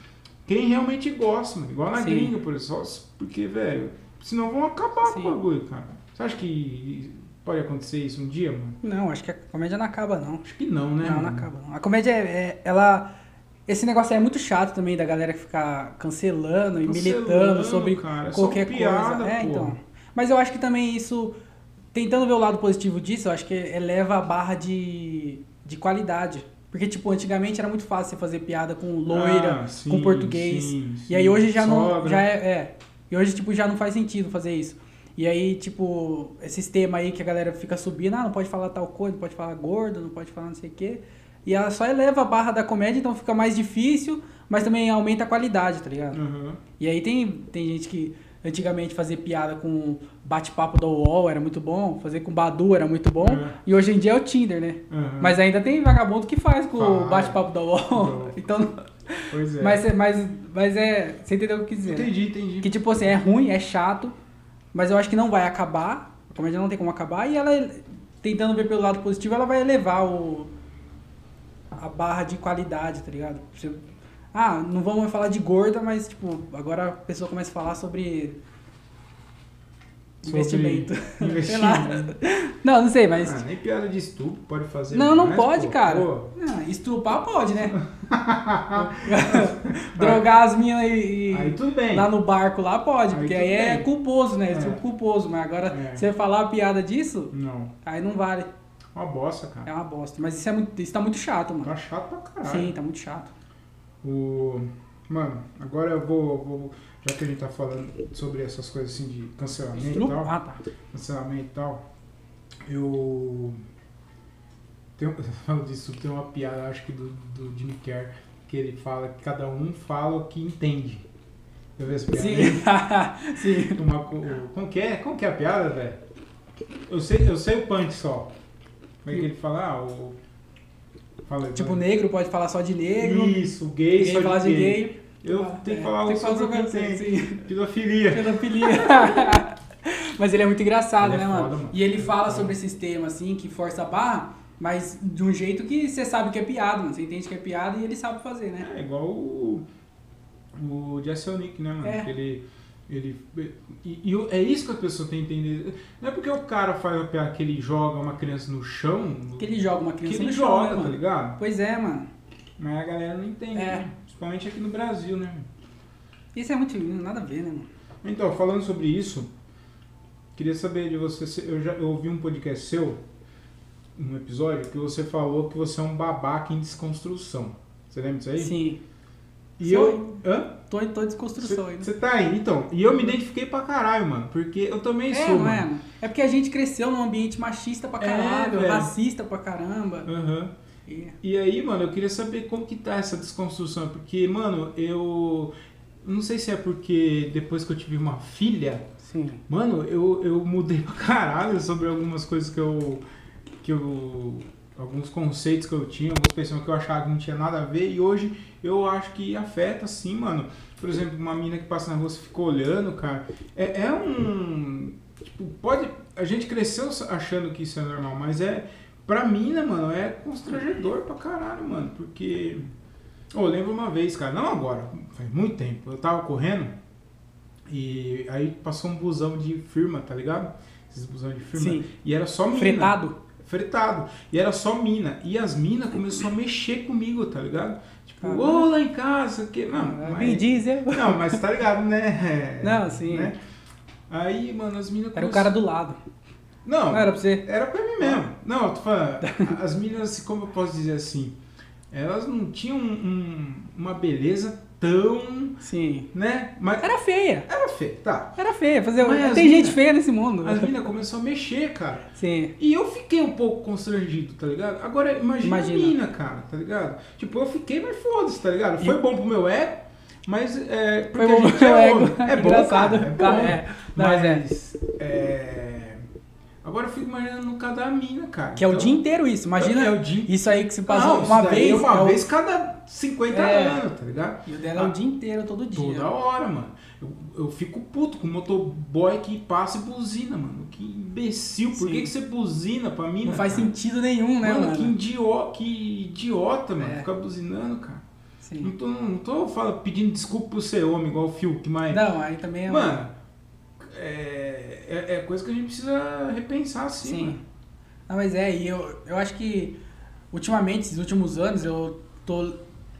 Speaker 1: quem realmente gosta, mano. Igual na
Speaker 2: Sim.
Speaker 1: gringa, por exemplo, só porque, velho, senão vão acabar
Speaker 2: Sim.
Speaker 1: com o bagulho, cara. Você acha que pode acontecer isso um dia, mano?
Speaker 2: Não, acho que a comédia não acaba, não.
Speaker 1: Acho que não, né?
Speaker 2: Não, não
Speaker 1: mano?
Speaker 2: acaba. Não. A comédia, é, é- ela. Esse negócio aí é muito chato também da galera que fica cancelando e
Speaker 1: Cancelando,
Speaker 2: militando sobre
Speaker 1: cara, é só
Speaker 2: qualquer
Speaker 1: piada,
Speaker 2: coisa. É,
Speaker 1: pô.
Speaker 2: então. Mas eu acho que também isso, tentando ver o lado positivo disso, eu acho que eleva a barra de, de qualidade. Porque, tipo, antigamente era muito fácil você fazer piada com loira,
Speaker 1: Ah, sim,
Speaker 2: com português.
Speaker 1: sim,
Speaker 2: E aí hoje já não.
Speaker 1: Ah, sogra.
Speaker 2: Já é, é. E hoje, tipo, já não faz sentido fazer isso. E aí, tipo, esses temas aí que a galera fica subindo, ah, não pode falar tal coisa, não pode falar gordo, não pode falar não sei o quê. E ela só eleva a barra da comédia, então fica mais difícil, mas também aumenta a qualidade, tá ligado?
Speaker 1: Aham.
Speaker 2: E aí tem, tem gente que antigamente fazia piada com bate-papo da UOL era muito bom, fazer com Badu era muito bom,
Speaker 1: É.
Speaker 2: e hoje em dia é o Tinder, né?
Speaker 1: aham.
Speaker 2: Mas ainda tem vagabundo que faz com o
Speaker 1: Faz.
Speaker 2: bate-papo da UOL.
Speaker 1: Não.
Speaker 2: Então,
Speaker 1: Pois é.
Speaker 2: mas, é- mas, mas é. Você entendeu o que eu quis dizer? né?
Speaker 1: entendi, entendi.
Speaker 2: Que tipo assim, é ruim, é chato, mas eu acho que não vai acabar. A comédia não tem como acabar. E ela, tentando ver pelo lado positivo, ela vai elevar o, a barra de qualidade, tá ligado? Você- ah, não vamos mais falar de gorda, mas tipo, agora a pessoa começa a falar sobre.
Speaker 1: Sobre
Speaker 2: Investimento. Sei lá.
Speaker 1: investimento.
Speaker 2: Não, não sei, mas.
Speaker 1: Ah, nem piada de estupro pode fazer.
Speaker 2: não, não
Speaker 1: mais,
Speaker 2: pode,
Speaker 1: pô.
Speaker 2: cara.
Speaker 1: Pô.
Speaker 2: Não, estupar ah, pode, né? Drogar as minas e. e-
Speaker 1: Aí tudo bem.
Speaker 2: Lá no barco lá pode,
Speaker 1: Aí
Speaker 2: porque
Speaker 1: tudo
Speaker 2: aí é
Speaker 1: bem.
Speaker 2: culposo, né? Isso É.
Speaker 1: É.
Speaker 2: culposo, mas agora
Speaker 1: É.
Speaker 2: você falar a piada disso,
Speaker 1: Não.
Speaker 2: aí não vale.
Speaker 1: Uma bosta,
Speaker 2: É
Speaker 1: cara.
Speaker 2: uma bosta. Mas isso, é muito, isso tá muito chato, mano.
Speaker 1: Tá chato pra caralho.
Speaker 2: Sim, tá muito chato.
Speaker 1: O... Mano, agora eu vou, vou- Já que a gente tá falando sobre essas coisas assim de cancelamento e
Speaker 2: Estru-
Speaker 1: tal.
Speaker 2: Ah, tá.
Speaker 1: Cancelamento e tal. Eu. Tem, um- eu falo disso, tem uma piada, acho que do, do Jim Kerr, que ele fala que cada um fala o que entende. Eu vi essa piada. aí?
Speaker 2: Sim. Sim.
Speaker 1: Uma, co- como, que é? como que é a piada, velho? Eu sei, eu sei o punch só. Como é que ele fala? Ah, o. Fala, aí,
Speaker 2: Tipo,
Speaker 1: vai.
Speaker 2: negro pode falar só de negro.
Speaker 1: Isso, gay,
Speaker 2: gay
Speaker 1: só
Speaker 2: fala
Speaker 1: de gay. Eu
Speaker 2: Ah,
Speaker 1: tenho
Speaker 2: é,
Speaker 1: que falar
Speaker 2: tem
Speaker 1: algo
Speaker 2: que falar
Speaker 1: sobre o que eu
Speaker 2: sobre
Speaker 1: tenho.
Speaker 2: isso, sim.
Speaker 1: Pedofilia.
Speaker 2: Pedofilia. mas ele é muito engraçado,
Speaker 1: Ele é
Speaker 2: né, mano?
Speaker 1: foda, mano.
Speaker 2: E ele
Speaker 1: Ele é
Speaker 2: fala
Speaker 1: foda.
Speaker 2: sobre esses temas, assim, que força a barra, mas de um jeito que você sabe que é piada, mano. Você entende que é piada e ele sabe fazer, né?
Speaker 1: É igual o, o Jesse Nick, né, mano?
Speaker 2: É.
Speaker 1: Que ele. ele e, e o- é isso que a pessoa tem que entender. Não é porque o cara faz a piada que ele joga uma criança no chão
Speaker 2: Porque ele joga uma
Speaker 1: É. que
Speaker 2: criança
Speaker 1: ele
Speaker 2: no chão,
Speaker 1: joga,
Speaker 2: né,
Speaker 1: tá
Speaker 2: mano?
Speaker 1: ligado?
Speaker 2: Pois é, mano.
Speaker 1: Mas a galera não entende,
Speaker 2: É.
Speaker 1: né? principalmente aqui no Brasil, né? mano?
Speaker 2: Isso é muito nada a ver, né, mano?
Speaker 1: Então, falando sobre isso, queria saber de você. se- Eu já eu ouvi um podcast seu, um episódio, que você falou que você é um babaca em desconstrução. Você lembra disso aí?
Speaker 2: Sim.
Speaker 1: E
Speaker 2: Sou
Speaker 1: eu. Hã?
Speaker 2: Tô em toda desconstrução aí, né?
Speaker 1: Você tá aí, então. E eu me identifiquei pra caralho, mano. Porque eu também
Speaker 2: Uhum. É,
Speaker 1: sou,
Speaker 2: não é?
Speaker 1: mano.
Speaker 2: mano? É porque a gente cresceu num ambiente machista pra
Speaker 1: É,
Speaker 2: caralho,
Speaker 1: velho.
Speaker 2: racista pra caramba.
Speaker 1: Aham.
Speaker 2: E-
Speaker 1: E aí, mano, eu queria saber como que tá essa desconstrução. Porque, mano, eu. Não sei se é porque depois que eu tive uma filha,
Speaker 2: Sim.
Speaker 1: Mano, eu, eu mudei pra caralho sobre algumas coisas que eu. que eu. alguns conceitos que eu tinha, algumas pessoas que eu achava que não tinha nada a ver, e hoje eu acho que afeta sim, mano. Por exemplo, uma mina que passa na rua você fica olhando, cara. É, é um. Tipo, pode. A gente cresceu achando que isso é normal, mas é. Pra mina, mano, é constrangedor pra caralho, mano. Porque. Ô, Eu lembro uma vez, cara, não agora, faz muito tempo, eu tava correndo. E aí passou um busão de firma, tá ligado? Esses busão de firma.
Speaker 2: Sim.
Speaker 1: E era só mina.
Speaker 2: Fretado?
Speaker 1: Fretado. E era só mina. E as minas começou a mexer comigo, tá ligado? Tipo,
Speaker 2: Caralho.
Speaker 1: ô, lá em casa, que. Não,
Speaker 2: Me
Speaker 1: mas...
Speaker 2: Ah, diesel.
Speaker 1: não, mas tá ligado, né?
Speaker 2: Não, sim.
Speaker 1: Né? Aí, mano, as minas
Speaker 2: Era o cara do lado.
Speaker 1: Não,
Speaker 2: Não era Ah. pra você?
Speaker 1: era pra mim mesmo. Não, eu tô falando, as minas, como eu posso dizer assim, elas não tinham um- um- uma beleza tão,
Speaker 2: Sim.
Speaker 1: né? Mas
Speaker 2: Era feia.
Speaker 1: era feio, tá.
Speaker 2: Era feia. Fazer...
Speaker 1: Mas
Speaker 2: Tem
Speaker 1: as
Speaker 2: gente
Speaker 1: mina-
Speaker 2: feia nesse mundo.
Speaker 1: As minas começaram a mexer, cara.
Speaker 2: Sim.
Speaker 1: E eu fiquei um pouco constrangido, tá ligado? Agora, imagina,
Speaker 2: Imagina.
Speaker 1: a mina, cara, tá ligado? Tipo, eu fiquei, mas foda-se, tá ligado? Foi bom pro meu ego, mas é... Porque
Speaker 2: Foi bom
Speaker 1: a gente
Speaker 2: pro meu
Speaker 1: é
Speaker 2: ego.
Speaker 1: homem. É bom,
Speaker 2: Engraçado.
Speaker 1: cara, é bom.
Speaker 2: Tá, é. Não, mas é.
Speaker 1: mas, é, Agora eu fico imaginando no caso da mina, cara.
Speaker 2: Que é o
Speaker 1: Então-
Speaker 2: dia inteiro isso. Imagina
Speaker 1: É o dia inteiro.
Speaker 2: isso aí que se passou
Speaker 1: Não, isso
Speaker 2: uma
Speaker 1: daí é
Speaker 2: vez.
Speaker 1: uma
Speaker 2: é o-
Speaker 1: vez cada 50
Speaker 2: É.
Speaker 1: anos, tá ligado?
Speaker 2: E o dela é o dia inteiro, todo dia.
Speaker 1: Toda hora, mano. Eu, eu fico puto com motoboy que passa e buzina, mano. Que imbecil. Por
Speaker 2: Sim.
Speaker 1: que, que você buzina pra mim?
Speaker 2: Não faz sentido nenhum, né,
Speaker 1: mano,
Speaker 2: mano?
Speaker 1: Que, idio, que idiota, mano.
Speaker 2: É.
Speaker 1: Ficar buzinando, cara. Não
Speaker 2: Sim.
Speaker 1: tô, não tô fala, pedindo desculpa por ser homem igual o Fiuk, mas.
Speaker 2: Não, aí também é.
Speaker 1: Mano, é, é, é coisa que a gente precisa repensar assim,
Speaker 2: Sim.
Speaker 1: mano.
Speaker 2: Não, mas é, e eu, eu acho que ultimamente, esses últimos anos, eu tô,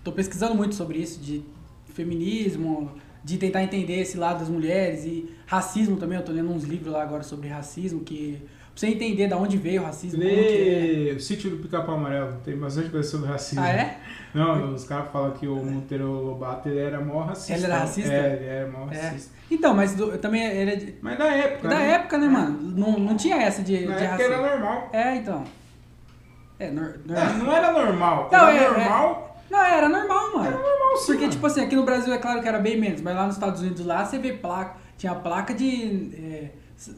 Speaker 2: tô pesquisando muito sobre isso, de feminismo, de tentar entender esse lado das mulheres e racismo também. Eu tô lendo uns livros lá agora sobre racismo, que pra você entender da onde veio o racismo. como que
Speaker 1: Lê o sítio do Pica-Pau Amarelo, tem bastante coisa sobre
Speaker 2: é.
Speaker 1: racismo.
Speaker 2: né? Ah, é?
Speaker 1: Não, os caras falam que o Monteiro Lobato ele era mó racista.
Speaker 2: Ele era racista?
Speaker 1: É, ele era mó
Speaker 2: É.
Speaker 1: racista.
Speaker 2: Então, mas do- eu também era de-
Speaker 1: Mas na época.
Speaker 2: da
Speaker 1: né?
Speaker 2: época, né, mano? Não, não tinha essa de, de
Speaker 1: Na época
Speaker 2: racismo.
Speaker 1: era normal.
Speaker 2: É, então. É, nor- nor-
Speaker 1: Não, não era normal.
Speaker 2: Não,
Speaker 1: era
Speaker 2: é-
Speaker 1: normal.
Speaker 2: Não, era normal, mano.
Speaker 1: normal sim,
Speaker 2: Porque,
Speaker 1: mano.
Speaker 2: tipo assim, aqui no Brasil é claro que era bem menos, mas lá nos Estados Unidos, lá você vê placa, tinha placa de é, s-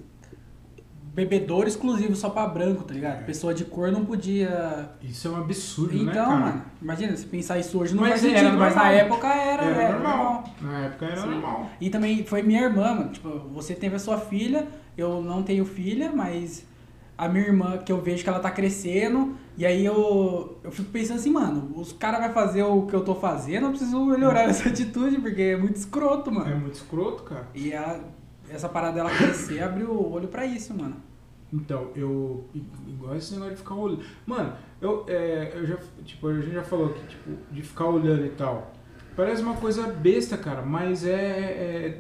Speaker 2: bebedouro exclusivo só pra branco, tá ligado? Pessoa de cor não podia.
Speaker 1: Isso é um absurdo, É. né,
Speaker 2: Então,
Speaker 1: cara?
Speaker 2: mano, imagina, se pensar isso hoje não
Speaker 1: Mas
Speaker 2: faz
Speaker 1: era
Speaker 2: sentido, mas na
Speaker 1: normal.
Speaker 2: época era,
Speaker 1: Era
Speaker 2: era
Speaker 1: normal. Na época era
Speaker 2: Sim.
Speaker 1: normal.
Speaker 2: E também foi minha irmã, mano. Tipo, você teve a sua filha, eu não tenho filha, mas a minha irmã, que eu vejo que ela tá crescendo, e aí eu, eu fico pensando assim, mano, os caras vão fazer o que eu tô fazendo, eu preciso melhorar essa atitude, porque é muito escroto,
Speaker 1: É
Speaker 2: mano.
Speaker 1: muito escroto, cara.
Speaker 2: E ela, essa parada dela crescer abriu o olho pra isso, mano.
Speaker 1: Então, eu. Igual esse negócio de ficar olhando. Mano, eu, é, eu já. Tipo, a gente já falou que, tipo, de ficar olhando e tal. Parece uma coisa besta, cara, mas é. é-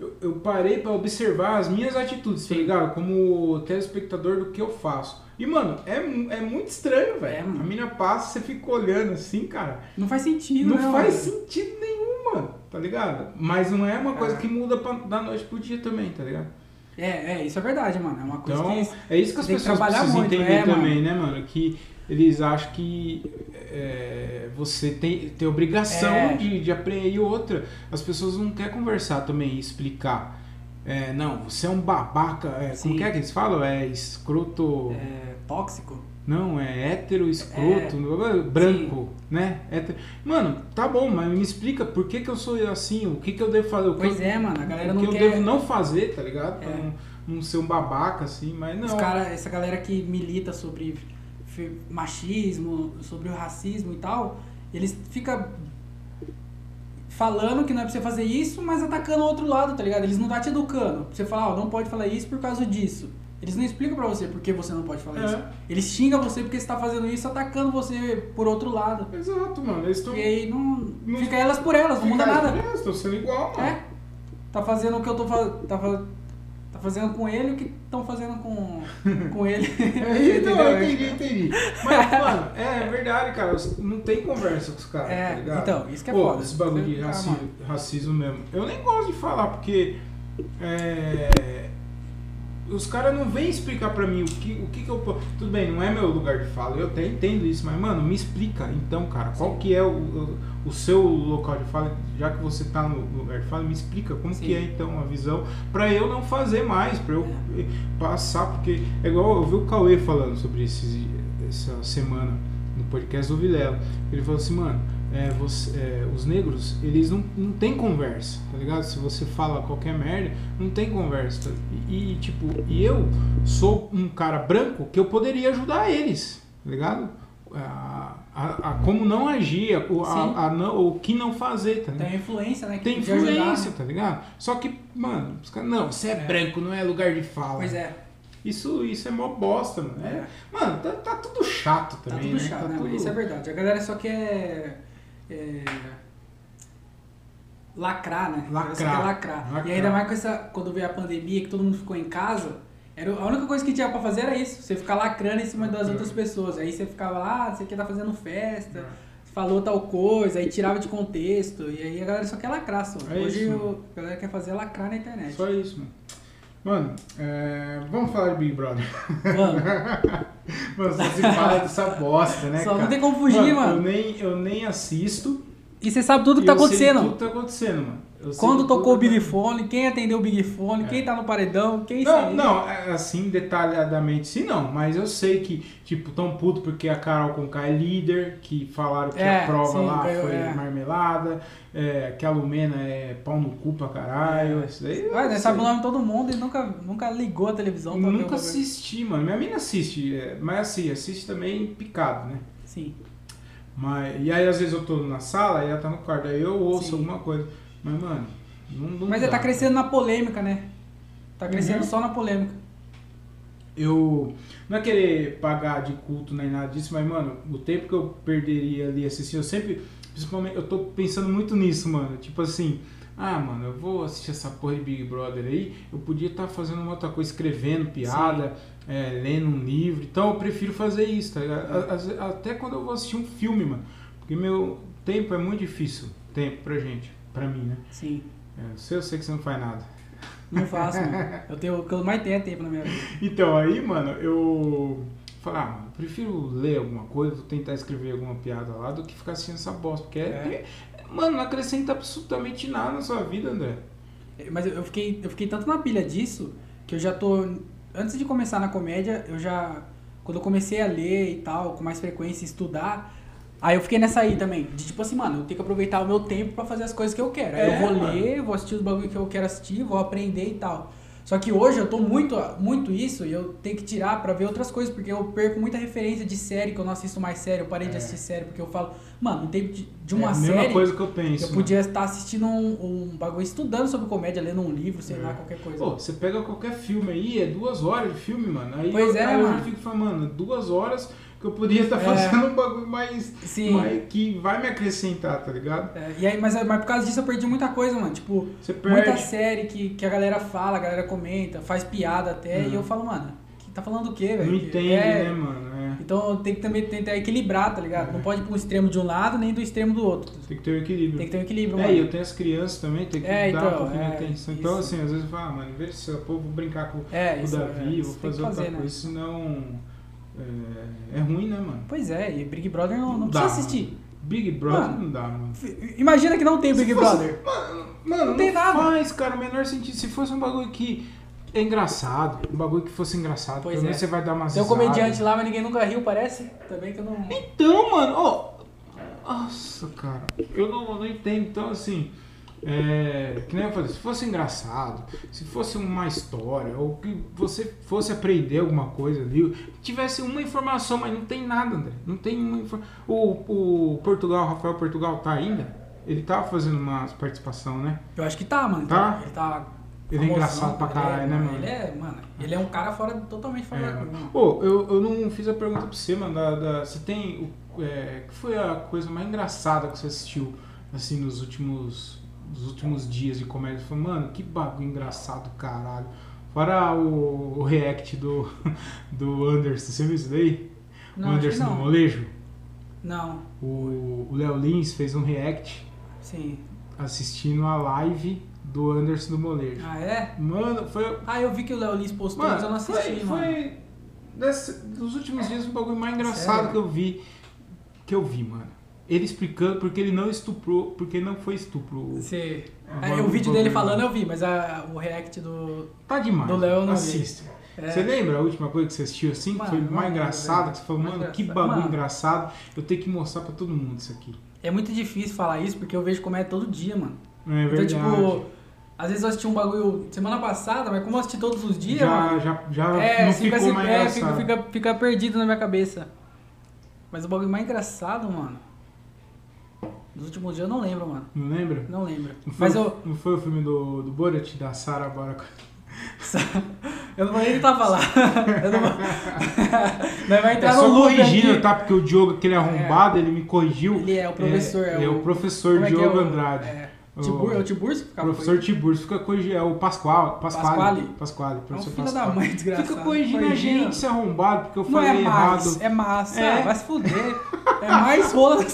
Speaker 1: eu, eu parei pra observar as minhas atitudes, tá ligado? Como telespectador do que eu faço. E, mano, é, mu- é muito estranho, velho.
Speaker 2: É,
Speaker 1: a
Speaker 2: mano.
Speaker 1: mina passa, você fica olhando assim, cara.
Speaker 2: Não faz sentido,
Speaker 1: Não
Speaker 2: né,
Speaker 1: faz
Speaker 2: mano?
Speaker 1: sentido nenhum, mano. tá ligado? Mas não é uma coisa que muda pra- da noite pro dia também, tá ligado?
Speaker 2: É, é, isso é verdade, mano. É uma coisa
Speaker 1: Então,
Speaker 2: que.
Speaker 1: é isso que as
Speaker 2: tem que
Speaker 1: pessoas
Speaker 2: trabalhar
Speaker 1: precisam
Speaker 2: muito,
Speaker 1: entender
Speaker 2: é,
Speaker 1: também, né, mano? Que eles acham que é, você tem, tem obrigação
Speaker 2: É.
Speaker 1: de, de aprender. E outra, as pessoas não querem conversar também e explicar. É, não, você é um babaca. É,
Speaker 2: Sim.
Speaker 1: como que é que eles falam? É escroto.
Speaker 2: É, tóxico.
Speaker 1: Não, é hétero, escroto, branco, né? Hétero. Mano, tá bom, mas me explica por que, que eu sou assim, o que, que eu devo fazer, o que,
Speaker 2: Pois
Speaker 1: eu,
Speaker 2: é, mano. A galera
Speaker 1: o
Speaker 2: não
Speaker 1: que eu
Speaker 2: quer.
Speaker 1: devo não fazer, tá ligado? Pra
Speaker 2: É.
Speaker 1: não, não ser um babaca, assim, mas
Speaker 2: Os
Speaker 1: não.
Speaker 2: cara, essa galera que milita sobre f- machismo, sobre o racismo e tal, eles ficam falando que não é pra você fazer isso, mas atacando o outro lado, tá ligado? Eles não tá te educando. Pra Você fala, ó, não pode falar isso por causa disso. Eles não explicam pra você por que você não pode falar
Speaker 1: É.
Speaker 2: isso. Eles xingam você porque você tá fazendo isso, atacando você por outro lado.
Speaker 1: Exato, mano. Eles estão.
Speaker 2: E aí não.
Speaker 1: Não-
Speaker 2: Fica elas por elas, não muda nada.
Speaker 1: Estão sendo igual, mano.
Speaker 2: É. Tá fazendo o que eu tô fazendo. Tá, fa- tá fazendo com ele o que estão fazendo com, com ele.
Speaker 1: É, então,
Speaker 2: Entendeu?
Speaker 1: eu entendi, entendi. Mas, mano, é verdade, cara. os- Não tem conversa com os caras,
Speaker 2: É,
Speaker 1: tá ligado?
Speaker 2: então, isso que é
Speaker 1: Pô,
Speaker 2: foda.
Speaker 1: Esse bagulho de
Speaker 2: Ah,
Speaker 1: raci-
Speaker 2: mano.
Speaker 1: racismo mesmo. Eu nem gosto de falar, porque. é, Os caras não vêm explicar pra mim o que, o que, que eu. po- Tudo bem, não é meu lugar de fala, eu até entendo isso, mas, mano, me explica então, cara, qual que é o, o, o seu local de fala, já que você tá no lugar de fala, me explica como
Speaker 2: Sim.
Speaker 1: que é então a visão, pra eu não fazer mais, pra eu
Speaker 2: É.
Speaker 1: eh, passar, porque é igual eu vi o Cauê falando sobre esses, essa semana no podcast do Vilela. Ele falou assim, mano, é, você- é, os negros, eles não, não tem conversa, tá ligado? Se você fala qualquer merda, não tem conversa. E, e, tipo, e eu sou um cara branco que eu poderia ajudar eles, tá ligado? A, a- a como não agir, a,
Speaker 2: Sim.
Speaker 1: a, a não- o que não fazer, tá ligado?
Speaker 2: Tem uma influência, né? que
Speaker 1: Tem
Speaker 2: podia ajudar.
Speaker 1: influência, tá ligado? Só que, mano, os caras, não, você é,
Speaker 2: É.
Speaker 1: branco, não é lugar de fala.
Speaker 2: Pois é,
Speaker 1: Isso, isso é mó bosta, mano. É- mano, tá, tá tudo chato
Speaker 2: tá
Speaker 1: também,
Speaker 2: tudo
Speaker 1: né?
Speaker 2: chato,
Speaker 1: Tá
Speaker 2: né? mano?
Speaker 1: tudo-
Speaker 2: Isso é verdade. A galera só quer. é, lacrar, né?
Speaker 1: Lacrar.
Speaker 2: Só quer lacrar. E
Speaker 1: Lacrar.
Speaker 2: ainda mais com essa. Quando veio a pandemia, que todo mundo ficou em casa. Era, a única coisa que tinha pra fazer era isso, você ficar lacrando em cima das
Speaker 1: Lacrando.
Speaker 2: outras pessoas. Aí você ficava lá, ah, você aqui tá fazendo
Speaker 1: É.
Speaker 2: festa, falou tal coisa, aí tirava de contexto, e aí a galera só quer lacrar só.
Speaker 1: É
Speaker 2: Hoje
Speaker 1: isso,
Speaker 2: o- a galera quer fazer lacrar na internet.
Speaker 1: Só isso, mano. Mano, é, vamos falar de Big Brother.
Speaker 2: Mano,
Speaker 1: Mano, só se fala dessa bosta, né,
Speaker 2: só
Speaker 1: cara?
Speaker 2: não tem como fugir, mano.
Speaker 1: Eu nem, eu nem assisto.
Speaker 2: E você sabe tudo
Speaker 1: e
Speaker 2: que tá
Speaker 1: eu sei
Speaker 2: acontecendo.
Speaker 1: Tudo que tá acontecendo, mano. Eu sei
Speaker 2: Quando
Speaker 1: tudo
Speaker 2: tocou o
Speaker 1: que tá-
Speaker 2: Big Fone, quem atendeu o Big Fone,
Speaker 1: É.
Speaker 2: quem tá no paredão, quem
Speaker 1: Não,
Speaker 2: saiu.
Speaker 1: não, é, assim, detalhadamente sim, não. Mas eu sei que, tipo, tão puto porque a Carol Conká é líder, que falaram que
Speaker 2: É,
Speaker 1: a prova
Speaker 2: sim,
Speaker 1: lá
Speaker 2: ganhou,
Speaker 1: foi
Speaker 2: é.
Speaker 1: marmelada, é, que a Lumena é pau no cu pra caralho, isso daí. eu
Speaker 2: Ué, né,
Speaker 1: sei.
Speaker 2: sabe o nome de todo mundo e nunca, nunca ligou a televisão pra ver o
Speaker 1: Nunca
Speaker 2: bagulho.
Speaker 1: assisti, mano. Minha mina assiste, é, mas assim, assiste também picado, né?
Speaker 2: Sim.
Speaker 1: Mas, e aí, às vezes, eu tô na sala e ela tá no quarto, aí eu ouço
Speaker 2: Sim.
Speaker 1: alguma coisa. Mas, mano, não, não
Speaker 2: Mas
Speaker 1: dá. né?
Speaker 2: ele tá crescendo na polêmica, né? Tá crescendo
Speaker 1: Uhum.
Speaker 2: só na polêmica.
Speaker 1: Eu não é querer pagar de culto nem nada disso, mas, mano, o tempo que eu perderia ali assistindo, eu sempre, principalmente, eu tô pensando muito nisso, mano. Tipo assim, ah, mano, eu vou assistir essa porra de Big Brother aí, eu podia estar fazendo uma outra coisa, escrevendo piada, é, lendo um livro, então eu prefiro fazer isso, tá ligado? A- às- Até quando eu vou assistir um filme, mano, porque meu tempo é muito difícil, tempo pra gente, pra mim, né?
Speaker 2: Sim.
Speaker 1: É, eu sei, eu sei que você não faz nada.
Speaker 2: Não faço, mano. Eu tenho, o que eu mais tenho é tempo na minha vida.
Speaker 1: Então, aí, mano, eu falei, ah, mano, eu prefiro ler alguma coisa, vou tentar escrever alguma piada lá, do que ficar assistindo essa bosta. Porque, é- mano, não acrescenta absolutamente nada na sua vida, André.
Speaker 2: Mas eu eu fiquei, eu fiquei tanto na pilha disso que eu já tô. Antes de começar na comédia, eu já. Quando eu comecei a ler e tal, com mais frequência, estudar. Aí eu fiquei nessa aí também. De tipo assim, mano, eu tenho que aproveitar o meu tempo pra fazer as coisas que eu quero. Aí
Speaker 1: É,
Speaker 2: eu vou
Speaker 1: mano.
Speaker 2: ler, vou assistir os bagulho que eu quero assistir, vou aprender e tal. Só que hoje eu tô muito, muito isso e eu tenho que tirar pra ver outras coisas, porque eu perco muita referência de série que eu não assisto mais série, eu parei de
Speaker 1: É.
Speaker 2: assistir série, porque eu falo, mano, no tempo de, de uma
Speaker 1: é a
Speaker 2: série.
Speaker 1: mesma coisa que eu penso.
Speaker 2: Eu
Speaker 1: mano.
Speaker 2: podia estar assistindo um, um bagulho, estudando sobre comédia, lendo um livro, sei
Speaker 1: É.
Speaker 2: lá, qualquer coisa.
Speaker 1: Pô, você pega qualquer filme aí, é duas horas de filme, mano. Aí
Speaker 2: Pois
Speaker 1: eu,
Speaker 2: é,
Speaker 1: aí eu
Speaker 2: mano.
Speaker 1: fico falando, mano, duas horas que eu podia estar
Speaker 2: É.
Speaker 1: fazendo um bagulho mais,
Speaker 2: Sim.
Speaker 1: mais- que vai me acrescentar, tá ligado?
Speaker 2: É, e aí, mas, mas por causa disso eu perdi muita coisa, mano. Tipo,
Speaker 1: Você perde.
Speaker 2: muita série que, que a galera fala, a galera comenta, faz piada até,
Speaker 1: Hum.
Speaker 2: e eu falo, mano, que tá falando o quê, velho?
Speaker 1: Não entende,
Speaker 2: É,
Speaker 1: né, Uhum. mano? É.
Speaker 2: Então tem que também tentar equilibrar, tá ligado? Não pode ir pro extremo de um lado nem do extremo do outro.
Speaker 1: Tem que ter um equilíbrio.
Speaker 2: Tem que ter um equilíbrio,
Speaker 1: É,
Speaker 2: mano.
Speaker 1: e eu tenho as crianças também, tem que
Speaker 2: É,
Speaker 1: dar
Speaker 2: então,
Speaker 1: um pouquinho
Speaker 2: é,
Speaker 1: de atenção. Então,
Speaker 2: isso.
Speaker 1: assim, às vezes eu falo, ah, mano, vê se eu vou brincar com,
Speaker 2: É,
Speaker 1: com
Speaker 2: isso,
Speaker 1: o Davi,
Speaker 2: é,
Speaker 1: vou
Speaker 2: isso tem que
Speaker 1: fazer outra
Speaker 2: fazer, né?
Speaker 1: coisa, senão é, é ruim, né, mano?
Speaker 2: Pois é, e Big Brother não, não
Speaker 1: Não dá,
Speaker 2: precisa assistir.
Speaker 1: Big Brother
Speaker 2: Mano,
Speaker 1: não dá, mano.
Speaker 2: F- Imagina que não tem Big
Speaker 1: Se fosse-
Speaker 2: Brother.
Speaker 1: Mano, mano,
Speaker 2: tem nada.
Speaker 1: faz, cara, o menor sentido. Se fosse um bagulho que é engraçado, um bagulho que fosse engraçado,
Speaker 2: Pois
Speaker 1: pelo menos
Speaker 2: é.
Speaker 1: você vai dar umas
Speaker 2: Tem um
Speaker 1: risadas.
Speaker 2: comediante lá, mas ninguém nunca riu, parece. Também que eu não.
Speaker 1: Então, mano, ó. Nossa, cara. Eu não, não entendo. Então, assim. É, que nem eu falei, se fosse engraçado, se fosse uma história, ou que você fosse aprender alguma coisa ali, tivesse uma informação, mas não tem nada, André. Não tem uma infor- o, o Portugal, Rafael Portugal tá ainda? Ele tá fazendo uma participação, né?
Speaker 2: Eu acho que tá, mano.
Speaker 1: Tá?
Speaker 2: Ele tá.
Speaker 1: Ele é
Speaker 2: famosão,
Speaker 1: engraçado pra
Speaker 2: ele
Speaker 1: caralho, né, mano?
Speaker 2: Ele é, mano, ele é um cara fora, totalmente fora da
Speaker 1: É,
Speaker 2: curva, mano.
Speaker 1: Pô, eu, eu não fiz a pergunta pra você, mano. Da, da- você tem. O é, que foi a coisa mais engraçada que você assistiu, assim, nos últimos, nos últimos dias de comédia? Você falou, mano, que bagulho engraçado, caralho. Fora o, o react do, do Anderson, você viu isso daí?
Speaker 2: Não,
Speaker 1: o
Speaker 2: acho que
Speaker 1: Anderson do
Speaker 2: não.
Speaker 1: molejo.
Speaker 2: Não,
Speaker 1: O o Léo Lins fez um react
Speaker 2: sim.
Speaker 1: assistindo a live do Anderson do molejo.
Speaker 2: Ah, é?
Speaker 1: Mano, foi,
Speaker 2: Ah, eu vi que o Léo Lins postou, mas eu não assisti,
Speaker 1: foi,
Speaker 2: mano.
Speaker 1: foi desse- dos últimos dias o bagulho mais engraçado
Speaker 2: Sério?
Speaker 1: que eu vi. Que eu vi, mano. Ele explicando porque ele não estuprou, porque não foi estupro.
Speaker 2: Sim.
Speaker 1: Ah,
Speaker 2: Aí,
Speaker 1: mano,
Speaker 2: É, o vídeo
Speaker 1: bagulho.
Speaker 2: dele falando eu vi, mas a- o react do.
Speaker 1: Tá demais.
Speaker 2: Do Léo eu não vi.
Speaker 1: Assista.
Speaker 2: É,
Speaker 1: Você lembra a última coisa que você assistiu assim? que
Speaker 2: Mano,
Speaker 1: foi
Speaker 2: não
Speaker 1: mais
Speaker 2: lembro,
Speaker 1: engraçada?
Speaker 2: velho.
Speaker 1: Que você falou,
Speaker 2: Mais
Speaker 1: mano, que
Speaker 2: engraçado.
Speaker 1: bagulho
Speaker 2: Mano.
Speaker 1: engraçado. Eu tenho que mostrar pra todo mundo isso aqui.
Speaker 2: é muito difícil falar isso porque eu vejo como é todo dia, mano.
Speaker 1: É
Speaker 2: Então,
Speaker 1: verdade.
Speaker 2: tipo, às vezes eu assisti um bagulho semana passada, mas como eu assisti todos os dias,
Speaker 1: já,
Speaker 2: mano,
Speaker 1: já, já
Speaker 2: é,
Speaker 1: não
Speaker 2: fica,
Speaker 1: ficou
Speaker 2: assim,
Speaker 1: mais
Speaker 2: é,
Speaker 1: engraçado.
Speaker 2: fica, fica, fica perdido na minha cabeça. Mas o bagulho mais engraçado, mano. Dos últimos dias eu não lembro, mano.
Speaker 1: Não lembra?
Speaker 2: Não lembro.
Speaker 1: Não foi,
Speaker 2: Mas eu.
Speaker 1: não foi o filme do, do Borat, da Sarah Barak.
Speaker 2: Eu não vou nem tentar falar. Eu não vou. Nós vai
Speaker 1: É
Speaker 2: entrar
Speaker 1: só
Speaker 2: no loop
Speaker 1: corrigindo,
Speaker 2: aqui. É.
Speaker 1: tá? Porque o Diogo, aquele arrombado, ele me corrigiu.
Speaker 2: Ele é o professor,
Speaker 1: É,
Speaker 2: é
Speaker 1: ele é
Speaker 2: o-
Speaker 1: o professor
Speaker 2: Como é que é
Speaker 1: Diogo
Speaker 2: o-
Speaker 1: Andrade.
Speaker 2: É.
Speaker 1: O-
Speaker 2: Tibur, é o Tiburcio que ficava
Speaker 1: Professor Tiburcio fica corrigindo. É o Pascoal, Pasquale.
Speaker 2: Pasquale?
Speaker 1: Pasquale,
Speaker 2: É um
Speaker 1: professor
Speaker 2: filho
Speaker 1: Pasquale.
Speaker 2: da mãe, desgraçado.
Speaker 1: Fica corrigindo a
Speaker 2: Corrigindo.
Speaker 1: gente, se arrombado, porque eu
Speaker 2: Não
Speaker 1: falei
Speaker 2: é mais,
Speaker 1: errado.
Speaker 2: é massa.
Speaker 1: É.
Speaker 2: Ah, Vai se fuder. É mais rola.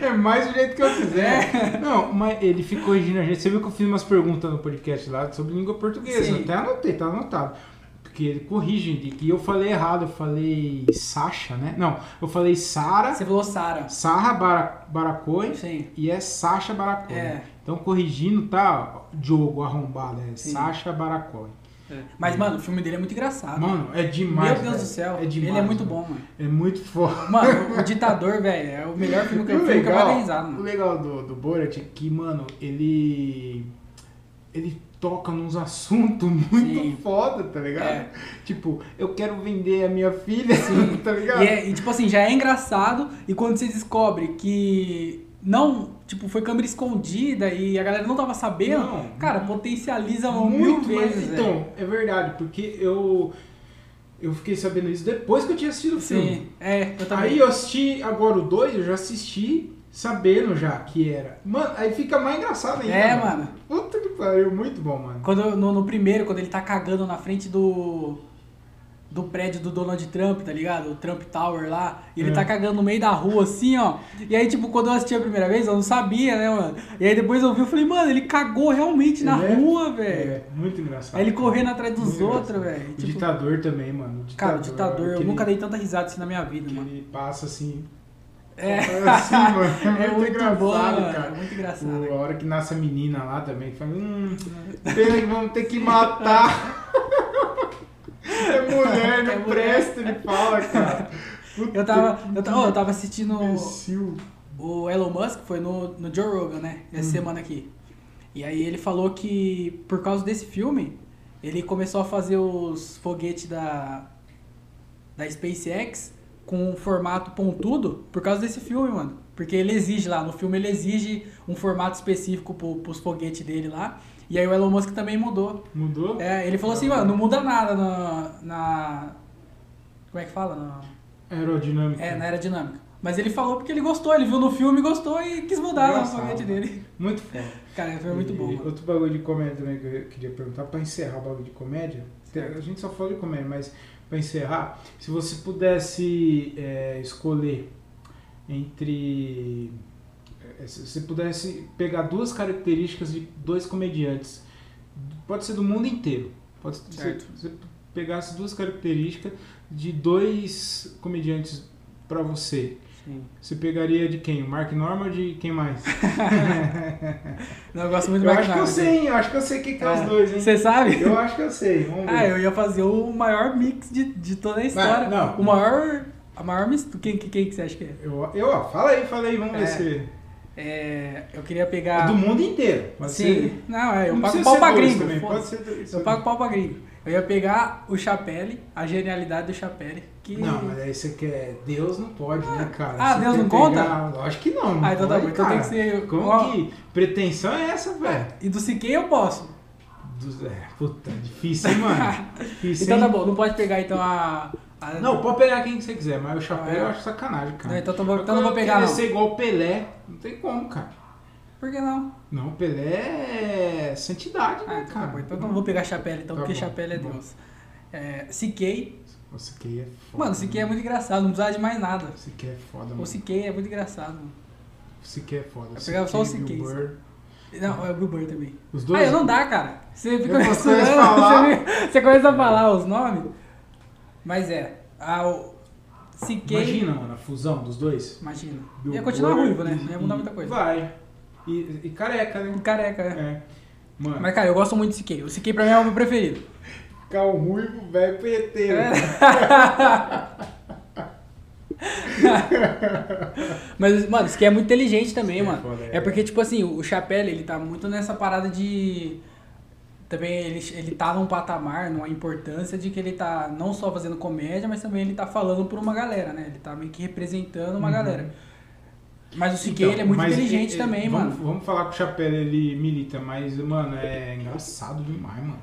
Speaker 1: É, mais do jeito que eu
Speaker 2: É.
Speaker 1: quiser. Não, mas ele fica corrigindo a gente. Você viu que eu fiz umas perguntas no podcast lá sobre língua portuguesa.
Speaker 2: Sim.
Speaker 1: Até anotei, tá anotado. Porque ele corrige, de que eu falei errado. Eu falei Sasha, né? Não, eu falei Sara,
Speaker 2: Você falou Sara.
Speaker 1: Sarra Bara- Baracoi
Speaker 2: Sim.
Speaker 1: E é Sasha Baracoli.
Speaker 2: É.
Speaker 1: Então, corrigindo, tá? Diogo arrombado, é
Speaker 2: Sim.
Speaker 1: Sasha Baracoli.
Speaker 2: Mas, mano, o filme dele é muito engraçado.
Speaker 1: Mano, é demais.
Speaker 2: Meu Deus
Speaker 1: velho.
Speaker 2: do céu.
Speaker 1: É demais.
Speaker 2: ele é muito
Speaker 1: velho.
Speaker 2: bom, mano.
Speaker 1: É muito foda.
Speaker 2: Mano, o Ditador, velho, é o melhor filme que
Speaker 1: E
Speaker 2: eu
Speaker 1: o
Speaker 2: filme que eu mais dei risada,
Speaker 1: legal, o
Speaker 2: mano.
Speaker 1: legal do, do Borat é que, mano, ele. Ele toca nos assuntos muito
Speaker 2: Sim.
Speaker 1: foda, tá ligado?
Speaker 2: É.
Speaker 1: Tipo, eu quero vender a minha filha, tá ligado?
Speaker 2: E, é- e, tipo assim, já é engraçado. E quando você descobre que não, tipo, foi câmera escondida e a galera não tava sabendo,
Speaker 1: Não.
Speaker 2: cara, potencializa mil
Speaker 1: muito mais.
Speaker 2: vezes, velho.
Speaker 1: Então, é verdade, porque eu. Eu fiquei sabendo isso depois que eu tinha assistido o filme.
Speaker 2: Sim, é, eu também.
Speaker 1: Aí eu assisti agora o 2, eu já assisti sabendo já que era. Mano, aí fica mais engraçado ainda.
Speaker 2: É, mano.
Speaker 1: Puta que pariu, muito bom, mano.
Speaker 2: Quando, no, no primeiro, quando ele tá cagando na frente do. Do prédio do Donald Trump, tá ligado? O Trump Tower lá. E ele
Speaker 1: É.
Speaker 2: tá cagando no meio da rua, assim, ó. E aí, tipo, quando eu assisti a primeira vez, eu não sabia, né, mano? E aí depois eu vi, eu falei, mano, ele cagou realmente na
Speaker 1: Ele é-
Speaker 2: rua,
Speaker 1: É,
Speaker 2: velho.
Speaker 1: muito engraçado.
Speaker 2: Aí ele correndo atrás dos
Speaker 1: Muito
Speaker 2: outros,
Speaker 1: engraçado.
Speaker 2: velho.
Speaker 1: O
Speaker 2: Tipo,
Speaker 1: ditador também, mano. O ditador,
Speaker 2: cara, o ditador, eu
Speaker 1: aquele-
Speaker 2: nunca dei tanta risada assim na minha vida,
Speaker 1: que
Speaker 2: mano.
Speaker 1: Ele passa assim.
Speaker 2: É.
Speaker 1: assim, mano. É muito, engraçado,
Speaker 2: bom, mano. É
Speaker 1: cara.
Speaker 2: muito engraçado.
Speaker 1: O- A hora que nasce a menina lá também, fala, hum, pena que vamos ter que matar. é mulher, não
Speaker 2: É mulher.
Speaker 1: presta, ele fala, cara. Puta
Speaker 2: Eu tava, eu tava, ó, eu tava assistindo
Speaker 1: que imbecil.
Speaker 2: O Elon Musk foi no, no Joe Rogan, né? Essa semana aqui. E aí ele falou que por causa desse filme, ele começou a fazer os foguetes da, da SpaceX com um formato pontudo por causa desse filme, mano. Porque ele exige lá, no filme ele exige um formato específico pro, pros foguetes dele lá. E aí o Elon Musk também mudou.
Speaker 1: Mudou?
Speaker 2: É, ele falou assim, mano, não muda nada na. na como é que fala? Na,
Speaker 1: Aerodinâmica.
Speaker 2: é, na era dinâmica. Mas ele falou porque ele gostou, ele viu no filme, gostou e quis mudar o
Speaker 1: Engraçado.
Speaker 2: foguete dele.
Speaker 1: Muito foda.
Speaker 2: Cara, foi é muito
Speaker 1: E
Speaker 2: bom, mano.
Speaker 1: Outro bagulho de comédia também que eu queria perguntar, pra encerrar o bagulho de comédia, a gente só fala de comédia, mas para encerrar, se você pudesse é, escolher entre. é, Se você pudesse pegar duas características de dois comediantes, pode ser do mundo inteiro. Pode ser,
Speaker 2: Certo.
Speaker 1: Se você pegasse duas características de dois comediantes para você,
Speaker 2: Sim.
Speaker 1: você pegaria de quem? O Mark Normand e quem mais?
Speaker 2: Não, eu gosto muito
Speaker 1: Eu
Speaker 2: do Mark
Speaker 1: acho que eu
Speaker 2: Normand.
Speaker 1: sei, hein? Eu acho que eu sei quem que é os dois, hein?
Speaker 2: Você sabe?
Speaker 1: Eu acho que eu sei. Vamos ver.
Speaker 2: Ah, eu ia fazer o maior mix de, de toda a história.
Speaker 1: não.
Speaker 2: O maior. A maior mistura. Quem, quem que você acha que é?
Speaker 1: Eu, eu, ó, fala aí, fala aí, vamos
Speaker 2: É.
Speaker 1: ver se.
Speaker 2: É, eu queria pegar.
Speaker 1: Do mundo inteiro. Pode
Speaker 2: Sim.
Speaker 1: ser.
Speaker 2: Não, é, eu
Speaker 1: Não
Speaker 2: pago
Speaker 1: precisa
Speaker 2: pau
Speaker 1: ser
Speaker 2: pra
Speaker 1: dois
Speaker 2: gringo.
Speaker 1: também,
Speaker 2: foda-se.
Speaker 1: Pode ser dois.
Speaker 2: Eu pago pau pra gringo. Eu ia pegar o Chapelle, a genialidade do Chapelle. Que...
Speaker 1: Não, mas aí você quer. Deus não pode, né, cara?
Speaker 2: Ah,
Speaker 1: Você
Speaker 2: Deus
Speaker 1: quer
Speaker 2: não conta?
Speaker 1: pegar- Lógico que não. não
Speaker 2: Ah, então tá
Speaker 1: pode,
Speaker 2: bom. Então tem
Speaker 1: cara.
Speaker 2: que ser.
Speaker 1: Como
Speaker 2: Ó,
Speaker 1: que pretensão é essa, velho?
Speaker 2: E do Siquei eu posso.
Speaker 1: Dos- É, puta, difícil, hein, mano. difícil.
Speaker 2: então
Speaker 1: hein?
Speaker 2: tá bom, não pode pegar então a. a-
Speaker 1: Não, pode pegar quem que você quiser, mas o chapéu
Speaker 2: Ah, é?
Speaker 1: eu acho sacanagem, cara.
Speaker 2: Não, então tá bom, então não vou pegar,
Speaker 1: Querer
Speaker 2: não.
Speaker 1: ser igual o Pelé, não tem como, cara.
Speaker 2: Por que não?
Speaker 1: Não, o Pelé é santidade,
Speaker 2: Ah,
Speaker 1: né,
Speaker 2: então tá
Speaker 1: cara?
Speaker 2: bom. Então eu não vou pegar Chapelle, então,
Speaker 1: Tá
Speaker 2: porque
Speaker 1: bom,
Speaker 2: Chapelle é
Speaker 1: tá bom.
Speaker 2: Deus. É, Siquei.
Speaker 1: Nossa, que é foda.
Speaker 2: Mano, Siquei é muito engraçado, não precisava de mais nada.
Speaker 1: Você quer é foda, mano.
Speaker 2: O Siquei é muito engraçado. mano.
Speaker 1: Você quer é foda.
Speaker 2: Eu pegava só o
Speaker 1: Siquei, Bill
Speaker 2: Siquei,
Speaker 1: Burr.
Speaker 2: Não, é o Bill Burr também.
Speaker 1: Os
Speaker 2: Ah,
Speaker 1: dois?
Speaker 2: eu não dá, cara. Você fica
Speaker 1: Eu
Speaker 2: me
Speaker 1: começo a
Speaker 2: misturando,
Speaker 1: falar.
Speaker 2: você, me- você começa a falar os nomes. Mas é, a, o Siquei...
Speaker 1: Imagina, mano, a fusão dos dois.
Speaker 2: Imagina.
Speaker 1: Bill
Speaker 2: ia continuar
Speaker 1: Burr
Speaker 2: ruivo, né?
Speaker 1: e-
Speaker 2: Ia mudar
Speaker 1: e-
Speaker 2: muita coisa.
Speaker 1: Vai. E, e careca, né?
Speaker 2: Careca, né?
Speaker 1: É. Mano,
Speaker 2: Mas, cara, eu gosto muito de Siquei. O Siquei pra mim é o meu preferido.
Speaker 1: ficar o ruivo, velho, PT.
Speaker 2: É. Mas, mano, isso aqui é muito inteligente também,
Speaker 1: Isso é
Speaker 2: mano.
Speaker 1: foda,
Speaker 2: é.
Speaker 1: é.
Speaker 2: porque, tipo assim, o Chapelle, ele tá muito nessa parada de. Também ele, ele tá num patamar, numa importância de que ele tá não só fazendo comédia, mas também ele tá falando por uma galera, né? Ele tá meio que representando
Speaker 1: Uhum.
Speaker 2: uma galera. Mas o Siquei,
Speaker 1: Então,
Speaker 2: ele é muito inteligente também,
Speaker 1: vamos,
Speaker 2: mano.
Speaker 1: Vamos falar que o Chapéu ele milita, mas, mano, é engraçado demais, mano.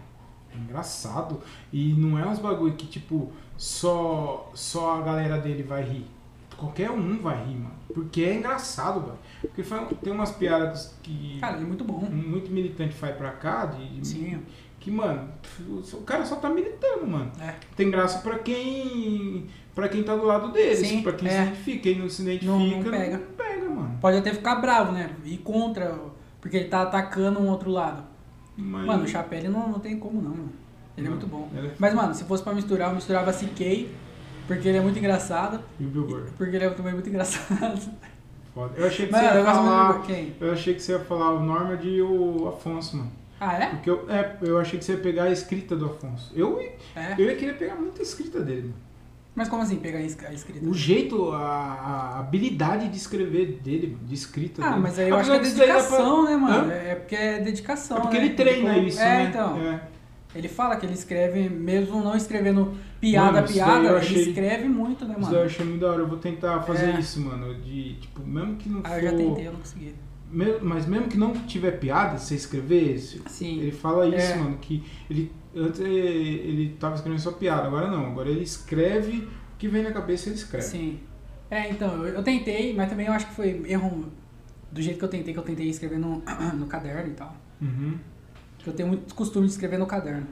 Speaker 1: É engraçado. E não é uns bagulho que, tipo, só, só a galera dele vai rir. Qualquer um vai rir, mano. Porque é engraçado, velho. Porque foi- um, tem umas piadas que
Speaker 2: Cara, ele é muito bom.
Speaker 1: muito militante faz pra cá, de,
Speaker 2: Sim.
Speaker 1: que, mano, o cara só tá militando, mano.
Speaker 2: É.
Speaker 1: Tem graça pra quem pra quem tá do lado deles,
Speaker 2: Sim,
Speaker 1: pra quem
Speaker 2: é.
Speaker 1: se identifica. Quem não se identifica,
Speaker 2: Não- não pega.
Speaker 1: não pega, mano.
Speaker 2: Pode até ficar bravo, né? E contra, porque ele tá atacando um outro lado.
Speaker 1: Mas-
Speaker 2: Mano, o Chapelle não, não tem como não, mano. Ele é
Speaker 1: Não,
Speaker 2: muito bom.
Speaker 1: ele é-
Speaker 2: Mas, mano, se fosse pra misturar, eu misturava CK, porque ele é muito engraçado.
Speaker 1: E o Bill Burr.
Speaker 2: Porque ele é também muito engraçado.
Speaker 1: Foda. Eu achei que
Speaker 2: Mano,
Speaker 1: você
Speaker 2: eu
Speaker 1: ia
Speaker 2: gosto muito do
Speaker 1: falar.
Speaker 2: quem?
Speaker 1: Eu achei que você ia falar o Normand e o Afonso, mano.
Speaker 2: Ah, é?
Speaker 1: Porque eu, é, eu achei que você ia pegar a escrita do Afonso. Eu,
Speaker 2: É.
Speaker 1: eu ia querer pegar muito a escrita dele, mano.
Speaker 2: Mas como assim, pegar a es- a escrita?
Speaker 1: O jeito, a, a habilidade de escrever dele, mano, de escrita
Speaker 2: Ah,
Speaker 1: dele.
Speaker 2: mas aí eu acho que
Speaker 1: Apesar
Speaker 2: é
Speaker 1: disso daí dá pra-
Speaker 2: dedicação, né, mano?
Speaker 1: Hã?
Speaker 2: É é porque é dedicação,
Speaker 1: É porque
Speaker 2: né?
Speaker 1: ele treina
Speaker 2: Como-
Speaker 1: isso,
Speaker 2: é,
Speaker 1: né?
Speaker 2: então.
Speaker 1: É.
Speaker 2: Ele fala que ele escreve, mesmo não escrevendo piada,
Speaker 1: Mano, isso daí
Speaker 2: piada,
Speaker 1: eu
Speaker 2: ele
Speaker 1: achei-
Speaker 2: escreve muito, né,
Speaker 1: Isso daí eu
Speaker 2: mano?
Speaker 1: achei muito da hora. Eu vou tentar fazer
Speaker 2: É.
Speaker 1: isso, mano. De, tipo, mesmo que não
Speaker 2: Ah,
Speaker 1: for.
Speaker 2: eu já tentei, eu não consegui.
Speaker 1: me- mas mesmo que não tiver piada, você escrever esse.
Speaker 2: Sim.
Speaker 1: Ele fala isso,
Speaker 2: É.
Speaker 1: mano, que ele antes eh, ele tava escrevendo só piada, agora não. Agora ele escreve o que vem na cabeça, ele escreve.
Speaker 2: Sim. É, então, eu, eu tentei, mas também eu acho que foi erro do jeito que eu tentei, que eu tentei escrever no, no caderno e tal.
Speaker 1: Uhum.
Speaker 2: Porque eu tenho muito costume de escrever no caderno.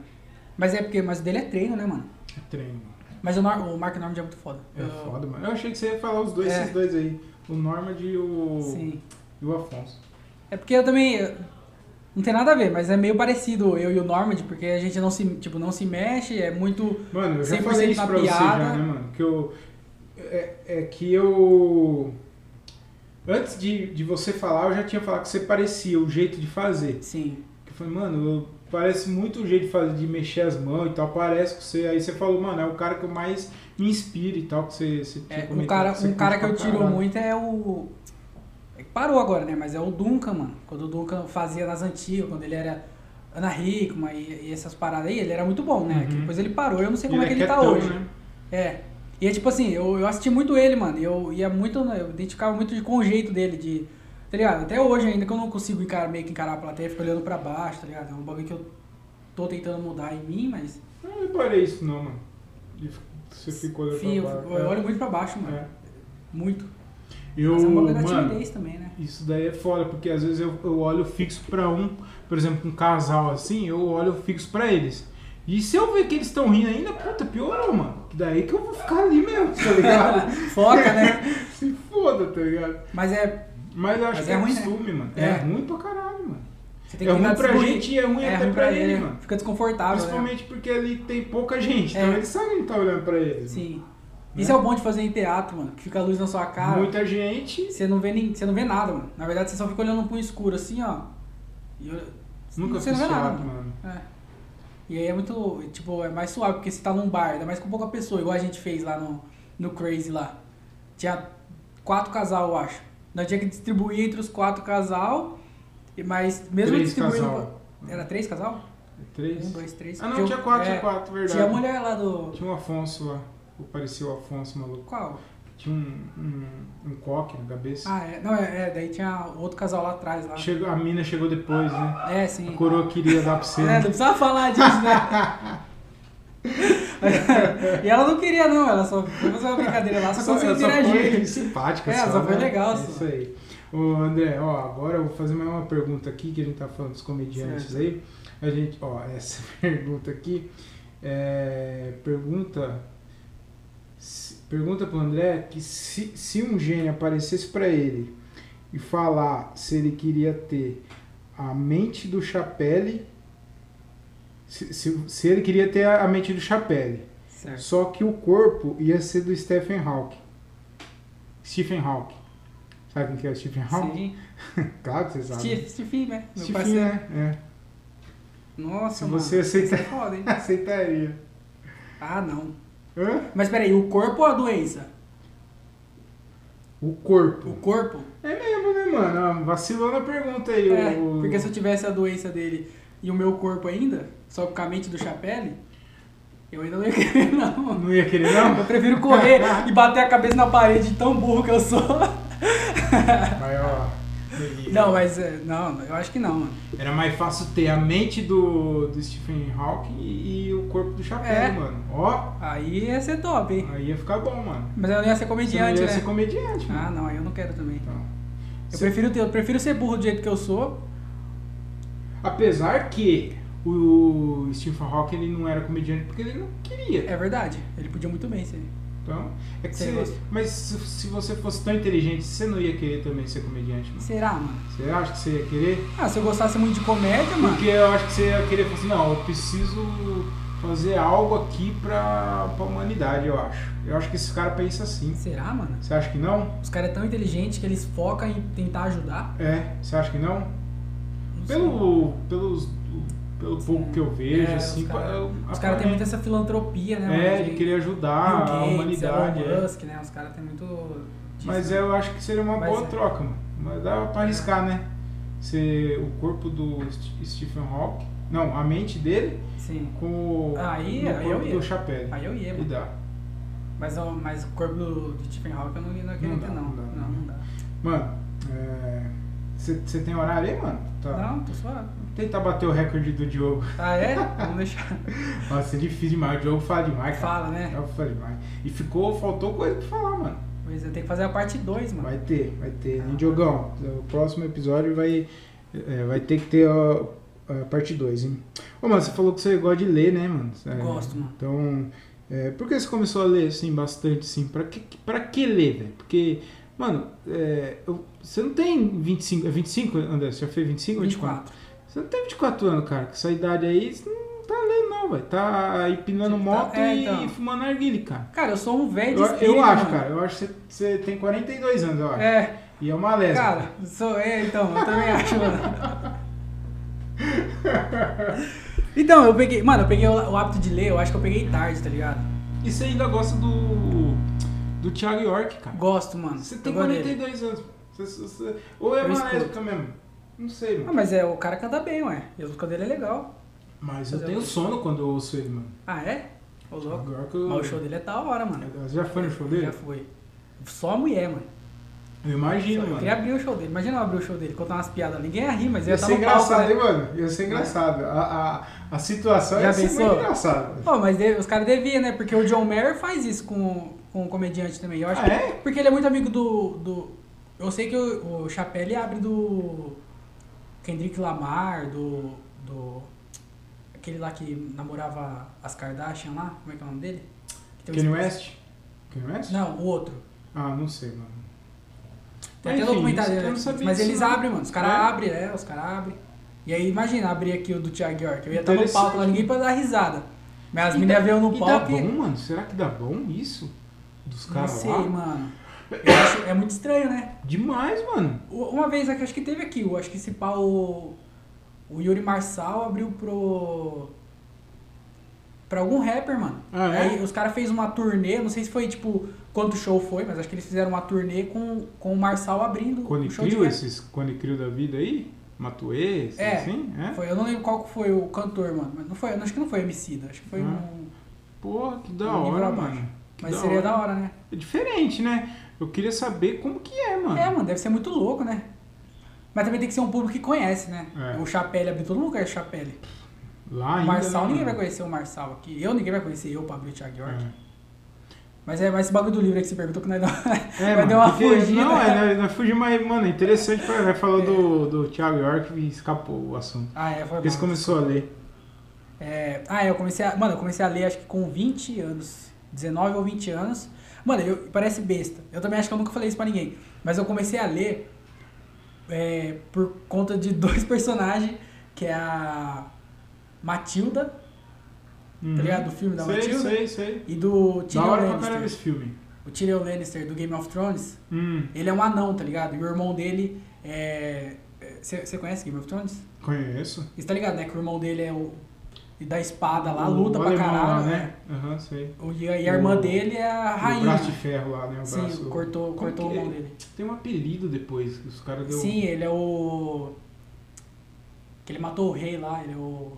Speaker 2: Mas é porque, mas o dele é treino, né, mano?
Speaker 1: É treino. mano.
Speaker 2: Mas o, Mar, o Mark Normand é muito foda.
Speaker 1: É
Speaker 2: Eu-
Speaker 1: foda, mano. Eu achei que você ia falar os dois,
Speaker 2: É.
Speaker 1: esses dois aí. O Normand e o.
Speaker 2: Sim.
Speaker 1: E o Afonso.
Speaker 2: É porque eu também. eu- Não tem nada a ver, mas é meio parecido eu e o Normand, porque a gente não se, tipo, não se mexe, é muito.
Speaker 1: Mano, eu já
Speaker 2: 100%
Speaker 1: falei isso
Speaker 2: na
Speaker 1: pra
Speaker 2: piada.
Speaker 1: você já, né, mano? Que eu. É, é que eu. Antes de, de você falar, eu já tinha falado que você parecia o jeito de fazer.
Speaker 2: Sim.
Speaker 1: Que eu falei, mano, eu- parece muito o jeito de fazer, de mexer as mãos e tal. Parece que você. Aí você falou, mano, é o cara que eu mais me inspira e tal. Que você, você tinha
Speaker 2: É, um
Speaker 1: comentado
Speaker 2: cara,
Speaker 1: que você
Speaker 2: um cara que
Speaker 1: curte
Speaker 2: eu
Speaker 1: pra
Speaker 2: tiro
Speaker 1: caralho.
Speaker 2: muito é o. é que Parou agora, né? Mas é o Duncan, mano. Quando o Duncan fazia nas antigas, quando ele era Ana Hickman e, e essas paradas aí, ele era muito bom, né? Que
Speaker 1: Uhum.
Speaker 2: Depois ele parou, eu não sei como é que ele tá
Speaker 1: quietão,
Speaker 2: hoje.
Speaker 1: né?
Speaker 2: É. E é tipo assim, eu, eu assisti muito ele, mano. e Eu ia muito. Eu identificava muito de- com o jeito dele, de. Tá ligado? Até hoje ainda que eu não consigo encarar, meio que encarar a plateia, fico olhando pra baixo, tá ligado? É um bagulho que eu tô tentando mudar em mim, mas.
Speaker 1: Eu não reparei isso, não, mano. E Você ficou olhando
Speaker 2: Fih, eu,
Speaker 1: pra né?
Speaker 2: eu olho muito pra baixo, mano.
Speaker 1: É.
Speaker 2: Muito.
Speaker 1: Eu,
Speaker 2: mas é um bagulho da
Speaker 1: mano,
Speaker 2: timidez também, né?
Speaker 1: Isso daí é foda, porque às vezes eu, eu olho fixo pra um, por exemplo, um casal assim, eu olho fixo pra eles. E se eu ver que eles estão rindo ainda, puta, piorou, mano. Que Daí que eu vou ficar ali mesmo, tá ligado?
Speaker 2: Foca, né?
Speaker 1: Se foda, tá ligado?
Speaker 2: Mas é.
Speaker 1: Mas eu acho
Speaker 2: Mas
Speaker 1: que
Speaker 2: é
Speaker 1: é,
Speaker 2: ruim, né?
Speaker 1: costume, mano. É.
Speaker 2: É.
Speaker 1: ruim pra caralho, mano.
Speaker 2: Você
Speaker 1: É
Speaker 2: tentar
Speaker 1: ruim pra
Speaker 2: descobrir.
Speaker 1: gente e é ruim até
Speaker 2: ruim
Speaker 1: pra ele, mano.
Speaker 2: Fica desconfortável. né?
Speaker 1: Principalmente porque ali tem pouca gente,
Speaker 2: É.
Speaker 1: então eles sabem que tá olhando pra eles. mano.
Speaker 2: Sim.
Speaker 1: Né?
Speaker 2: Isso é o bom de fazer em teatro, mano. Que fica a luz na sua cara.
Speaker 1: Muita gente
Speaker 2: Você não vê nem, você não vê nada, mano. Na verdade, você só fica olhando pro escuro assim, ó. E olha-
Speaker 1: nunca
Speaker 2: você
Speaker 1: fez
Speaker 2: não vê nada,
Speaker 1: teatro,
Speaker 2: mano.
Speaker 1: mano.
Speaker 2: É. E aí é muito, tipo, é mais suave, porque você tá num bar, ainda mais com pouca pessoa, igual a gente fez lá no, no Crazy lá. Tinha quatro casal, eu acho. Nós tinha que distribuir entre os quatro casal, e- mas mesmo
Speaker 1: Três
Speaker 2: distribuindo...
Speaker 1: casal. É
Speaker 2: pra- Era três casal?
Speaker 1: Três.
Speaker 2: Um, dois, três.
Speaker 1: Ah, não, tinha quatro,
Speaker 2: é,
Speaker 1: tinha quatro, verdade.
Speaker 2: Tinha a mulher lá do...
Speaker 1: Tinha um Afonso lá. Apareceu o Afonso, maluco.
Speaker 2: Qual?
Speaker 1: Tinha um, um, um coque na cabeça.
Speaker 2: Ah, tá. é. Não, é, é, daí tinha outro casal lá atrás, lá.
Speaker 1: Chegou, a mina chegou depois, né?
Speaker 2: É,
Speaker 1: A
Speaker 2: sim.
Speaker 1: coroa queria dar pra você.
Speaker 2: É, não
Speaker 1: né?
Speaker 2: precisava falar disso, né? e ela não queria, não, ela só foi fazer uma brincadeira lá, só conseguiu
Speaker 1: ela só foi
Speaker 2: interagir.
Speaker 1: simpática,
Speaker 2: É, só foi
Speaker 1: né?
Speaker 2: legal,
Speaker 1: É
Speaker 2: só.
Speaker 1: Isso aí. Ô, André, ó, agora eu vou fazer mais uma pergunta aqui, que a gente tá falando dos comediantes
Speaker 2: Certo.
Speaker 1: aí. A gente, ó, essa pergunta aqui é. Pergunta. se- Pergunta pro André que se, se um gênio aparecesse pra ele e falar se ele queria ter a mente do Chapelle. Se, se, se ele queria ter a, a mente do Chapelle.
Speaker 2: Certo.
Speaker 1: Só que o corpo ia ser do Stephen Hawking. Stephen Hawking. Sabe quem que é o Stephen Hawking?
Speaker 2: Sim.
Speaker 1: Claro que você sabe.
Speaker 2: Steve, Steve, né? Meu
Speaker 1: Stephen,
Speaker 2: parceiro.
Speaker 1: né?
Speaker 2: Nossa,
Speaker 1: Se
Speaker 2: mano.
Speaker 1: você aceita-
Speaker 2: Isso é foda, hein?
Speaker 1: É. Aceitaria.
Speaker 2: Ah, não.
Speaker 1: Hã?
Speaker 2: Mas peraí, o corpo ou a doença?
Speaker 1: O corpo.
Speaker 2: O corpo?
Speaker 1: É mesmo, né, mano? Ah, Vacilou na pergunta aí.
Speaker 2: É,
Speaker 1: o...
Speaker 2: porque se eu tivesse a doença dele e o meu corpo ainda, só com a mente do chapéu, eu ainda não ia querer, não.
Speaker 1: Não ia querer, não?
Speaker 2: Eu prefiro correr e bater a cabeça na parede, de tão burro que eu sou.
Speaker 1: mas, ó. delícia.
Speaker 2: Não, mas é, não, eu acho que não, mano.
Speaker 1: Era mais fácil ter a mente do, do Stephen Hawking e, e o corpo do chapéu,
Speaker 2: É.
Speaker 1: mano. Ó,
Speaker 2: Aí ia ser top, hein?
Speaker 1: aí ia ficar bom, mano.
Speaker 2: Mas eu não ia ser
Speaker 1: Você não
Speaker 2: comediante,
Speaker 1: ia
Speaker 2: né?
Speaker 1: ser comediante,
Speaker 2: Ah,
Speaker 1: mano.
Speaker 2: não, aí eu não quero também.
Speaker 1: Então.
Speaker 2: Eu
Speaker 1: Você-
Speaker 2: prefiro, ter, eu prefiro ser burro do jeito que eu sou.
Speaker 1: Apesar que o Stephen Hawking ele não era comediante porque ele não queria.
Speaker 2: É verdade. Ele podia muito bem ser.
Speaker 1: Então, é que
Speaker 2: Sei
Speaker 1: você-
Speaker 2: gosto.
Speaker 1: mas se, se você fosse tão inteligente, você não ia querer também ser comediante, mano.
Speaker 2: Será, mano?
Speaker 1: Você acha que você ia querer?
Speaker 2: Ah, se eu gostasse muito de comédia, mano.
Speaker 1: Porque eu acho que você ia querer falar assim, não, eu preciso fazer algo aqui pra, pra humanidade, eu acho. Eu acho que esse cara pensa assim.
Speaker 2: Será, mano?
Speaker 1: Você acha que não?
Speaker 2: Os caras é tão inteligentes que eles focam em tentar ajudar.
Speaker 1: É, você acha que não?
Speaker 2: Não sei.
Speaker 1: Pelo, pelos, pelo pouco que eu vejo,
Speaker 2: É,
Speaker 1: assim,
Speaker 2: os cara-
Speaker 1: eu-
Speaker 2: Os caras têm muita essa filantropia, né, mano?
Speaker 1: É, de querer
Speaker 2: Bill
Speaker 1: ajudar
Speaker 2: Gates,
Speaker 1: a humanidade.
Speaker 2: Elon
Speaker 1: é.
Speaker 2: Musk, né? Os caras têm muito. disso.
Speaker 1: Mas é eu acho que seria uma
Speaker 2: Mas
Speaker 1: boa
Speaker 2: é.
Speaker 1: troca, mano. Mas dá pra arriscar, né? Ser o corpo do St- Stephen Hawking. Não, a mente dele
Speaker 2: Sim.
Speaker 1: com o
Speaker 2: Aí-
Speaker 1: no
Speaker 2: aí eu
Speaker 1: corpo
Speaker 2: ia.
Speaker 1: do chapéu.
Speaker 2: Aí eu ia,
Speaker 1: E
Speaker 2: mano.
Speaker 1: dá.
Speaker 2: Mas, ó, mas o corpo do, do Stephen Hawking eu não ia não ia querer
Speaker 1: Não
Speaker 2: ter,
Speaker 1: dá,
Speaker 2: não.
Speaker 1: não dá,
Speaker 2: Não, não dá.
Speaker 1: Mano, você tem horário aí, mano? Tá.
Speaker 2: Não, tô suave.
Speaker 1: Tentar bater o recorde do Diogo.
Speaker 2: Ah, é? Vamos deixar.
Speaker 1: Nossa, é difícil demais. O Diogo fala demais, cara.
Speaker 2: Fala, né?
Speaker 1: O Diogo fala demais. E ficou, faltou coisa pra falar, mano.
Speaker 2: Pois eu tenho que fazer a parte 2, mano.
Speaker 1: Vai ter, vai ter.
Speaker 2: Ah.
Speaker 1: Diogão, o próximo episódio vai, é, vai ter que ter ó, a parte 2, hein? Ô, mano, você falou que você gosta de ler, né, mano? É,
Speaker 2: Gosto, mano.
Speaker 1: Então, é, por que você começou a ler, assim, bastante, assim? Pra que, pra que ler, velho? Porque, mano, é, eu- você não tem 25... É 25, André? Você já fez 25 ou 24?
Speaker 2: 24.
Speaker 1: Você não tem 24 anos, cara. Com essa idade aí, você não tá lendo, não, velho. Tá aí pinando
Speaker 2: Você tá-
Speaker 1: moto
Speaker 2: é,
Speaker 1: e
Speaker 2: então.
Speaker 1: fumando arguile, cara.
Speaker 2: Cara, eu sou um velho de
Speaker 1: Eu,
Speaker 2: espírito,
Speaker 1: eu acho,
Speaker 2: mano.
Speaker 1: cara. Eu acho que você, você tem 42 anos, eu acho.
Speaker 2: É,
Speaker 1: E é uma lésbica.
Speaker 2: cara, sou. É, então, eu também acho, mano. Então, eu peguei. Mano, eu peguei o, o hábito de ler, eu acho que eu peguei tarde, tá ligado?
Speaker 1: E você ainda gosta do. do Thiago York, cara.
Speaker 2: Gosto, mano.
Speaker 1: Você
Speaker 2: Eu
Speaker 1: tem
Speaker 2: gosto dele.
Speaker 1: 42 anos. Você- você- ou é
Speaker 2: Eu
Speaker 1: uma
Speaker 2: escuto.
Speaker 1: lésbica mesmo. Não sei,
Speaker 2: Ah,
Speaker 1: mano.
Speaker 2: mas é, o cara canta bem, ué. E a música dele é legal.
Speaker 1: Mas eu
Speaker 2: Mas é
Speaker 1: tenho
Speaker 2: o-
Speaker 1: sono quando eu ouço ele, mano.
Speaker 2: Ah, é? Ô, louco.
Speaker 1: Agora que eu.
Speaker 2: Mas o show dele é da hora, mano.
Speaker 1: Você já foi no show dele?
Speaker 2: Já foi. Só mulher, mano.
Speaker 1: Eu imagino,
Speaker 2: Eu
Speaker 1: mano.
Speaker 2: queria abrir o show dele. Imagina eu abrir o show dele, contar umas piadas. Ninguém ia rir, mas ia
Speaker 1: Ia
Speaker 2: estar
Speaker 1: ser
Speaker 2: no palco,
Speaker 1: engraçado,
Speaker 2: né?
Speaker 1: hein, mano? Ia ser engraçado. A, a, a situação
Speaker 2: Já
Speaker 1: ia ser muito
Speaker 2: pensou?
Speaker 1: engraçada.
Speaker 2: Pô, mas de- os caras deviam, né? Porque o John Mayer faz isso com, com o comediante também. Eu acho
Speaker 1: Ah,
Speaker 2: que-
Speaker 1: é?
Speaker 2: Porque ele é muito amigo do... do eu sei que o, o Chapelle abre do Kendrick Lamar, do... do Aquele lá que namorava as Kardashian lá, como é que é o nome dele? Que tem um
Speaker 1: Kanye
Speaker 2: esposo-
Speaker 1: West? Kanye West?
Speaker 2: Não, o outro.
Speaker 1: Ah, não sei, mano.
Speaker 2: Tem
Speaker 1: Enfim,
Speaker 2: até documentário
Speaker 1: isso eu
Speaker 2: né?
Speaker 1: não sabia
Speaker 2: Mas
Speaker 1: disso,
Speaker 2: eles
Speaker 1: não.
Speaker 2: abrem, mano. Os caras
Speaker 1: É?
Speaker 2: abrem, é, os caras abrem. E aí, imagina, abrir aqui o do Thiago York. Eu ia estar no
Speaker 1: Interessante. Então,
Speaker 2: palco lá, ninguém pra dar risada. Mas as
Speaker 1: E
Speaker 2: meninas
Speaker 1: dá-
Speaker 2: veio no
Speaker 1: E dá
Speaker 2: palco.
Speaker 1: bom, mano? Será que dá bom isso? Dos
Speaker 2: Não
Speaker 1: caras
Speaker 2: sei,
Speaker 1: lá?
Speaker 2: mano. Eu acho- é muito estranho, né?
Speaker 1: Demais, mano.
Speaker 2: U- Uma vez, acho que teve aqui, eu acho que esse pau. O Yuri Marçal abriu pro. pra algum rapper, mano.
Speaker 1: Ah, é?
Speaker 2: Aí os caras fez uma turnê, não sei se foi tipo quanto show foi, mas acho que eles fizeram uma turnê com, com o Marçal abrindo
Speaker 1: Cone
Speaker 2: o Um show de
Speaker 1: Crew,
Speaker 2: rap.
Speaker 1: esses Cone Crew da vida aí? Matuê, esses
Speaker 2: É,
Speaker 1: assim? É?
Speaker 2: Foi, eu não lembro qual que foi o cantor, mano. Mas não foi, acho que não foi MC, acho que foi
Speaker 1: Ah.
Speaker 2: um.
Speaker 1: Porra, que da
Speaker 2: Um nível
Speaker 1: hora,
Speaker 2: abaixo.
Speaker 1: mano. Que
Speaker 2: Mas
Speaker 1: da
Speaker 2: seria
Speaker 1: hora.
Speaker 2: da hora, né?
Speaker 1: É diferente, né? Eu queria saber como que é, mano.
Speaker 2: É, mano, deve ser muito louco, né? Mas também tem que ser um público que conhece, né?
Speaker 1: É.
Speaker 2: O Chapelle abriu, todo mundo conhece o Chapelle.
Speaker 1: Lá
Speaker 2: O
Speaker 1: ainda,
Speaker 2: Marçal,
Speaker 1: né,
Speaker 2: ninguém vai
Speaker 1: mano?
Speaker 2: conhecer o Marçal aqui. Eu, ninguém vai conhecer eu, Pablo e o Thiago York.
Speaker 1: É.
Speaker 2: Mas é, mas esse bagulho do livro aí que você perguntou que nós não...
Speaker 1: É,
Speaker 2: vai
Speaker 1: mano,
Speaker 2: dar uma
Speaker 1: porque-
Speaker 2: fugida.
Speaker 1: Não, é, nós- nós fugimos, mas, mano, é interessante pra nós falou
Speaker 2: É.
Speaker 1: do, do Thiago York e escapou o assunto.
Speaker 2: Ah, é, foi
Speaker 1: Porque você
Speaker 2: mal.
Speaker 1: começou a ler.
Speaker 2: É, ah, eu comecei a. Mano, eu comecei a ler acho que com 20 anos. 19 ou 20 anos. Mano, eu, parece besta. Eu também acho que eu nunca falei isso pra ninguém. Mas eu comecei a ler é, por conta de dois personagens, que é a Matilda,
Speaker 1: Uhum.
Speaker 2: tá ligado? Do filme da
Speaker 1: Sei,
Speaker 2: Matilda.
Speaker 1: sei, sei.
Speaker 2: E do
Speaker 1: Da
Speaker 2: Tyrion
Speaker 1: hora pra caramba
Speaker 2: Lannister.
Speaker 1: esse filme.
Speaker 2: O Tyrion Lannister do Game of Thrones.
Speaker 1: Hum,
Speaker 2: Ele é um anão, tá ligado? E o irmão dele é. Você conhece Game of Thrones?
Speaker 1: conheço.
Speaker 2: Você tá ligado, né? Que o irmão dele é o. E da espada lá,
Speaker 1: O
Speaker 2: luta pra
Speaker 1: alemão lá,
Speaker 2: caralho. né?
Speaker 1: né? Aham, sei.
Speaker 2: O- E a e a irmã
Speaker 1: O-
Speaker 2: dele é a
Speaker 1: O
Speaker 2: rainha.
Speaker 1: braço de ferro lá, né? O
Speaker 2: Sim,
Speaker 1: braço...
Speaker 2: cortou,
Speaker 1: Como
Speaker 2: cortou
Speaker 1: que
Speaker 2: o mão
Speaker 1: é?
Speaker 2: dele.
Speaker 1: Tem um apelido depois, que os caras deu...
Speaker 2: Sim, ele é o. Que ele matou o rei lá, ele é o.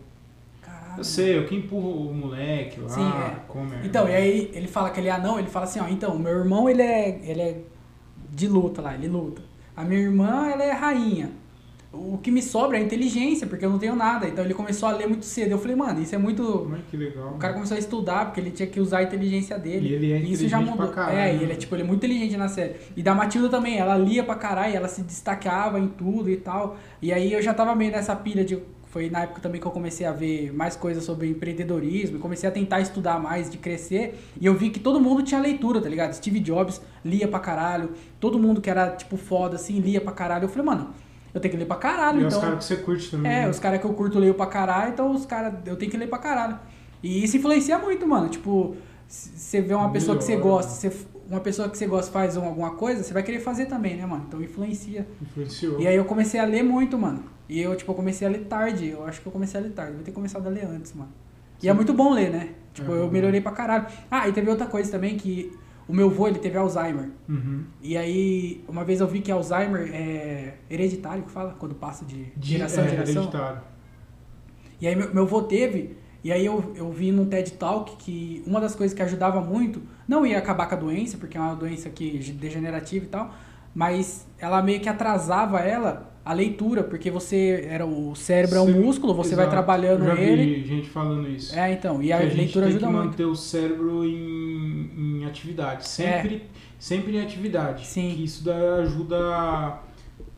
Speaker 2: Caralho.
Speaker 1: Eu sei, eu que empurro o moleque lá, né?
Speaker 2: é Sim, é.
Speaker 1: come... a-
Speaker 2: Então, e aí ele fala que ele é anão, ele fala assim, ó, então, meu irmão ele é, ele é de luta lá, ele luta. A minha irmã, ela é rainha. O que me sobra é a inteligência, porque eu não tenho nada. Então ele começou a ler muito cedo. Eu falei, mano, isso é muito.
Speaker 1: Como é que legal.
Speaker 2: O cara começou a estudar porque ele tinha que usar a inteligência dele.
Speaker 1: E ele é
Speaker 2: isso já
Speaker 1: inteligente
Speaker 2: mudou.
Speaker 1: pra caralho,
Speaker 2: é,
Speaker 1: né?
Speaker 2: e ele é tipo, ele é muito inteligente na série. E da Matilda também, ela lia pra caralho, ela se destacava em tudo e tal. E aí eu já tava meio nessa pilha de foi na época também que eu comecei a ver mais coisas sobre empreendedorismo, e comecei a tentar estudar mais, de crescer, e eu vi que todo mundo tinha leitura, tá ligado? Steve Jobs lia pra caralho, todo mundo que era tipo foda assim, lia pra caralho. Eu falei, mano, eu tenho que ler pra caralho,
Speaker 1: E é os
Speaker 2: então.
Speaker 1: caras que você curte também.
Speaker 2: É,
Speaker 1: né?
Speaker 2: os caras que eu curto leio pra caralho, então os caras. Eu tenho que ler pra caralho. E isso influencia muito, mano. Tipo, se você vê uma pessoa que você
Speaker 1: Melhora.
Speaker 2: gosta, você- uma pessoa que você gosta faz um- alguma coisa, você vai querer fazer também, né, mano? Então influencia.
Speaker 1: Influenciou.
Speaker 2: E aí eu comecei a ler muito, mano. E eu, tipo, eu comecei a ler tarde. Eu acho que eu comecei a ler tarde. Eu ter começado a ler antes, mano. E é
Speaker 1: Sim.
Speaker 2: muito bom ler, né? Tipo,
Speaker 1: É
Speaker 2: eu
Speaker 1: bom.
Speaker 2: melhorei pra caralho. Ah, e teve outra coisa também que o meu vô, ele teve Alzheimer.
Speaker 1: Uhum.
Speaker 2: E aí, uma vez eu vi que Alzheimer é hereditário, que fala? Quando passa de
Speaker 1: De-
Speaker 2: geração em
Speaker 1: é,
Speaker 2: geração.
Speaker 1: hereditário.
Speaker 2: E aí meu, meu vô teve, e aí eu, eu vi num TED Talk que uma das coisas que ajudava muito, não ia acabar com a doença, porque é uma doença que degenerativa e tal, mas ela meio que atrasava ela a leitura, porque você era o cérebro é
Speaker 1: Sim,
Speaker 2: um músculo, você vai
Speaker 1: exato.
Speaker 2: trabalhando
Speaker 1: Eu já
Speaker 2: ele.
Speaker 1: Vi gente falando isso.
Speaker 2: É, então, e
Speaker 1: Que
Speaker 2: a,
Speaker 1: a gente
Speaker 2: leitura
Speaker 1: tem
Speaker 2: ajuda
Speaker 1: que
Speaker 2: muito.
Speaker 1: manter o cérebro em, em atividade. Sempre, sempre em atividade.
Speaker 2: É. Sim.
Speaker 1: Que isso dá, ajuda a,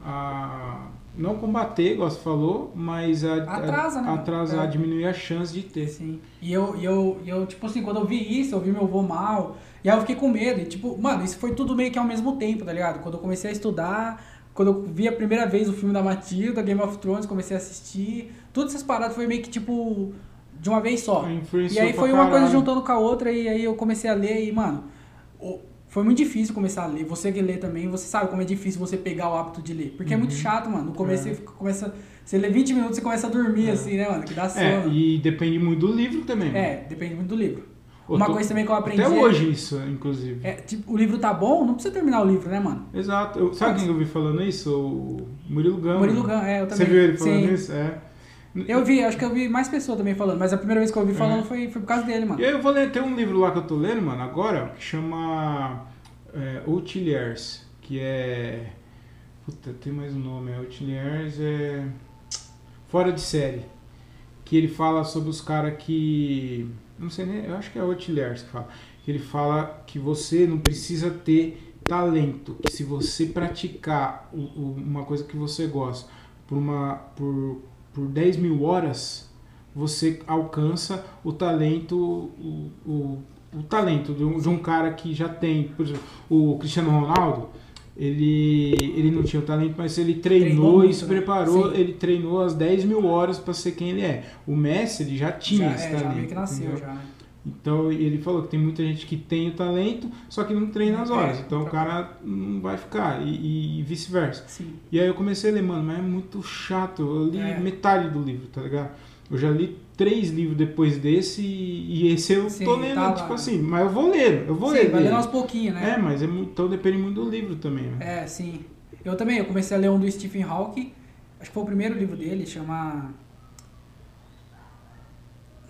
Speaker 1: a não combater, igual você falou, mas a, a-
Speaker 2: Atrasa, né?
Speaker 1: atrasar,
Speaker 2: É.
Speaker 1: diminuir a chance de ter.
Speaker 2: Sim. assim. E eu, e eu, e eu, tipo assim, quando eu vi isso, eu vi meu avô mal. E aí eu fiquei com medo. E, tipo, mano, isso foi tudo meio que ao mesmo tempo, tá ligado? Quando eu comecei a estudar, quando eu vi a primeira vez o filme da Matilda, Game of Thrones, comecei a assistir. Todas essas paradas foi meio que, tipo, de uma vez só. E
Speaker 1: Então, Influenciou
Speaker 2: aí
Speaker 1: pra
Speaker 2: foi uma coisa
Speaker 1: caralho.
Speaker 2: juntando com a outra, e aí eu comecei a ler, e, mano, o- foi muito difícil começar a ler. Você que lê também, você sabe como é difícil você pegar o hábito de ler. Porque é muito chato, mano. No começo
Speaker 1: É.
Speaker 2: você fica- começa. Você lê 20 minutos e começa a dormir,
Speaker 1: É.
Speaker 2: assim, né, mano? Que dá sono.
Speaker 1: É, e depende muito do livro também. mano.
Speaker 2: É, depende muito do livro.
Speaker 1: Eu
Speaker 2: Uma
Speaker 1: tô-
Speaker 2: coisa também que eu aprendi.
Speaker 1: Até
Speaker 2: é-
Speaker 1: hoje isso, inclusive.
Speaker 2: É, tipo, o livro tá bom, não precisa terminar o livro, né, mano?
Speaker 1: Exato. Eu- sabe quem eu vi falando isso? O Murilo Gama.
Speaker 2: Murilo Gant, é, eu também.
Speaker 1: Você viu ele falando
Speaker 2: Sim.
Speaker 1: isso? É.
Speaker 2: Eu vi, acho que eu vi mais pessoas também falando, mas a primeira vez que eu vi falando foi, foi por causa dele, mano.
Speaker 1: É. E aí eu vou ler, tem um livro lá que eu tô lendo, mano, agora, que chama é, Outliers, que é... Puta, tem mais um nome, é Outliers é... Fora de série. Que ele fala sobre os caras que... eu Não sei nem, eu acho que é Outliers que fala. Que ele fala que você não precisa ter talento, que se você praticar o- o- uma coisa que você gosta por, uma, por, por 10 mil horas, você alcança o talento, o, o, o talento de um, de um cara que já tem, por exemplo, o Cristiano Ronaldo, ele, ele não tinha o talento, mas ele treinou,
Speaker 2: Treinou muito,
Speaker 1: e se
Speaker 2: né?
Speaker 1: preparou,
Speaker 2: Sim.
Speaker 1: ele treinou as 10 mil horas para ser quem ele é. O Messi, ele já tinha
Speaker 2: já,
Speaker 1: esse
Speaker 2: é,
Speaker 1: talento.
Speaker 2: já meio que nasceu
Speaker 1: entendeu?
Speaker 2: já, né?
Speaker 1: Então ele falou que tem muita gente que tem o talento, só que não treina as
Speaker 2: É,
Speaker 1: horas. Então o
Speaker 2: tá.
Speaker 1: cara não vai ficar, e, e vice-versa.
Speaker 2: Sim.
Speaker 1: E aí eu comecei a ler, mano, mas é muito chato. Eu li
Speaker 2: É.
Speaker 1: metade do livro, tá ligado? Eu já li três livros depois desse, e e esse eu
Speaker 2: Sim,
Speaker 1: tô lendo,
Speaker 2: tá lá.
Speaker 1: tipo assim, mas eu vou ler, eu vou
Speaker 2: sim,
Speaker 1: ler.
Speaker 2: vai
Speaker 1: dele.
Speaker 2: lendo aos pouquinhos, né?
Speaker 1: É, mas é muito, então depende muito do livro também, né?
Speaker 2: É, sim. Eu também, eu comecei a ler um do Stephen Hawking, acho que foi o primeiro livro dele, chama...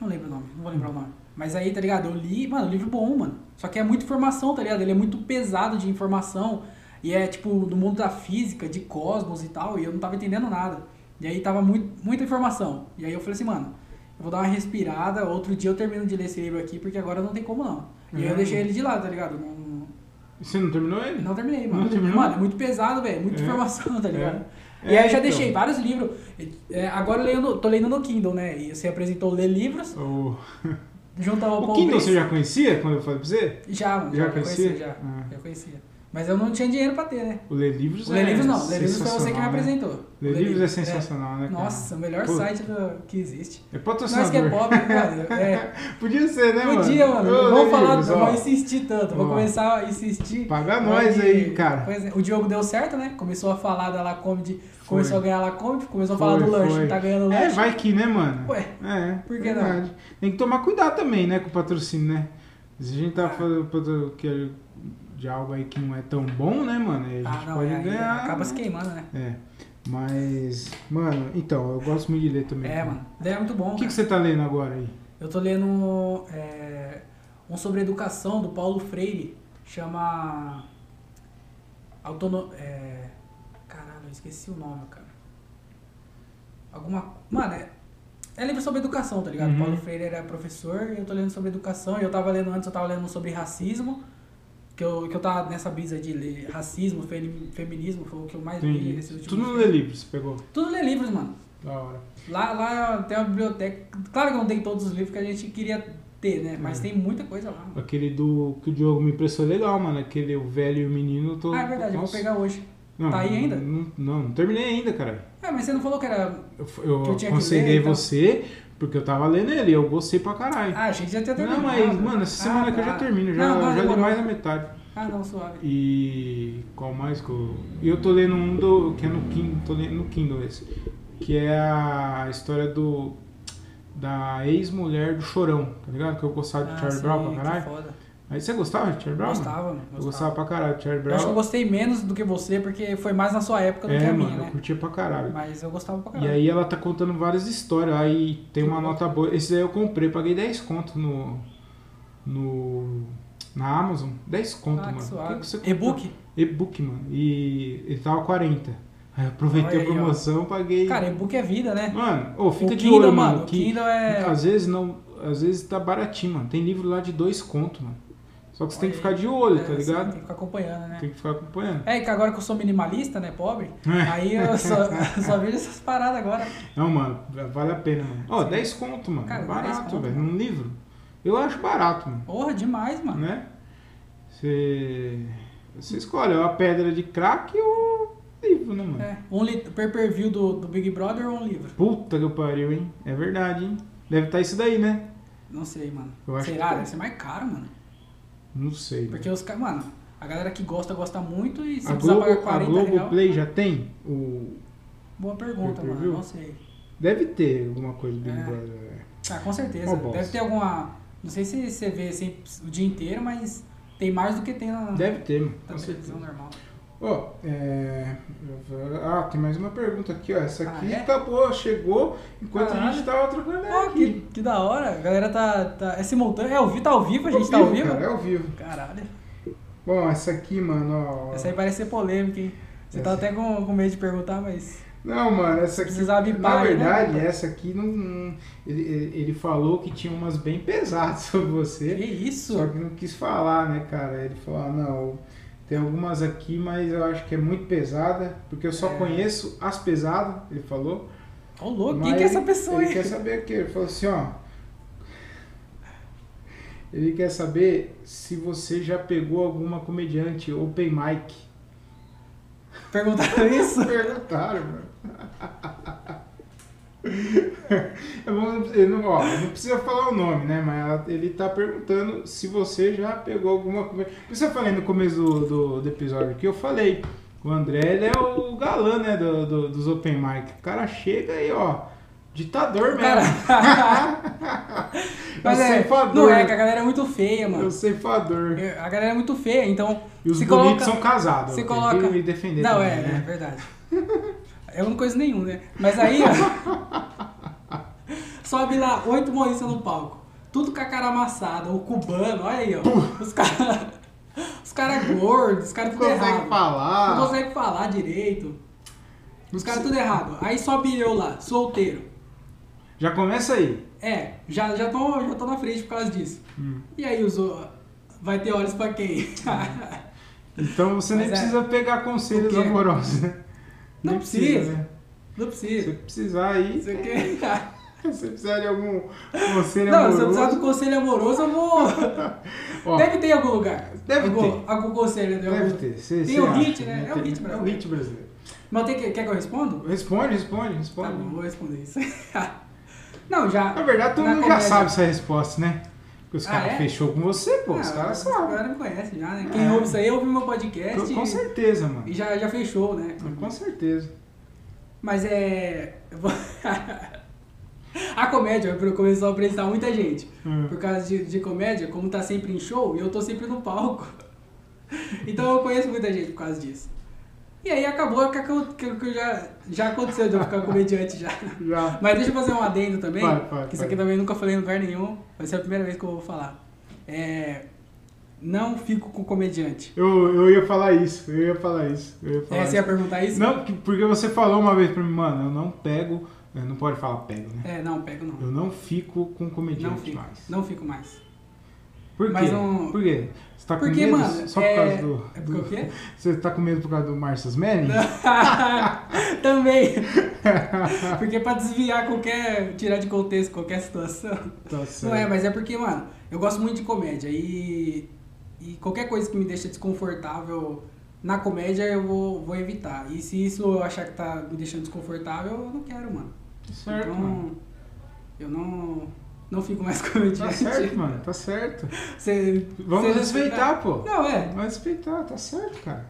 Speaker 2: Não lembro o nome, não vou lembrar o nome. Mas aí, tá ligado, eu li, mano, livro bom, mano. Só que é muita informação, tá ligado? Ele é muito pesado de informação, e é, tipo, do mundo da física, de cosmos e tal, e eu não tava entendendo nada. E aí tava muito, muita informação. E aí eu falei assim, mano, eu vou dar uma respirada, outro dia eu termino de ler esse livro aqui, porque agora não tem como não. E aí eu
Speaker 1: Hum.
Speaker 2: deixei ele de lado, tá ligado? Não-
Speaker 1: Você não terminou ele?
Speaker 2: É. não terminei, mano.
Speaker 1: Não terminou?
Speaker 2: Mano, é muito pesado, velho. Muita
Speaker 1: É.
Speaker 2: informação, tá ligado?
Speaker 1: É.
Speaker 2: E aí
Speaker 1: É,
Speaker 2: eu já
Speaker 1: então.
Speaker 2: deixei vários livros. É, agora eu leio no- tô lendo no Kindle, né? E você apresentou ler livros,
Speaker 1: O,
Speaker 2: juntar o
Speaker 1: o
Speaker 2: pão
Speaker 1: Kindle
Speaker 2: preço.
Speaker 1: você já conhecia quando eu falei pra você?
Speaker 2: Já, mano,
Speaker 1: já
Speaker 2: já conhecia,
Speaker 1: conhecia?
Speaker 2: já.
Speaker 1: Ah.
Speaker 2: Já conhecia. Mas eu não tinha dinheiro pra ter, né?
Speaker 1: O Ler Livros
Speaker 2: ler
Speaker 1: é
Speaker 2: livros não, ler livros foi você que me
Speaker 1: sensacional, né?
Speaker 2: apresentou.
Speaker 1: Ler livros é sensacional, né? cara?
Speaker 2: Nossa, o melhor
Speaker 1: Pô.
Speaker 2: site do- que
Speaker 1: É
Speaker 2: existe. Nós que é
Speaker 1: patrocinador.
Speaker 2: pobre, mano. É.
Speaker 1: Podia ser, né, mano?
Speaker 2: Podia, mano.
Speaker 1: Ô,
Speaker 2: Não
Speaker 1: Ler
Speaker 2: vou falar,
Speaker 1: Livros,
Speaker 2: não
Speaker 1: ó.
Speaker 2: vou insistir tanto. Vou
Speaker 1: Ó.
Speaker 2: começar a insistir.
Speaker 1: Paga
Speaker 2: Pode-
Speaker 1: Tá nós aí, cara.
Speaker 2: Pois é, o Diogo deu certo, né? Começou a falar da La Comedy, começou a ganhar La Comedy, começou a falar
Speaker 1: Foi,
Speaker 2: do lanche,
Speaker 1: foi.
Speaker 2: tá ganhando lanche.
Speaker 1: É, vai que, né, mano?
Speaker 2: Ué,
Speaker 1: É,
Speaker 2: por que não?
Speaker 1: verdade. Tem que tomar cuidado também, né, com o patrocínio, né? Se a gente
Speaker 2: Ah.
Speaker 1: tá falando patro- que é de algo aí que não é tão bom, né, mano? Aí A gente
Speaker 2: ah, não,
Speaker 1: pode
Speaker 2: é, aí
Speaker 1: ganhar.
Speaker 2: acaba se queimando, né?
Speaker 1: É, mas, mano, então, eu gosto muito de ler também.
Speaker 2: É,
Speaker 1: cara.
Speaker 2: mano. Daí é muito bom.
Speaker 1: O que,
Speaker 2: cara.
Speaker 1: que você tá lendo agora aí?
Speaker 2: Eu tô lendo é, um sobre educação do Paulo Freire, chama. Autono... É... Caralho, eu esqueci o nome, cara. Alguma. Mano, é. É livro sobre educação, tá ligado?
Speaker 1: Uhum.
Speaker 2: Paulo Freire era professor e eu tô lendo sobre educação. E eu tava lendo antes, eu tava lendo sobre racismo. Que eu, que eu tava nessa brisa de ler racismo, femi- feminismo, foi o que eu mais li
Speaker 1: Entendi.
Speaker 2: nesse É, último
Speaker 1: Tu não
Speaker 2: tempo.
Speaker 1: lê livros, você pegou.
Speaker 2: Tudo lê livros, mano.
Speaker 1: Da hora.
Speaker 2: Lá, lá tem uma biblioteca. Claro que não tem todos os livros que a gente queria ter, né? Mas
Speaker 1: É.
Speaker 2: tem muita coisa lá. mano.
Speaker 1: Aquele do que o Diogo me impressou é legal, mano. Aquele O Velho e o Menino, eu tô.
Speaker 2: Ah, é verdade, eu vou
Speaker 1: Nossa.
Speaker 2: pegar hoje.
Speaker 1: Não,
Speaker 2: Tá aí ainda?
Speaker 1: Não, não, não terminei ainda, cara.
Speaker 2: Ah, mas você não falou que era.
Speaker 1: Eu, eu
Speaker 2: Que eu tinha que
Speaker 1: aconselhei
Speaker 2: ler, então.
Speaker 1: você porque eu tava lendo ele, eu gostei pra caralho.
Speaker 2: Ah, a gente já tinha
Speaker 1: não,
Speaker 2: terminado.
Speaker 1: mas, mano, essa
Speaker 2: Ah,
Speaker 1: semana que eu
Speaker 2: tá.
Speaker 1: já termino, já,
Speaker 2: Não, não,
Speaker 1: já li
Speaker 2: demorou.
Speaker 1: mais da metade.
Speaker 2: Ah, não, suave.
Speaker 1: E qual mais que eu. E eu tô lendo um do. que é no Kindle, tô lendo no Kindle esse. Que é a história do. Da ex-mulher do Chorão, tá ligado? Que eu gostava de
Speaker 2: Ah,
Speaker 1: Charlie
Speaker 2: sim,
Speaker 1: Brown pra
Speaker 2: que
Speaker 1: caralho.
Speaker 2: foda.
Speaker 1: Aí você gostava de Charlie Brown? mano?
Speaker 2: Gostava, mano.
Speaker 1: Eu gostava pra caralho de Charlie
Speaker 2: Eu acho que
Speaker 1: Brown.
Speaker 2: eu gostei menos do que você, porque foi mais na sua época do que
Speaker 1: é,
Speaker 2: a
Speaker 1: mano,
Speaker 2: minha,
Speaker 1: eu
Speaker 2: né?
Speaker 1: curtia pra caralho.
Speaker 2: Mas eu gostava pra
Speaker 1: E
Speaker 2: caralho.
Speaker 1: aí ela tá contando várias histórias. Aí tem uma
Speaker 2: Tudo bom.
Speaker 1: nota boa. Esse daí eu comprei, paguei 10 conto no. no. na Amazon. 10 conto,
Speaker 2: ah,
Speaker 1: mano.
Speaker 2: que
Speaker 1: Que
Speaker 2: suave.
Speaker 1: que você comprou?
Speaker 2: E-book?
Speaker 1: E-book, mano. E ele tava 40. Aí eu aproveitei
Speaker 2: Olha
Speaker 1: a
Speaker 2: aí, ó.
Speaker 1: promoção, paguei.
Speaker 2: Cara, e-book é vida, né?
Speaker 1: mano, ô, fica de
Speaker 2: o Kindle,
Speaker 1: olho,
Speaker 2: mano.
Speaker 1: mano.
Speaker 2: O
Speaker 1: Que
Speaker 2: Kindle é.
Speaker 1: às vezes não. Às vezes tá baratinho, mano. Tem livro lá de 2 conto, mano. Só que você tem que
Speaker 2: Olha
Speaker 1: ficar
Speaker 2: aí.
Speaker 1: de olho,
Speaker 2: é,
Speaker 1: tá
Speaker 2: assim,
Speaker 1: ligado?
Speaker 2: Tem que ficar acompanhando, né?
Speaker 1: Tem que ficar acompanhando.
Speaker 2: É, que agora que eu sou minimalista, né, pobre,
Speaker 1: É.
Speaker 2: aí eu só, só vejo essas paradas agora.
Speaker 1: Não, mano, vale a pena, mano. Ó,
Speaker 2: Sim.
Speaker 1: 10 conto, mano.
Speaker 2: Cara, 10
Speaker 1: barato,
Speaker 2: conto,
Speaker 1: velho.
Speaker 2: mano.
Speaker 1: Num livro. Eu acho barato, mano.
Speaker 2: Porra, demais, mano.
Speaker 1: Né? Você. Você escolhe, ou a pedra de crack ou o livro, né, mano?
Speaker 2: É, um li- per per view do, do Big Brother ou um livro?
Speaker 1: Puta que pariu, hein? É verdade, hein? Deve estar isso daí, né?
Speaker 2: Não sei, mano.
Speaker 1: Eu acho
Speaker 2: Será?
Speaker 1: que- é.
Speaker 2: Deve ser mais caro, mano.
Speaker 1: Não sei. mano.
Speaker 2: Porque os caras, mano, a galera que gosta, gosta muito e se
Speaker 1: A
Speaker 2: precisar pagar
Speaker 1: Globo, a
Speaker 2: 40
Speaker 1: Globo
Speaker 2: real, né?
Speaker 1: Play já tem? O...
Speaker 2: boa pergunta,
Speaker 1: Per- per
Speaker 2: mano.
Speaker 1: view?
Speaker 2: Não sei.
Speaker 1: Deve ter alguma coisa do Big
Speaker 2: É.
Speaker 1: Brother. velho.
Speaker 2: Ah, com certeza.
Speaker 1: Uma bosta.
Speaker 2: Deve ter alguma... Não sei se você vê assim, o dia inteiro, mas tem mais do que tem na,
Speaker 1: Deve ter, mano.
Speaker 2: na
Speaker 1: Com certeza.
Speaker 2: televisão normal.
Speaker 1: Ó, é... Ah, tem mais uma pergunta aqui, ó. Essa
Speaker 2: Ah,
Speaker 1: aqui
Speaker 2: é?
Speaker 1: acabou, chegou, enquanto a
Speaker 2: Caralho.
Speaker 1: gente tava trocando ideia
Speaker 2: Pô,
Speaker 1: aqui.
Speaker 2: que, que da hora. A galera tá... tá... É simultâneo. É ao vivo, tá ao vivo? A gente tá ao vivo?
Speaker 1: Cara, é ao vivo.
Speaker 2: Caralho.
Speaker 1: Bom, essa aqui, mano, ó.
Speaker 2: Essa aí parece ser polêmica, hein? Você tá
Speaker 1: Essa.
Speaker 2: até com, com medo de perguntar, mas.
Speaker 1: Não, mano, essa aqui.
Speaker 2: Precisava ir
Speaker 1: Na
Speaker 2: pai, né?
Speaker 1: verdade, essa aqui não. não- Ele, ele ele falou que tinha umas bem pesadas sobre
Speaker 2: Que
Speaker 1: você.
Speaker 2: isso?
Speaker 1: Só que não quis falar, né, cara? Ele falou, ah, não. Tem algumas aqui, mas eu acho que é muito pesada, porque eu só
Speaker 2: É.
Speaker 1: conheço as pesadas, ele falou.
Speaker 2: Ô, louco,
Speaker 1: Mas
Speaker 2: quem que é
Speaker 1: ele-
Speaker 2: essa pessoa
Speaker 1: Ele
Speaker 2: aí?
Speaker 1: quer saber o quê? Ele falou assim, ó. Ele quer saber se você já pegou alguma comediante open mic.
Speaker 2: Perguntaram isso?
Speaker 1: Perguntaram, mano. É bom, ele não, ó, não precisa falar o nome, né? Mas ela- ele tá perguntando se você já pegou alguma coisa. Por isso eu falei no começo do, do, do episódio que eu falei. O André ele é o galã, né? do- do- dos open mic. O cara chega e, ó, ditador mesmo.
Speaker 2: Mas
Speaker 1: eu
Speaker 2: é,
Speaker 1: sei fador.
Speaker 2: não é, que a galera é muito feia,
Speaker 1: Eu
Speaker 2: mano.
Speaker 1: sei fador.
Speaker 2: É, A galera é muito feia, então
Speaker 1: E os
Speaker 2: se
Speaker 1: bonitos
Speaker 2: coloca...
Speaker 1: são casados.
Speaker 2: se
Speaker 1: tem
Speaker 2: coloca-
Speaker 1: que me defender
Speaker 2: Não,
Speaker 1: também,
Speaker 2: é, é
Speaker 1: né?
Speaker 2: verdade. Eu não conheço nenhum, né? Mas aí, ó, sobe lá oito moristas no palco. Tudo com a cara amassada, o cubano, olha aí, ó. Os caras os cara gordos, os caras
Speaker 1: Não
Speaker 2: tudo
Speaker 1: consegue
Speaker 2: errado.
Speaker 1: falar.
Speaker 2: Não consegue falar direito. Os caras
Speaker 1: sei.
Speaker 2: tudo errado. Aí sobe eu lá, solteiro.
Speaker 1: Já começa aí.
Speaker 2: É, já, já, tô, já tô na frente por causa disso.
Speaker 1: Hum.
Speaker 2: E aí os o- vai ter olhos pra quem?
Speaker 1: Então você nem
Speaker 2: Mas é.
Speaker 1: precisa pegar conselhos
Speaker 2: O quê?
Speaker 1: amorosos, né?
Speaker 2: Não
Speaker 1: Nem
Speaker 2: precisa.
Speaker 1: né?
Speaker 2: Não
Speaker 1: Se você
Speaker 2: precisa.
Speaker 1: precisar aí,
Speaker 2: Isso
Speaker 1: se
Speaker 2: aqui. é-
Speaker 1: você precisar de algum conselho
Speaker 2: Não, se eu
Speaker 1: amoroso...
Speaker 2: precisar do conselho amoroso, eu vou.
Speaker 1: Ó,
Speaker 2: Deve ter em algum lugar.
Speaker 1: Deve
Speaker 2: algum, ter. Algum conselho, né?
Speaker 1: deve
Speaker 2: Algum-
Speaker 1: ter. Cê-
Speaker 2: Tem
Speaker 1: cê
Speaker 2: o
Speaker 1: acha,
Speaker 2: hit, né? É o
Speaker 1: Tem-
Speaker 2: hit
Speaker 1: É o hit brasileiro.
Speaker 2: Mas tem que, quer que eu respondo?
Speaker 1: Responde, responde,
Speaker 2: Tá bom,
Speaker 1: responde.
Speaker 2: vou responder isso. Não, já.
Speaker 1: Na verdade, todo
Speaker 2: na
Speaker 1: mundo já
Speaker 2: comédia-
Speaker 1: sabe essa resposta, né? Porque os
Speaker 2: Ah,
Speaker 1: caras
Speaker 2: é?
Speaker 1: fechou com você, pô.
Speaker 2: Ah,
Speaker 1: os caras
Speaker 2: A
Speaker 1: sabem.
Speaker 2: galera me conhece já, né? Quem
Speaker 1: É.
Speaker 2: ouve isso aí, ouve meu podcast.
Speaker 1: Com, com
Speaker 2: e-
Speaker 1: certeza, mano.
Speaker 2: é E já, já fechou, né?
Speaker 1: Com certeza.
Speaker 2: Mas é. eu vou- A comédia começou a apresentar muita gente.
Speaker 1: Hum.
Speaker 2: Por causa de, de comédia, como tá sempre em show, eu tô sempre no palco. Então eu conheço muita gente por causa disso. E aí acabou que, eu- que, eu- que eu já, já aconteceu de eu ficar comediante já.
Speaker 1: É. Já.
Speaker 2: Mas deixa eu fazer um adendo também.
Speaker 1: Vai, vai,
Speaker 2: que isso
Speaker 1: vai.
Speaker 2: aqui também eu nunca falei em lugar nenhum. Vai ser a primeira vez que eu vou falar. É, Não fico com comediante.
Speaker 1: Eu, eu ia falar isso, eu ia falar isso. Eu ia falar
Speaker 2: É,
Speaker 1: isso.
Speaker 2: você ia perguntar isso?
Speaker 1: Não, que- porque você falou uma vez pra mim, mano, eu não pego. eu Não pode falar pego, né?
Speaker 2: É, não, pego não.
Speaker 1: Eu não fico com
Speaker 2: Não
Speaker 1: comediante
Speaker 2: fico.
Speaker 1: mais.
Speaker 2: Não fico mais.
Speaker 1: Por quê?
Speaker 2: Mas não-
Speaker 1: Por quê? Você tá com
Speaker 2: Porque,
Speaker 1: medo?
Speaker 2: mano,
Speaker 1: Só
Speaker 2: é...
Speaker 1: por causa do.
Speaker 2: É porque o quê?
Speaker 1: Você tá com medo por causa do Marcius Manning?
Speaker 2: Também. porque pra desviar qualquer. tirar de contexto qualquer situação.
Speaker 1: Tá
Speaker 2: Não é,
Speaker 1: certo.
Speaker 2: mas é porque, mano, eu gosto muito de comédia e. E qualquer coisa que me deixa desconfortável na comédia eu vou, vou evitar. E se isso eu achar que tá me deixando desconfortável, eu não quero, mano.
Speaker 1: Tá certo,
Speaker 2: então,
Speaker 1: mano.
Speaker 2: eu não. não fico mais comediante.
Speaker 1: Tá certo, mano. Tá certo.
Speaker 2: Você-
Speaker 1: Vamos
Speaker 2: você-
Speaker 1: respeitar, pô.
Speaker 2: Não, é.
Speaker 1: Vamos respeitar, tá certo, cara.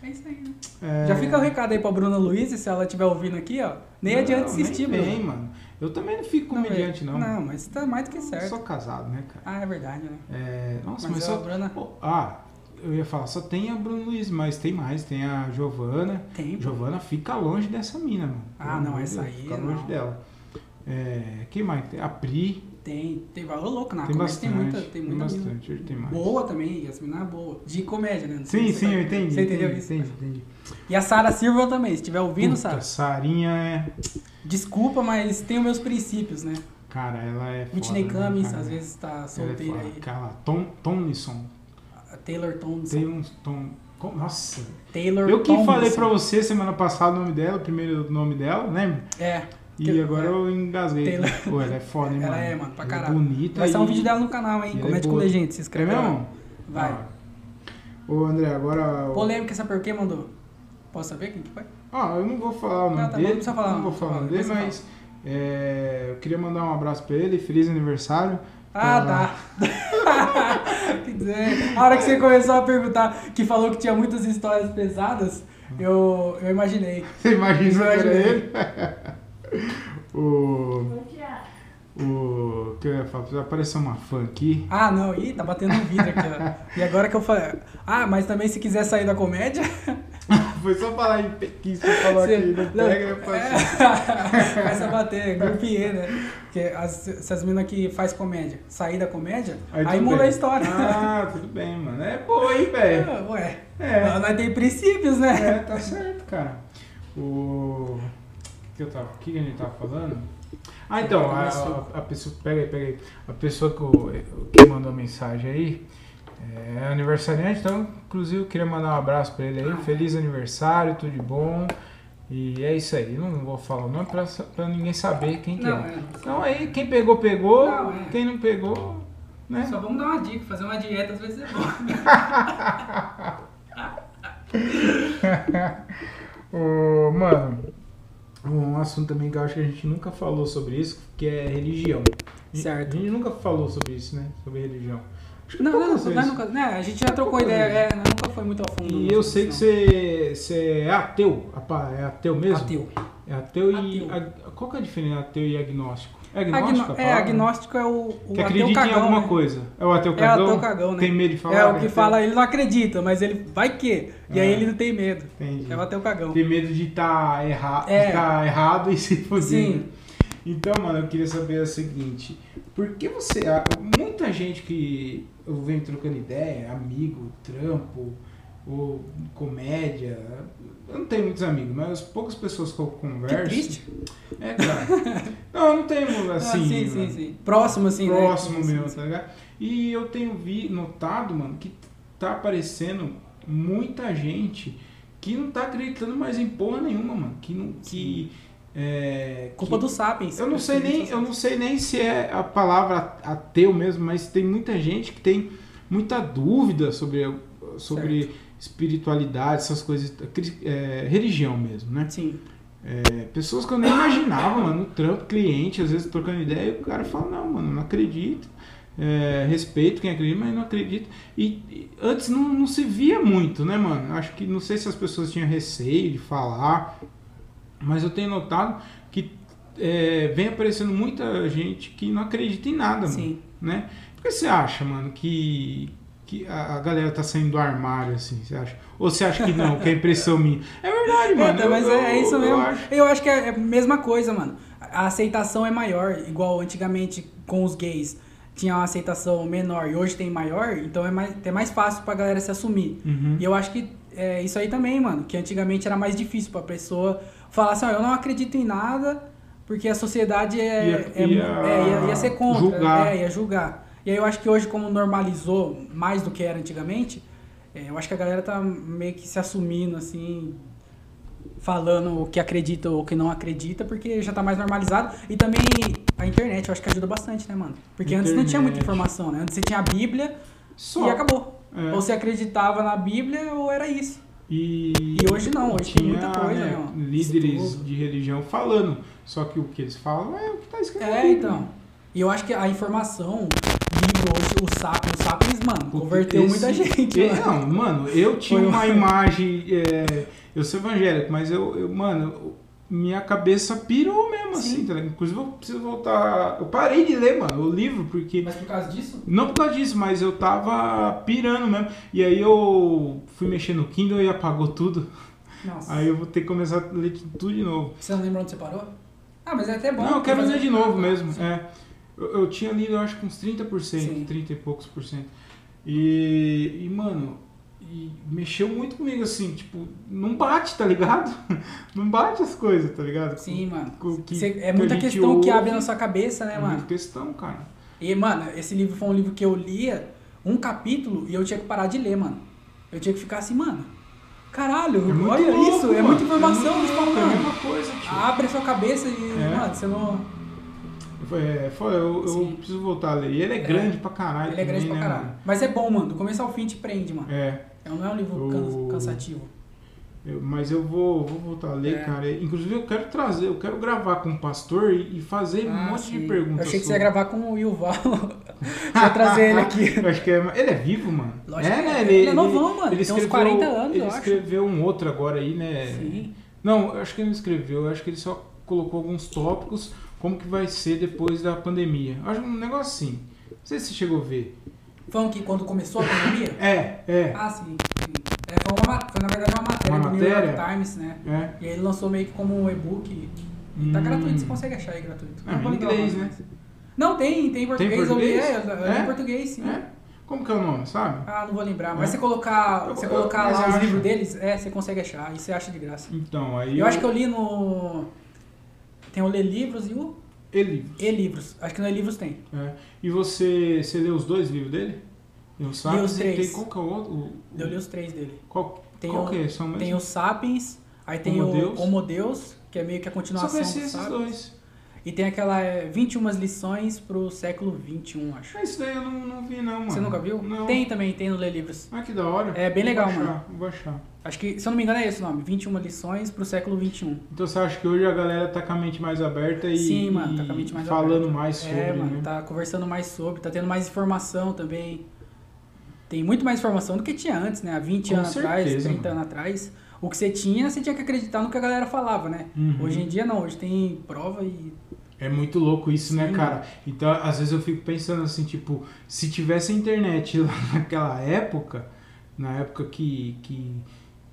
Speaker 2: É isso aí, né?
Speaker 1: É,
Speaker 2: Já fica o recado aí pra Bruna Luiz, se ela estiver ouvindo aqui, ó. Nem
Speaker 1: não,
Speaker 2: adianta insistir,
Speaker 1: nem
Speaker 2: mano.
Speaker 1: tem, mano. Eu também não fico
Speaker 2: Não, é-
Speaker 1: comediante, não.
Speaker 2: Não, mas tá mais do que
Speaker 1: Eu
Speaker 2: certo.
Speaker 1: Sou casado, né, cara?
Speaker 2: Ah, é verdade, né?
Speaker 1: É, Nossa,
Speaker 2: Mas
Speaker 1: mas,
Speaker 2: é
Speaker 1: só.
Speaker 2: a Bruna.
Speaker 1: Pô, ah, eu ia falar, só tem a Bruno Luiz, mas tem mais, tem a Giovana.
Speaker 2: Tem.
Speaker 1: Giovana fica longe dessa mina, mano.
Speaker 2: Ah,
Speaker 1: Pelo
Speaker 2: não,
Speaker 1: amor de
Speaker 2: essa
Speaker 1: Deus,
Speaker 2: aí
Speaker 1: Fica
Speaker 2: não.
Speaker 1: longe dela. É, quem mais? Tem A Pri.
Speaker 2: Tem, tem valor louco na
Speaker 1: tem
Speaker 2: comédia.
Speaker 1: bastante.
Speaker 2: Ah, tem muita, tem muita mina
Speaker 1: bastante. Hoje tem mais.
Speaker 2: Boa também, e as meninas boa. De comédia, né? Não sei
Speaker 1: Sim,
Speaker 2: se
Speaker 1: sim,
Speaker 2: você-
Speaker 1: eu entendi.
Speaker 2: Você entendeu
Speaker 1: entendi,
Speaker 2: isso?
Speaker 1: Entendi, entendi.
Speaker 2: E a Sara Silva também, se estiver ouvindo,
Speaker 1: Puta,
Speaker 2: Sara,
Speaker 1: Sarinha é.
Speaker 2: desculpa, mas tenho meus princípios, né?
Speaker 1: Cara, ela é.
Speaker 2: Whitney
Speaker 1: foda, né,
Speaker 2: Cummings,
Speaker 1: cara?
Speaker 2: às vezes tá
Speaker 1: Ela é
Speaker 2: solteira
Speaker 1: foda.
Speaker 2: aí.
Speaker 1: Cara, Tom, Tomlinson.
Speaker 2: A Taylor Thompson.
Speaker 1: Tem uns Tom. com- Nossa.
Speaker 2: Taylor
Speaker 1: Eu que
Speaker 2: Thompson.
Speaker 1: falei pra você semana passada o nome dela, o primeiro nome dela, lembra?
Speaker 2: É.
Speaker 1: E
Speaker 2: Que-
Speaker 1: agora eu engasguei.
Speaker 2: Taylor-
Speaker 1: Pô, ela é foda, hein,
Speaker 2: Ela
Speaker 1: mano?
Speaker 2: é, mano, pra
Speaker 1: Ela é
Speaker 2: caralho.
Speaker 1: bonita.
Speaker 2: Vai sair um
Speaker 1: e-
Speaker 2: vídeo dela no canal, hein?
Speaker 1: e ela é
Speaker 2: Comédia com
Speaker 1: boa.
Speaker 2: Legenda, se
Speaker 1: É
Speaker 2: inscreve lá.
Speaker 1: mesmo?
Speaker 2: Vai.
Speaker 1: Ah. Ô, André, agora...
Speaker 2: Polêmica, sabe por quê, mandou? Posso saber quem que foi?
Speaker 1: Ah, eu não vou falar o nome
Speaker 2: Não, tá bom,
Speaker 1: dele.
Speaker 2: não precisa falar,
Speaker 1: não vou falar o nome
Speaker 2: não
Speaker 1: dele,
Speaker 2: precisa
Speaker 1: mas... é, eu queria mandar um abraço pra ele. Feliz aniversário.
Speaker 2: Ah,
Speaker 1: Pra-
Speaker 2: tá. Quer dizer, a hora que você começou a perguntar que falou que tinha muitas histórias pesadas, eu, eu imaginei.
Speaker 1: Você imagina
Speaker 2: Eu
Speaker 1: que era
Speaker 2: imaginei.
Speaker 1: ele? o... O... que eu ia falar? Precisa aparecer uma fã aqui.
Speaker 2: Ah, não, ih, tá batendo um vidro aqui, ó. E agora que eu falei. Ah, mas também se quiser sair da comédia.
Speaker 1: Foi só falar em Pequim, você falou
Speaker 2: você-
Speaker 1: aqui. Não
Speaker 2: não,
Speaker 1: né? pega, assim. não passa.
Speaker 2: é, começa a bater, grupo E, né? Porque as, se as meninas que faz comédia sair da comédia, aí,
Speaker 1: tudo
Speaker 2: muda
Speaker 1: bem.
Speaker 2: a história.
Speaker 1: Ah, tudo bem, mano. É boa, hein, velho?
Speaker 2: Ah, Ué,
Speaker 1: É.
Speaker 2: nós temos princípios, né?
Speaker 1: É, tá certo, cara. O. O que, eu tava... o que que a gente tava falando? Ah, então, a, a- a pessoa. Pega aí, pega aí. A pessoa que, o- que mandou a mensagem aí é
Speaker 2: Ah, é.
Speaker 1: aniversariante, então, inclusive, eu queria mandar um abraço pra ele aí. Feliz aniversário, tudo de bom. E é isso aí, não vou falar o nome pra, pra ninguém saber quem que
Speaker 2: Não,
Speaker 1: é.
Speaker 2: é.
Speaker 1: Então aí, quem pegou, pegou,
Speaker 2: Não, é.
Speaker 1: quem não pegou, né?
Speaker 2: Só vamos dar uma dica, fazer uma dieta às vezes é bom.
Speaker 1: Ô, mano, um assunto também que eu acho que a gente nunca falou sobre isso, que é religião.
Speaker 2: Certo.
Speaker 1: A gente nunca falou sobre isso, né? Sobre religião. Acho que é
Speaker 2: Não, não,
Speaker 1: poucas
Speaker 2: não,
Speaker 1: vezes.
Speaker 2: nunca, né, a gente já trocou ideia, é, nunca foi muito a fundo.
Speaker 1: E
Speaker 2: nisso,
Speaker 1: eu sei
Speaker 2: não.
Speaker 1: que você, você é ateu. Apa- É ateu mesmo?
Speaker 2: Ateu.
Speaker 1: É ateu e.
Speaker 2: Ateu.
Speaker 1: ag- Qual que é a diferença entre ateu e agnóstico? É
Speaker 2: Agno-
Speaker 1: agnóstico? a
Speaker 2: é,
Speaker 1: palavra?
Speaker 2: agnóstico é o, o
Speaker 1: Que
Speaker 2: ateu
Speaker 1: acredita
Speaker 2: cagão.
Speaker 1: em alguma
Speaker 2: né?
Speaker 1: coisa. É o ateu
Speaker 2: É
Speaker 1: cagão?
Speaker 2: ateu cagão, né?
Speaker 1: Tem medo de falar?
Speaker 2: É, o que
Speaker 1: ateu?
Speaker 2: fala, ele não acredita, mas ele vai que. E aí
Speaker 1: Ah.
Speaker 2: ele não tem medo.
Speaker 1: Entendi.
Speaker 2: É o ateu cagão.
Speaker 1: Tem medo de tá erra...
Speaker 2: É.
Speaker 1: de tá errado e se fuder.
Speaker 2: Sim.
Speaker 1: Então, mano, eu queria saber o seguinte. Por que você... a- Muita gente que eu venho trocando ideia, amigo, trampo, ou comédia... Eu não tenho muitos amigos, mas as poucas pessoas que eu converso...
Speaker 2: Que triste.
Speaker 1: É, claro. não, eu não tenho,
Speaker 2: Ah,
Speaker 1: assim...
Speaker 2: sim, sim, sim. Próximo, assim, né?
Speaker 1: próximo
Speaker 2: Sim,
Speaker 1: meu,
Speaker 2: sim.
Speaker 1: tá ligado? E eu tenho vi, notado, mano, que tá aparecendo muita gente que não tá acreditando mais em porra nenhuma, mano. Que não. Que, é,
Speaker 2: Culpa
Speaker 1: que-
Speaker 2: dos sapiens.
Speaker 1: Eu não sei nem, eu não sei nem se é a palavra ateu mesmo, mas tem muita gente que tem muita dúvida sobre, sobre espiritualidade, essas coisas, cri- é, religião mesmo, né?
Speaker 2: Sim.
Speaker 1: É, pessoas que eu nem imaginava, mano, no trampo, cliente, às vezes trocando ideia, e o cara fala, não, mano, não acredito. É, respeito quem acredita, mas não acredito. E, e antes não, não se via muito, né, mano? Acho que não sei se as pessoas tinham receio de falar, mas eu tenho notado que é, vem aparecendo muita gente que não acredita em nada, mano.
Speaker 2: Sim.
Speaker 1: Né? Por que você acha, mano, que, que a, a galera tá saindo do armário, assim, você acha? Ou você acha que não, que é impressão minha? É verdade, mano.
Speaker 2: Puta,
Speaker 1: eu-
Speaker 2: mas é, é
Speaker 1: eu-
Speaker 2: isso mesmo.
Speaker 1: Eu acho
Speaker 2: Eu acho que é é a mesma coisa, mano. A aceitação é maior, igual antigamente com os gays tinha uma aceitação menor e hoje tem maior, então é mais, é mais fácil pra galera se assumir.
Speaker 1: Uhum.
Speaker 2: E eu acho que é isso aí também, mano. Que antigamente era mais difícil pra pessoa falar assim, ó, eu não acredito em nada, porque a sociedade é,
Speaker 1: Ia-
Speaker 2: é-
Speaker 1: ia
Speaker 2: é, ia, ia ser contra.
Speaker 1: julgar.
Speaker 2: É, ia julgar. E aí eu acho que hoje, como normalizou mais do que era antigamente, é, eu acho que a galera tá meio que se assumindo, assim, falando o que acredita ou o que não acredita, porque já tá mais normalizado. E também a internet, eu acho que ajuda bastante, né, mano? Porque antes não tinha muita
Speaker 1: Internet.
Speaker 2: informação, né? Antes você tinha a Bíblia
Speaker 1: Só.
Speaker 2: e acabou.
Speaker 1: É.
Speaker 2: Ou você acreditava na Bíblia ou era isso.
Speaker 1: E,
Speaker 2: E hoje não, hoje tem muita coisa,
Speaker 1: né,
Speaker 2: né, ó.
Speaker 1: líderes
Speaker 2: Estudo.
Speaker 1: de religião falando. Só que o que eles falam é o que tá escrito.
Speaker 2: É,
Speaker 1: ali, né?
Speaker 2: então. E eu acho que a informação, o livro, hoje, o sapo, os sapiens, mano,
Speaker 1: Porque
Speaker 2: converteu
Speaker 1: esse-
Speaker 2: muita gente.
Speaker 1: É,
Speaker 2: mano.
Speaker 1: não, mano, eu tinha
Speaker 2: Foi um-
Speaker 1: uma imagem. é, eu sou evangélico, mas eu, eu, mano, minha cabeça pirou mesmo,
Speaker 2: Sim.
Speaker 1: assim, tá ligado? Inclusive eu preciso voltar. Eu parei de ler, mano, o livro, porque.
Speaker 2: Mas por causa disso?
Speaker 1: Não por causa disso, mas eu tava pirando mesmo. E aí eu fui mexer no Kindle e apagou tudo.
Speaker 2: Nossa.
Speaker 1: Aí eu vou ter que começar a ler tudo de novo.
Speaker 2: Você não lembra onde você parou? Ah, mas é até bom.
Speaker 1: Não, eu quero
Speaker 2: fazer- né?
Speaker 1: ler de novo mesmo. É. Eu, eu tinha lido, eu acho que uns 30%,
Speaker 2: Sim.
Speaker 1: 30 e poucos por cento. E, e, mano, e mexeu muito comigo, assim, tipo, não bate, tá ligado? Não bate as coisas, tá ligado? Com-
Speaker 2: assim. Sim, mano.
Speaker 1: com- que-
Speaker 2: Cê- é
Speaker 1: que
Speaker 2: muita
Speaker 1: a gente
Speaker 2: questão que
Speaker 1: ouve.
Speaker 2: abre na sua cabeça,
Speaker 1: É
Speaker 2: né, mano?
Speaker 1: muita questão, cara.
Speaker 2: E, mano, esse livro foi um livro que eu lia um capítulo e eu tinha que parar de ler, mano. Eu tinha que ficar assim, mano. Caralho,
Speaker 1: É muito
Speaker 2: olha
Speaker 1: louco,
Speaker 2: isso, é
Speaker 1: mano.
Speaker 2: muita informação,
Speaker 1: é,
Speaker 2: Ah.
Speaker 1: muito
Speaker 2: você
Speaker 1: louco,
Speaker 2: fala,
Speaker 1: é a
Speaker 2: mano.
Speaker 1: mesma coisa, tio.
Speaker 2: Abre a sua cabeça e,
Speaker 1: É.
Speaker 2: mano, você não.
Speaker 1: É, foi, eu, eu
Speaker 2: Sim.
Speaker 1: preciso voltar a ler. E ele é grande pra caralho.
Speaker 2: Ele é grande pra
Speaker 1: também, né,
Speaker 2: caralho. Mas é bom, mano. Do começo ao fim te prende, mano.
Speaker 1: mano? É.
Speaker 2: É, não é um livro
Speaker 1: O-
Speaker 2: can- cansativo.
Speaker 1: Eu- mas eu vou, vou voltar a ler,
Speaker 2: É.
Speaker 1: cara. Inclusive, eu quero trazer, eu quero gravar com o pastor e, e fazer um
Speaker 2: Ah,
Speaker 1: monte
Speaker 2: sim.
Speaker 1: de perguntas.
Speaker 2: Eu achei que você
Speaker 1: sobre-
Speaker 2: ia gravar com o Yuval. Deixa eu trazer ele aqui.
Speaker 1: Eu acho que é, ele é vivo, mano.
Speaker 2: Lógico
Speaker 1: é,
Speaker 2: que é.
Speaker 1: né?
Speaker 2: Ele é novão, mano. Tem uns 40 anos,
Speaker 1: ele
Speaker 2: eu acho.
Speaker 1: escreveu um outro agora aí, né?
Speaker 2: Sim.
Speaker 1: Não, eu acho que ele não escreveu. Eu acho que ele só colocou alguns tópicos, como que vai ser depois da pandemia. Eu acho um negócio assim. Não sei se você chegou a ver.
Speaker 2: Foi um que quando começou a pandemia?
Speaker 1: É, é,
Speaker 2: Ah, sim. sim. É, foi, uma, ma- foi na verdade uma matéria
Speaker 1: Uma
Speaker 2: do New
Speaker 1: matéria?
Speaker 2: York Times, né?
Speaker 1: é.
Speaker 2: E aí ele lançou meio que como um e-book. E Tá
Speaker 1: Hum.
Speaker 2: gratuito, você consegue achar aí gratuito.
Speaker 1: Ah,
Speaker 2: vou
Speaker 1: em
Speaker 2: lembrar o
Speaker 1: inglês,
Speaker 2: nome,
Speaker 1: né?
Speaker 2: mas- Não, tem, tem em português.
Speaker 1: português?
Speaker 2: Eu li, é, eu li
Speaker 1: É?
Speaker 2: em português, sim.
Speaker 1: É? Como que é o nome, sabe?
Speaker 2: Ah, não vou lembrar. Mas
Speaker 1: É?
Speaker 2: se colocar,
Speaker 1: Eu-
Speaker 2: você
Speaker 1: eu-
Speaker 2: colocar
Speaker 1: mas
Speaker 2: lá
Speaker 1: eu
Speaker 2: os
Speaker 1: acho.
Speaker 2: livros deles, é, você consegue achar. E você acha de graça.
Speaker 1: Então, aí.
Speaker 2: Eu acho que eu li no... Tem o Lê Livros e o
Speaker 1: Ele.
Speaker 2: E-Livros. Acho que no E-Livros tem.
Speaker 1: É. E você, você leu os dois livros dele? Eu sabe
Speaker 2: os
Speaker 1: e Tem
Speaker 2: três.
Speaker 1: qual que é o outro? O-
Speaker 2: Eu li os três dele.
Speaker 1: Qual,
Speaker 2: Tem
Speaker 1: qual
Speaker 2: o-
Speaker 1: que é? São mais
Speaker 2: Tem os Sapiens, Aí tem
Speaker 1: Homo
Speaker 2: o
Speaker 1: Deus.
Speaker 2: Homo Deus, que é meio que a
Speaker 1: Só
Speaker 2: continuação
Speaker 1: conheci
Speaker 2: do
Speaker 1: esses
Speaker 2: Sapiens.
Speaker 1: dois.
Speaker 2: E tem aquela é, 21 lições pro século 21, acho.
Speaker 1: Ah, Isso daí eu não, não vi, não, mano.
Speaker 2: Você nunca viu?
Speaker 1: Não.
Speaker 2: Tem também, tem no Lê Livros.
Speaker 1: Ah, que da hora.
Speaker 2: É bem legal,
Speaker 1: vou baixar,
Speaker 2: mano.
Speaker 1: Vou baixar.
Speaker 2: Acho que, se eu não me engano, é esse o nome. 21 lições pro século 21.
Speaker 1: Então você acha que hoje a galera tá com a mente mais aberta e,
Speaker 2: Sim, mano, tá
Speaker 1: e
Speaker 2: com a mente mais
Speaker 1: falando
Speaker 2: aberta.
Speaker 1: mais sobre,
Speaker 2: é, mano,
Speaker 1: né?
Speaker 2: tá conversando mais sobre, tá tendo mais informação também. Tem muito mais informação do que tinha antes, né? Há 20
Speaker 1: Com
Speaker 2: anos atrás,
Speaker 1: certeza,
Speaker 2: 30
Speaker 1: mano.
Speaker 2: anos atrás. O que você tinha, você tinha que acreditar no que a galera falava, né?
Speaker 1: Uhum.
Speaker 2: Hoje em dia não, hoje tem prova e.
Speaker 1: É muito louco isso, né,
Speaker 2: Sim.
Speaker 1: cara? Então, às vezes eu fico pensando assim, tipo, se tivesse internet lá naquela época, na época que, que,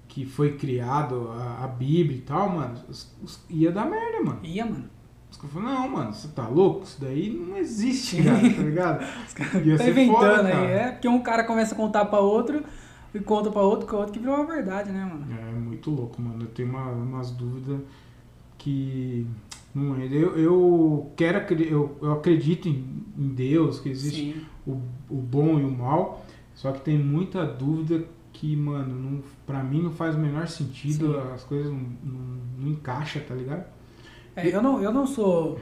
Speaker 1: que foi criado a, a Bíblia e tal, mano, os- os- ia dar merda, mano.
Speaker 2: Ia, mano.
Speaker 1: Os caras falam, não, mano, você tá louco? Isso daí não existe, cara, tá ligado?
Speaker 2: Os caras
Speaker 1: Ia
Speaker 2: tá
Speaker 1: ser
Speaker 2: inventando
Speaker 1: foda,
Speaker 2: aí.
Speaker 1: cara.
Speaker 2: É porque um cara começa a contar pra outro, e conta pra outro, com outro, que virou uma verdade, né, mano?
Speaker 1: É muito louco, mano. Eu tenho uma, umas dúvidas que. Não é. Eu, eu quero acre- eu, eu acredito em, em Deus, que existe
Speaker 2: Sim.
Speaker 1: o, o bom e o mal. Só que tem muita dúvida que, mano, não, pra mim não faz o menor sentido,
Speaker 2: Sim.
Speaker 1: as coisas não, não, não encaixam, tá ligado?
Speaker 2: É, eu, não, eu não sou. Eu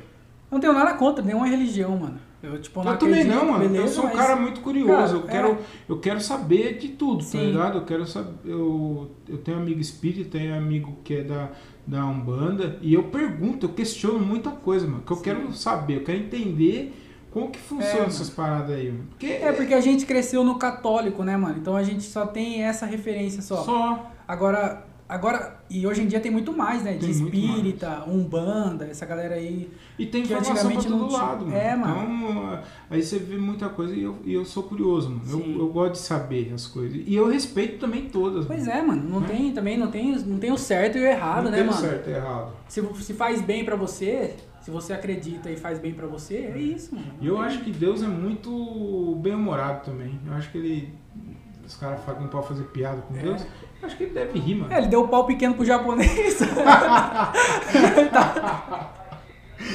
Speaker 2: não tenho nada contra nenhuma religião, mano. Eu, tipo,
Speaker 1: Eu,
Speaker 2: não
Speaker 1: também
Speaker 2: acredito,
Speaker 1: não, mano. eu
Speaker 2: beleza,
Speaker 1: sou um
Speaker 2: mas-
Speaker 1: cara muito curioso. eu,
Speaker 2: Cara, é.
Speaker 1: quero, eu quero saber de tudo, tá
Speaker 2: Sim.
Speaker 1: ligado? Eu quero saber. Eu, eu tenho amigo espírita, tenho amigo que é da, da Umbanda. E eu pergunto, eu questiono muita coisa, mano. Que eu
Speaker 2: Sim. É,
Speaker 1: quero saber, eu quero entender como que funcionam
Speaker 2: mano.
Speaker 1: essas paradas aí, mano. Porque
Speaker 2: É porque a gente cresceu no católico, né, mano? Então a gente só tem essa referência só.
Speaker 1: só.
Speaker 2: Agora, agora e hoje em dia tem muito mais, né? De
Speaker 1: Tem muito
Speaker 2: espírita, umbanda, essa galera aí.
Speaker 1: E tem
Speaker 2: Que
Speaker 1: informação pra
Speaker 2: antigamente não
Speaker 1: todo
Speaker 2: tinha.
Speaker 1: lado, mano.
Speaker 2: É,
Speaker 1: Então, aí você vê muita coisa e eu, e eu sou curioso, mano.
Speaker 2: Sim.
Speaker 1: Eu, eu gosto de saber as coisas. E eu respeito também todas.
Speaker 2: Pois
Speaker 1: mano.
Speaker 2: é, mano, não
Speaker 1: É.
Speaker 2: tem também, não tem, não tem o certo e o errado,
Speaker 1: Não
Speaker 2: né,
Speaker 1: tem
Speaker 2: mano?
Speaker 1: certo e errado.
Speaker 2: Se, vo- se faz bem pra você, se você acredita e faz bem pra você, é isso, mano.
Speaker 1: Hum. E eu acho que Deus é muito bem-humorado também. Eu acho que ele. Os caras falam que não pode fazer piada com
Speaker 2: É.
Speaker 1: Deus. Eu acho que ele deve rir, mano.
Speaker 2: É, ele deu o pau pequeno pro japonês. Tá.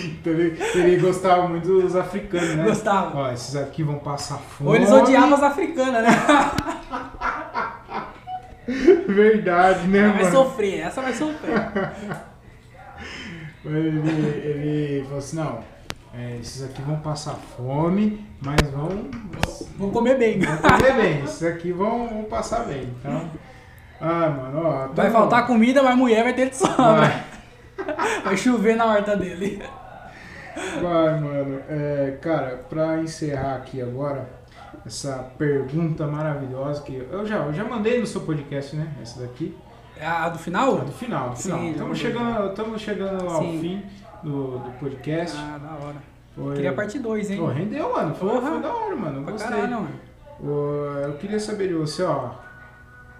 Speaker 1: Então, ele, ele gostava muito dos africanos, né?
Speaker 2: Gostava.
Speaker 1: Ó, esses aqui vão passar fome.
Speaker 2: Ou eles odiavam as africanas, né?
Speaker 1: Verdade, né, mano?
Speaker 2: Vai sofrer, essa vai sofrer.
Speaker 1: Ele, ele falou assim, não, é, esses aqui vão passar fome, mas vão
Speaker 2: Vou comer bem.
Speaker 1: comer bem, esses aqui vão, vão passar bem, então... Ah, mano, ó... tá
Speaker 2: Vai
Speaker 1: bom.
Speaker 2: faltar comida, mas mulher vai ter de sobra.
Speaker 1: Vai,
Speaker 2: Vai chover na horta dele.
Speaker 1: vai, mano. É, cara, pra encerrar aqui agora, essa pergunta maravilhosa que... Eu já, eu já mandei no seu podcast, né, essa daqui.
Speaker 2: É a do
Speaker 1: Ah,
Speaker 2: final?
Speaker 1: do final, do
Speaker 2: Sim,
Speaker 1: final.
Speaker 2: já
Speaker 1: Estamos
Speaker 2: mandei.
Speaker 1: chegando, tamo chegando ao
Speaker 2: Sim.
Speaker 1: fim do, do podcast.
Speaker 2: Ah, da hora.
Speaker 1: Foi-
Speaker 2: Queria a parte 2, hein?
Speaker 1: Pô, rendeu, mano. Foi,
Speaker 2: Porra.
Speaker 1: foi da hora, mano. Eu
Speaker 2: pra
Speaker 1: gostei.
Speaker 2: caralho, mano.
Speaker 1: Ô, Eu queria saber de você, ó.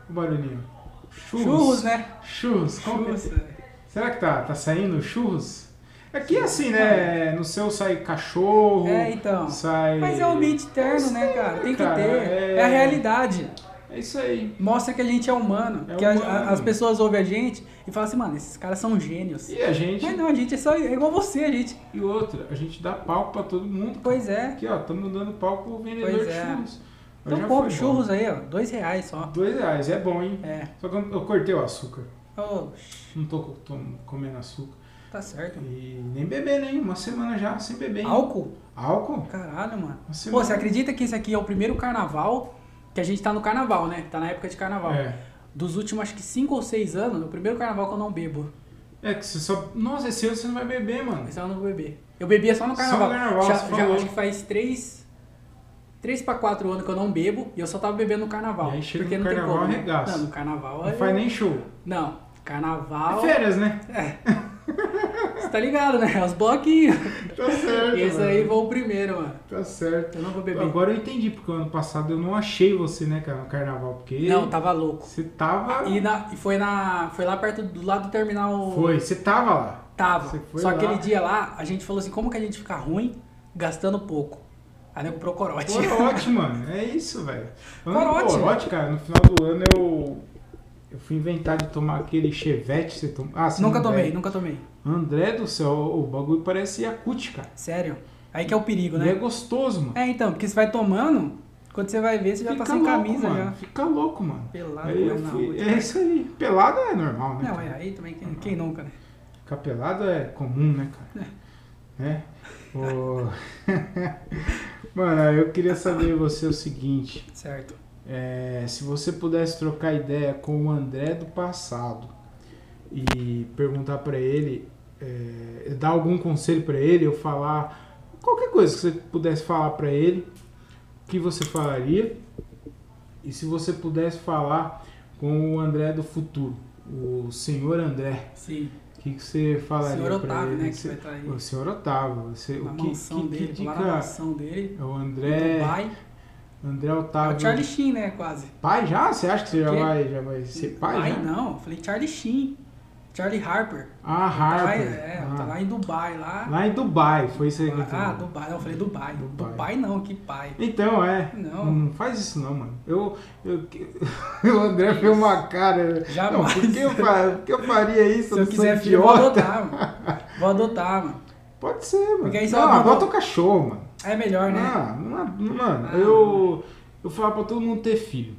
Speaker 1: O barulhinho. Churros.
Speaker 2: Churros, né?
Speaker 1: Churros. Como que-
Speaker 2: Churros. é.
Speaker 1: Será que tá, tá saindo churros? Aqui é assim, né? No seu sai cachorro.
Speaker 2: É, então.
Speaker 1: Sai.
Speaker 2: Mas é o ambiente interno, né, cara? Tem que
Speaker 1: cara,
Speaker 2: ter.
Speaker 1: é-
Speaker 2: É a realidade.
Speaker 1: É isso aí.
Speaker 2: Mostra que a gente é humano.
Speaker 1: É
Speaker 2: que a-
Speaker 1: humano.
Speaker 2: a- as pessoas ouvem a gente e falam assim, mano, esses caras são gênios.
Speaker 1: E a gente.
Speaker 2: Mas não, a gente é só é igual você, a gente.
Speaker 1: E outra, a gente dá palco pra todo mundo.
Speaker 2: Pois é.
Speaker 1: Aqui, ó, estamos dando palco pro vendedor
Speaker 2: Pois
Speaker 1: de
Speaker 2: é.
Speaker 1: churros. Mas já
Speaker 2: Então
Speaker 1: foi bom.
Speaker 2: compra churros aí, ó. Dois reais só.
Speaker 1: Dois reais, é bom, hein?
Speaker 2: É.
Speaker 1: Só que eu eu cortei o açúcar.
Speaker 2: Ô,
Speaker 1: Não tô, co- tô comendo açúcar.
Speaker 2: tá certo.
Speaker 1: E nem beber, né? Uma semana já sem beber. hein?
Speaker 2: Álcool?
Speaker 1: Álcool?
Speaker 2: Caralho, mano.
Speaker 1: Uma
Speaker 2: Pô,
Speaker 1: semana.
Speaker 2: você acredita que esse aqui é o primeiro carnaval? Que a gente tá no carnaval, né? Tá na época de carnaval.
Speaker 1: É.
Speaker 2: Dos últimos, acho que 5 ou 6 anos, é o primeiro carnaval que eu não bebo.
Speaker 1: É que você só. Nossa, esse ano você não vai beber, mano.
Speaker 2: Esse ano eu não vou beber. Eu bebia só no
Speaker 1: Só no
Speaker 2: carnaval.
Speaker 1: carnaval,
Speaker 2: já,
Speaker 1: você
Speaker 2: já
Speaker 1: falou.
Speaker 2: acho que faz 3. 3 pra 4 anos que eu não bebo e eu só tava bebendo no carnaval.
Speaker 1: E aí chega
Speaker 2: porque
Speaker 1: no
Speaker 2: não
Speaker 1: carnaval,
Speaker 2: tem como. né?
Speaker 1: arregaça.
Speaker 2: Não, no carnaval
Speaker 1: Não
Speaker 2: é.
Speaker 1: faz nem show.
Speaker 2: Não,
Speaker 1: É
Speaker 2: carnaval.
Speaker 1: férias, né?
Speaker 2: Você tá ligado, né? Os bloquinhos.
Speaker 1: Tá certo.
Speaker 2: Esse aí vou o primeiro, mano.
Speaker 1: Tá certo.
Speaker 2: Eu não vou beber.
Speaker 1: Agora eu entendi, porque ano passado eu não achei você, né, cara, no carnaval. Porque.
Speaker 2: Não, tava louco.
Speaker 1: Você tava.
Speaker 2: E, na- e foi, na, foi lá perto do lado do terminal.
Speaker 1: Foi, você tava lá.
Speaker 2: Tava.
Speaker 1: Você foi
Speaker 2: Só
Speaker 1: lá.
Speaker 2: aquele dia lá, a gente falou assim, como que a gente fica ruim gastando pouco? Aí nego pro corote.
Speaker 1: Corote, mano. É isso, velho. Falando em
Speaker 2: Corote,
Speaker 1: Corote, cara, no final do ano eu. Eu fui inventar de tomar aquele chevette. Você toma... Ah, você
Speaker 2: nunca
Speaker 1: não
Speaker 2: tomei,
Speaker 1: bebe.
Speaker 2: nunca tomei.
Speaker 1: André do céu, o bagulho parece Yakut, cara.
Speaker 2: Sério. Aí que é o perigo,
Speaker 1: E é
Speaker 2: né?
Speaker 1: gostoso, mano.
Speaker 2: É, então, porque você vai tomando, Quando você vai ver, você já
Speaker 1: Fica
Speaker 2: tá sem
Speaker 1: louco,
Speaker 2: camisa
Speaker 1: mano.
Speaker 2: já.
Speaker 1: Fica louco, mano.
Speaker 2: Pelado
Speaker 1: Aí eu
Speaker 2: correndo na
Speaker 1: fui-
Speaker 2: rua.
Speaker 1: É isso aí. Pelado é normal, né?
Speaker 2: Não,
Speaker 1: cara?
Speaker 2: é aí também, quem, quem nunca, né?
Speaker 1: Ficar pelado é comum, né, cara?
Speaker 2: É.
Speaker 1: Né? O- Mano, eu queria saber de você o seguinte.
Speaker 2: Certo.
Speaker 1: É, se você pudesse trocar ideia com o André do passado e perguntar pra ele, é, dar algum conselho pra ele, ou falar qualquer coisa que você pudesse falar pra ele, o que você falaria? E se você pudesse falar com o André do futuro, o senhor André,
Speaker 2: Sim.
Speaker 1: o que, que você
Speaker 2: O
Speaker 1: falaria
Speaker 2: senhor
Speaker 1: pra
Speaker 2: Otávio,
Speaker 1: ele?
Speaker 2: né, que
Speaker 1: Você-
Speaker 2: vai estar aí.
Speaker 1: O senhor Otávio, você,
Speaker 2: Na
Speaker 1: o que,
Speaker 2: mansão
Speaker 1: que, que
Speaker 2: dele, lá na
Speaker 1: dica?
Speaker 2: mansão dele.
Speaker 1: É o
Speaker 2: em
Speaker 1: André,
Speaker 2: Dubai.
Speaker 1: André
Speaker 2: É
Speaker 1: Otávio.
Speaker 2: o Charlie Sheen, né, quase.
Speaker 1: Pai já? Você acha que você já
Speaker 2: Quê?
Speaker 1: vai, já vai ser pai? né? já?
Speaker 2: não. Eu Falei Charlie Sheen. Charlie Harper.
Speaker 1: Ah,
Speaker 2: Vai,
Speaker 1: Harper.
Speaker 2: é,
Speaker 1: Ah.
Speaker 2: tá lá em Dubai, lá.
Speaker 1: Lá em Dubai, foi isso aí que eu
Speaker 2: ah,
Speaker 1: falei.
Speaker 2: Dubai. Não, eu falei Dubai.
Speaker 1: Dubai.
Speaker 2: Dubai. não, que pai.
Speaker 1: Então, é.
Speaker 2: Não.
Speaker 1: faz isso não, mano. Eu, eu, o André
Speaker 2: Que
Speaker 1: fez
Speaker 2: isso?
Speaker 1: uma cara.
Speaker 2: Jamais.
Speaker 1: Não, por que eu, fa- por que eu faria isso?
Speaker 2: Se
Speaker 1: não
Speaker 2: eu
Speaker 1: é sou
Speaker 2: quiser filho, eu vou
Speaker 1: idiota.
Speaker 2: adotar, mano. Vou adotar, mano.
Speaker 1: Pode ser, mano.
Speaker 2: Porque aí você
Speaker 1: não,
Speaker 2: vai mandar-
Speaker 1: adota o cachorro, mano.
Speaker 2: É melhor, né?
Speaker 1: Ah, não, não- mano,
Speaker 2: Ah.
Speaker 1: eu, eu falava pra todo mundo ter filho.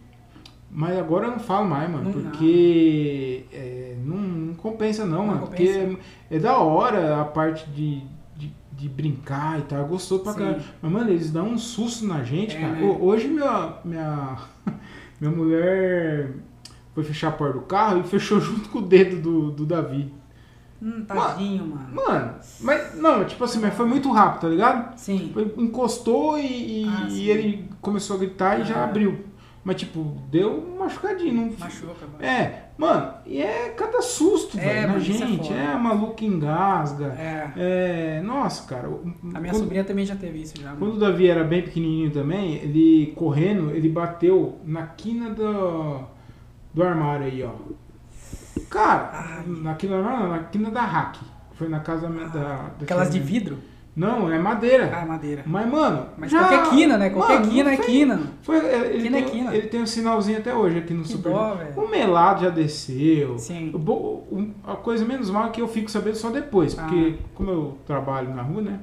Speaker 1: Mas agora eu não falo mais, mano,
Speaker 2: Não, não.
Speaker 1: porque é, não, não compensa não,
Speaker 2: Não
Speaker 1: mano.
Speaker 2: compensa.
Speaker 1: Porque é, é da hora a parte de, de, de brincar e tal. Gostou pra
Speaker 2: Sim.
Speaker 1: caralho. Mas, mano, eles dão um susto na gente,
Speaker 2: É,
Speaker 1: cara.
Speaker 2: né?
Speaker 1: Ho- Hoje minha, minha, minha mulher foi fechar a porta do carro e fechou junto com o dedo do, do Davi.
Speaker 2: Hum, tadinho, mano.
Speaker 1: Mano, mas não, tipo assim, mas foi muito rápido, tá ligado?
Speaker 2: Sim.
Speaker 1: Foi- encostou e, e
Speaker 2: Ah, sim.
Speaker 1: ele começou a gritar e já
Speaker 2: Ah.
Speaker 1: abriu. Mas, tipo, deu um machucadinho. Não...
Speaker 2: Machuca, mano.
Speaker 1: É, mano, e é cada susto,
Speaker 2: É,
Speaker 1: velho, na
Speaker 2: mano, isso é
Speaker 1: gente.
Speaker 2: foda.
Speaker 1: É, maluco engasga.
Speaker 2: É.
Speaker 1: É, nossa, cara. o-
Speaker 2: A minha
Speaker 1: quando,
Speaker 2: sobrinha também já teve isso já.
Speaker 1: quando o Davi era bem pequenininho também, ele correndo, ele bateu na quina do, do armário aí, ó. Cara,
Speaker 2: Ai.
Speaker 1: na quina do armário, não, na quina da hack. Foi na casa da, minha- da, da
Speaker 2: Aquelas de
Speaker 1: minha-
Speaker 2: vidro?
Speaker 1: Não, é madeira.
Speaker 2: Ah, madeira.
Speaker 1: Mas, mano.
Speaker 2: Mas
Speaker 1: já-
Speaker 2: qualquer quina, né? Qualquer
Speaker 1: Mano, não
Speaker 2: quina é
Speaker 1: tem-
Speaker 2: quina. mano.
Speaker 1: Foi, é, ele,
Speaker 2: Quina é
Speaker 1: tem,
Speaker 2: quina.
Speaker 1: ele tem um sinalzinho até hoje aqui no
Speaker 2: Que
Speaker 1: Super.
Speaker 2: dó,
Speaker 1: Nintendo.
Speaker 2: velho.
Speaker 1: o melado já desceu.
Speaker 2: Sim.
Speaker 1: O bo- o- um, a coisa menos mal é que eu fico sabendo só depois. Porque,
Speaker 2: Ah.
Speaker 1: como eu trabalho na rua, né?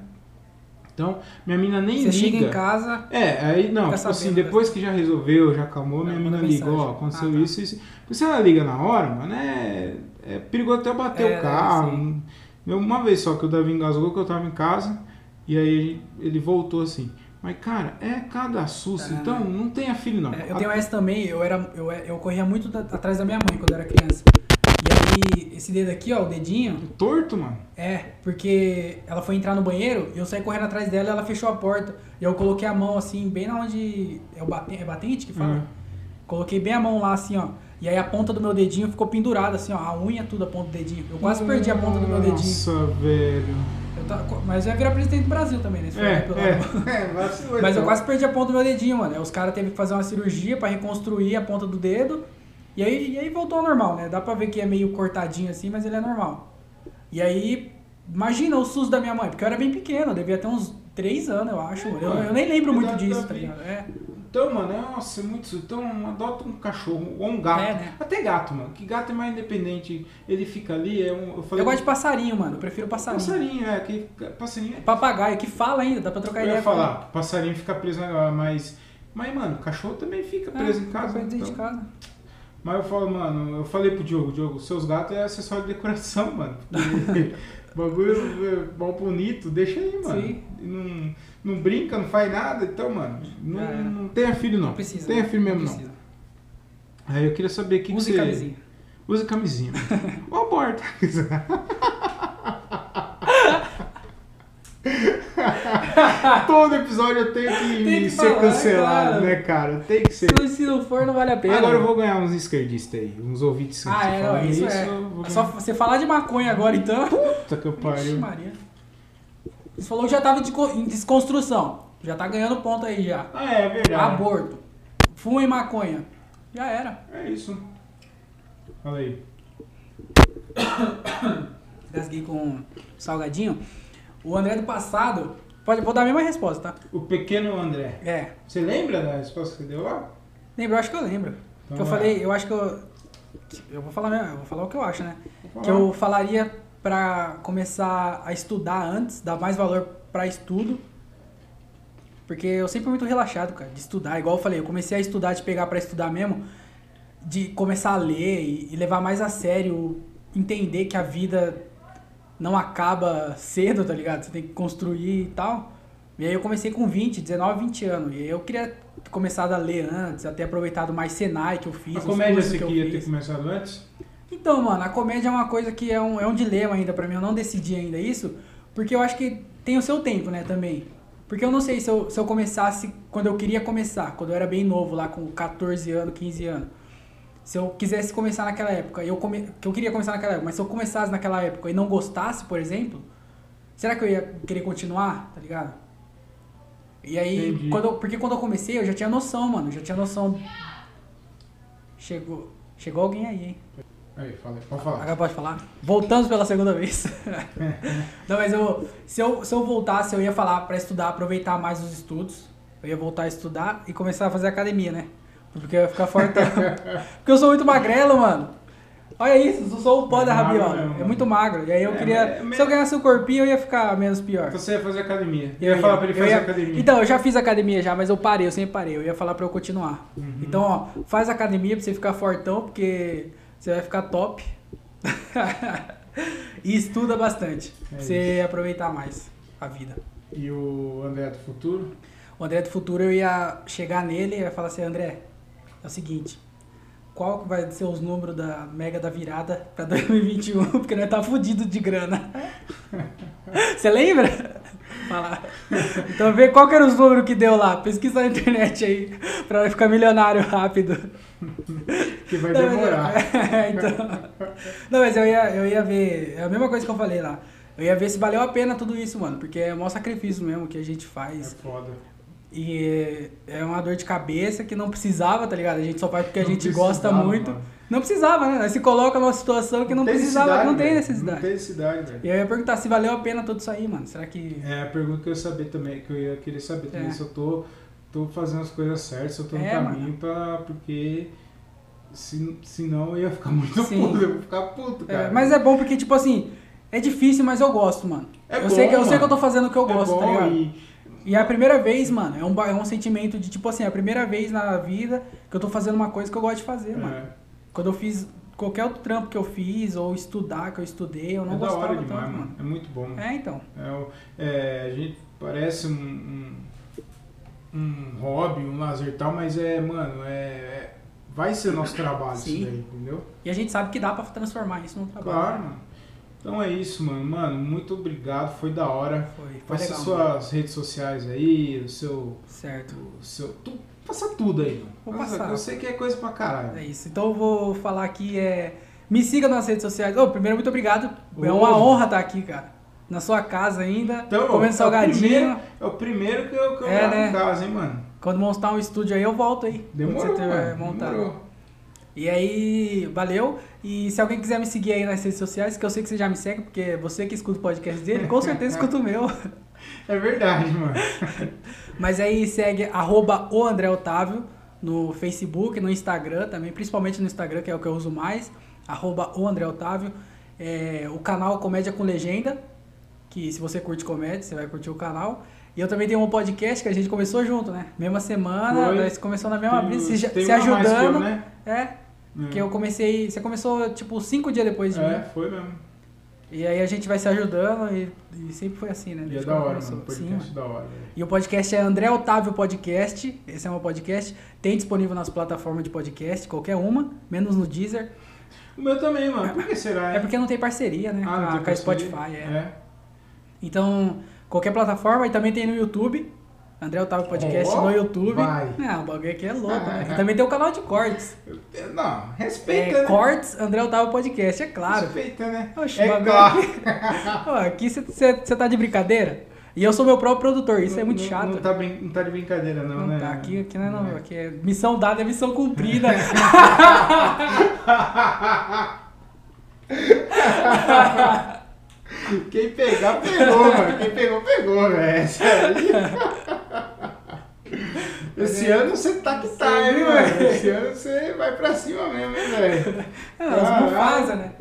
Speaker 1: Então, minha mina nem
Speaker 2: Você
Speaker 1: liga.
Speaker 2: chega em casa,
Speaker 1: É, aí não,
Speaker 2: Fica
Speaker 1: tipo assim,
Speaker 2: sabendo, né?
Speaker 1: depois que já resolveu, já acalmou,
Speaker 2: Não,
Speaker 1: minha
Speaker 2: manda
Speaker 1: mina liga,
Speaker 2: mensagem.
Speaker 1: ó, aconteceu
Speaker 2: Ah, tá.
Speaker 1: isso, isso. Porque se ela liga na hora, mano, é, é perigoso até eu bater
Speaker 2: É,
Speaker 1: o carro.
Speaker 2: sim.
Speaker 1: Eu- uma vez só que o Davi engasgou que eu tava em casa, e aí ele voltou assim. Mas, cara, é cada susto,
Speaker 2: Ah.
Speaker 1: então não tenha filho, não. Tá
Speaker 2: é, eu tenho essa também, eu, era, eu, eu corria muito da- atrás da minha mãe quando eu era criança. E aí, esse dedo aqui, ó, o dedinho,
Speaker 1: Torto, mano.
Speaker 2: é, porque ela foi entrar no banheiro, eu saí correndo atrás dela e ela fechou a porta. E eu coloquei a mão assim, bem na onde. É o batente, é batente que fala?
Speaker 1: Ah.
Speaker 2: Coloquei bem a mão lá assim, ó. E aí a ponta do meu dedinho ficou pendurada, assim, ó. A unha tudo, a ponta do dedinho. Eu quase perdi a ponta do meu dedinho.
Speaker 1: Nossa, velho.
Speaker 2: Eu tava co- mas eu ia virar presidente do Brasil também, né? Se for
Speaker 1: É,
Speaker 2: pelo
Speaker 1: é, é, vacilou,
Speaker 2: Mas eu
Speaker 1: então.
Speaker 2: quase perdi a ponta do meu dedinho, mano. Aí Os caras teve que fazer uma cirurgia pra reconstruir a ponta do dedo. E aí, e aí voltou ao normal, né? Dá pra ver que é meio cortadinho assim, mas ele é normal. E aí, imagina o SUS da minha mãe, porque eu era bem pequeno, eu devia ter uns 3 anos, eu
Speaker 1: É,
Speaker 2: acho. Eu, eu nem lembro muito
Speaker 1: Cuidado
Speaker 2: disso,
Speaker 1: da
Speaker 2: tá
Speaker 1: vida.
Speaker 2: ligado? É.
Speaker 1: Então, mano, é, nossa, é muito. su- Então, adota um cachorro ou um gato.
Speaker 2: É, né?
Speaker 1: Até gato, mano. Que gato é mais independente. Ele fica ali, é um. Eu falei.
Speaker 2: Eu gosto de passarinho, mano. Eu prefiro passarinho.
Speaker 1: passarinho, é. Que, passarinho é.
Speaker 2: Papagaio, que fala ainda, dá pra trocar
Speaker 1: Eu
Speaker 2: ideia
Speaker 1: ia
Speaker 2: com ele.
Speaker 1: falar, passarinho fica preso agora, mas. Mas, mano, cachorro também fica
Speaker 2: Ah,
Speaker 1: é preso em
Speaker 2: fica
Speaker 1: casa.
Speaker 2: preso dentro de
Speaker 1: então.
Speaker 2: casa.
Speaker 1: Mas eu falo, mano, eu falei pro Diogo, Diogo, seus gatos é acessório de decoração, mano. Porque bagulho é mal bonito, deixa aí, mano.
Speaker 2: Sim.
Speaker 1: E Não, não brinca, não faz nada, então, mano, não,
Speaker 2: Já era.
Speaker 1: não tenha filho não.
Speaker 2: É. Não precisa.
Speaker 1: Tenha
Speaker 2: né?
Speaker 1: filho mesmo
Speaker 2: não.
Speaker 1: não.
Speaker 2: Precisa.
Speaker 1: Aí eu queria saber o que, que
Speaker 2: Use
Speaker 1: você...
Speaker 2: camisinha.
Speaker 1: Use camisinha. tá? Ou aborta. Todo episódio eu tenho que,
Speaker 2: Tem que
Speaker 1: ser
Speaker 2: falar,
Speaker 1: cancelado,
Speaker 2: cara.
Speaker 1: né, cara? Tem que ser.
Speaker 2: Se, se não for, não vale a pena.
Speaker 1: Agora eu vou ganhar uns esquerdistas aí, uns ouvintes que
Speaker 2: Ah,
Speaker 1: você
Speaker 2: é,
Speaker 1: fala
Speaker 2: não, isso,
Speaker 1: eu vou
Speaker 2: é. Só
Speaker 1: ganhar.
Speaker 2: você falar de maconha agora, então.
Speaker 1: Puta que
Speaker 2: Ixi,
Speaker 1: pariu.
Speaker 2: Maria. Você falou que já tava de co- em desconstrução. Já tá ganhando ponto aí já.
Speaker 1: Ah, é verdade.
Speaker 2: Aborto. Fuma e maconha. Já era.
Speaker 1: É isso. Fala aí.
Speaker 2: Gasguei com salgadinho. O André do passado. Pode, vou dar a mesma resposta, tá?
Speaker 1: O pequeno André.
Speaker 2: É.
Speaker 1: Você lembra da resposta que você deu lá?
Speaker 2: Lembro, eu acho que eu lembro.
Speaker 1: Então
Speaker 2: que eu
Speaker 1: vai.
Speaker 2: falei, eu acho que eu. Eu vou falar mesmo, eu vou falar o que eu acho, né?
Speaker 1: Vou
Speaker 2: Que
Speaker 1: falar.
Speaker 2: eu falaria pra começar a estudar antes, dar mais valor pra estudo. Porque eu sempre fui muito relaxado, cara, de estudar. Igual eu falei, eu comecei a estudar, de pegar pra estudar mesmo, de começar a ler e, e levar mais a sério, entender que a vida não acaba cedo, tá ligado? Você tem que construir e tal. E aí eu comecei com 20, 19, 20 anos. E aí eu queria ter começado a ler antes, até aproveitado mais Senai que eu fiz.
Speaker 1: A
Speaker 2: os
Speaker 1: comédia
Speaker 2: cursos
Speaker 1: você
Speaker 2: que eu
Speaker 1: queria
Speaker 2: fiz.
Speaker 1: ter começado antes?
Speaker 2: Então, mano, a comédia é uma coisa que é um, é um dilema ainda pra mim. Eu não decidi ainda isso, porque eu acho que tem o seu tempo, né, também. Porque eu não sei se eu, se eu começasse quando eu queria começar, quando eu era bem novo, lá com 14 anos, 15 anos. Se eu quisesse começar naquela época, eu come, que eu queria começar naquela época, mas se eu começasse naquela época e não gostasse, por exemplo, será que eu ia querer continuar, tá ligado? E aí,
Speaker 1: Entendi.
Speaker 2: quando eu- porque quando eu comecei, eu já tinha noção, mano, eu já tinha noção. Chegou, chegou alguém aí, hein?
Speaker 1: Aí, fala, aí, pode
Speaker 2: Agora
Speaker 1: falar.
Speaker 2: pode falar? Voltamos pela segunda vez. Não, mas eu, se, eu, se eu voltasse, eu ia falar pra estudar, aproveitar mais os estudos. Eu ia voltar a estudar e começar a fazer academia, né? Porque eu ia ficar fortão. Porque eu sou muito magrelo, mano. Olha isso, eu sou o pó
Speaker 1: É
Speaker 2: da
Speaker 1: magro
Speaker 2: rabiola.
Speaker 1: mesmo,
Speaker 2: É
Speaker 1: mano.
Speaker 2: muito magro. E aí eu
Speaker 1: É,
Speaker 2: queria.
Speaker 1: mas-
Speaker 2: Se eu ganhasse o corpinho, eu ia ficar menos pior.
Speaker 1: Então Você ia fazer academia.
Speaker 2: Eu
Speaker 1: Eu ia falar pra ele
Speaker 2: eu
Speaker 1: fazer
Speaker 2: ia-
Speaker 1: academia.
Speaker 2: Então, eu já fiz academia já, mas eu parei, eu sempre parei. Eu ia falar pra eu continuar.
Speaker 1: Uhum.
Speaker 2: Então, ó, faz academia pra você ficar fortão, porque você vai ficar top. e estuda bastante, pra
Speaker 1: É
Speaker 2: você aproveitar mais a vida.
Speaker 1: E o André do Futuro?
Speaker 2: O André do futuro, eu ia chegar nele e ia falar assim, André, é o seguinte... Qual que vai ser os números da mega da virada pra 2021? Porque nós tá fudido de grana. Você lembra? Falar. Então vê qual que era os números que deu lá. Pesquisa na internet aí pra nós ficar milionário rápido.
Speaker 1: Que vai
Speaker 2: Não, mas-
Speaker 1: demorar.
Speaker 2: É, então. Não, mas eu ia, eu ia ver. É a mesma coisa que eu falei lá. Eu ia ver se valeu a pena tudo isso, mano. Porque é o maior sacrifício mesmo que a gente
Speaker 1: É
Speaker 2: faz.
Speaker 1: foda.
Speaker 2: E é uma dor de cabeça que não precisava, tá ligado? A gente só faz porque a
Speaker 1: Não
Speaker 2: gente
Speaker 1: precisava,
Speaker 2: gosta muito.
Speaker 1: mano.
Speaker 2: Não precisava, né? Nós se coloca numa situação que não,
Speaker 1: tem
Speaker 2: precisava,
Speaker 1: necessidade,
Speaker 2: não tem
Speaker 1: velho.
Speaker 2: necessidade.
Speaker 1: Não tem necessidade, velho.
Speaker 2: E eu ia perguntar se valeu a pena tudo isso aí, mano. Será que.
Speaker 1: É a pergunta que eu ia saber também, que eu ia querer saber também
Speaker 2: É.
Speaker 1: se eu tô, tô fazendo as coisas certas, se eu tô no
Speaker 2: É,
Speaker 1: caminho pra. Porque se, se não eu ia ficar muito
Speaker 2: Sim.
Speaker 1: puto, eu ia ficar puto,
Speaker 2: É,
Speaker 1: cara.
Speaker 2: mas é bom porque, tipo assim, é difícil, mas eu gosto, mano.
Speaker 1: É
Speaker 2: eu
Speaker 1: bom,
Speaker 2: sei que eu sei que eu
Speaker 1: mano.
Speaker 2: tô fazendo o que eu
Speaker 1: É
Speaker 2: gosto, tá
Speaker 1: bom
Speaker 2: ligado?
Speaker 1: e-
Speaker 2: E é a primeira vez, mano, é um, ba- é um sentimento de tipo assim, é a primeira vez na vida que eu tô fazendo uma coisa que eu gosto de fazer, mano.
Speaker 1: é,
Speaker 2: Quando eu fiz qualquer outro trampo que eu fiz, ou estudar que eu estudei, eu não
Speaker 1: é da
Speaker 2: gostava
Speaker 1: hora
Speaker 2: tanto,
Speaker 1: demais, mano.
Speaker 2: mano.
Speaker 1: É muito bom.
Speaker 2: É, então.
Speaker 1: É, o- é, a gente parece um, um, um hobby, um lazer e tal, mas é, mano, é, é- vai ser nosso trabalho
Speaker 2: Sim. Tá
Speaker 1: isso daí, entendeu?
Speaker 2: E a gente sabe que dá pra transformar isso num trabalho. né?
Speaker 1: Claro, mano. Então é isso, mano. Mano, muito obrigado, foi da hora.
Speaker 2: Foi, foi
Speaker 1: Faça
Speaker 2: legal. mano.
Speaker 1: suas redes sociais aí, o seu.
Speaker 2: Certo.
Speaker 1: O seu tu, passa tudo aí, mano.
Speaker 2: Vou
Speaker 1: Passa-
Speaker 2: passar.
Speaker 1: Eu sei que é coisa pra
Speaker 2: É
Speaker 1: caralho.
Speaker 2: isso. Então eu vou falar aqui, é... Me siga nas redes sociais. Ô, primeiro, muito obrigado. É
Speaker 1: Ô.
Speaker 2: uma honra estar aqui, cara. Na sua casa ainda,
Speaker 1: Então,
Speaker 2: comendo
Speaker 1: é o,
Speaker 2: salgadinho.
Speaker 1: primeiro, é o primeiro que eu, que eu
Speaker 2: É,
Speaker 1: gravo
Speaker 2: né?
Speaker 1: em casa, hein, mano.
Speaker 2: Quando montar um estúdio aí, eu volto aí. Quando
Speaker 1: Demorou,
Speaker 2: você tiver
Speaker 1: mano.
Speaker 2: montado.
Speaker 1: Demorou.
Speaker 2: E aí, valeu. E se alguém quiser me seguir aí nas redes sociais, que eu sei que você já me segue, porque é você que escuta o podcast dele, com certeza escuta o meu.
Speaker 1: É verdade, mano.
Speaker 2: Mas aí segue arroba o André Otávio no Facebook, no Instagram também, principalmente no Instagram, que é o que eu uso mais, arroba o André Otávio. É, o canal Comédia com Legenda, que se você curte comédia, você vai curtir o canal. E eu também tenho um podcast que a gente começou junto, né? Mesma semana,
Speaker 1: Foi.
Speaker 2: nós começou na mesma
Speaker 1: Tem- um
Speaker 2: brisa, se,
Speaker 1: tem
Speaker 2: se
Speaker 1: uma mais que eu,
Speaker 2: ajudando.
Speaker 1: né?
Speaker 2: É,
Speaker 1: É.
Speaker 2: Porque eu comecei. Você começou, tipo, cinco dias depois de
Speaker 1: É,
Speaker 2: mim.
Speaker 1: foi mesmo.
Speaker 2: E aí a gente vai se ajudando e, e sempre foi assim, né?
Speaker 1: E é
Speaker 2: Desde
Speaker 1: da
Speaker 2: quando
Speaker 1: hora,
Speaker 2: começou.
Speaker 1: mano.
Speaker 2: Sim,
Speaker 1: Podcast
Speaker 2: mano.
Speaker 1: da hora. velho.
Speaker 2: E o podcast é André Otávio Podcast. Esse é um podcast. Tem disponível nas plataformas de podcast, qualquer uma, menos no Deezer.
Speaker 1: O meu também, mano. Por que será?
Speaker 2: É porque não tem parceria, né?
Speaker 1: Ah, não
Speaker 2: com
Speaker 1: tem
Speaker 2: a, com a
Speaker 1: parceria?
Speaker 2: Spotify, é.
Speaker 1: É.
Speaker 2: Então, qualquer plataforma. E também tem no YouTube. André Otávio Podcast
Speaker 1: Ó,
Speaker 2: no YouTube.
Speaker 1: vai. Ah,
Speaker 2: Não, o bagulho aqui é louco, né? E também tem o canal de cortes.
Speaker 1: Eu- É. Não, respeita,
Speaker 2: É,
Speaker 1: né?
Speaker 2: cortes André Otávio Podcast, é claro.
Speaker 1: Respeita, né?
Speaker 2: Oxe,
Speaker 1: é
Speaker 2: bagulho
Speaker 1: claro.
Speaker 2: Ó, aqui você tá de brincadeira? E eu sou meu próprio produtor, isso é muito
Speaker 1: Não-
Speaker 2: chato.
Speaker 1: Não tá, brin- não tá de brincadeira, não,
Speaker 2: Não
Speaker 1: né?
Speaker 2: tá, aqui, aqui não é não,
Speaker 1: É.
Speaker 2: aqui é missão dada é missão cumprida. É,
Speaker 1: Quem pegar, pegou, mano. Quem pegou, pegou, velho. É Essa aí. Esse ano você tá que tá, hein, mano? Esse ano você vai pra cima mesmo, hein, velho?
Speaker 2: É, As
Speaker 1: Caralho.
Speaker 2: bufazas, né?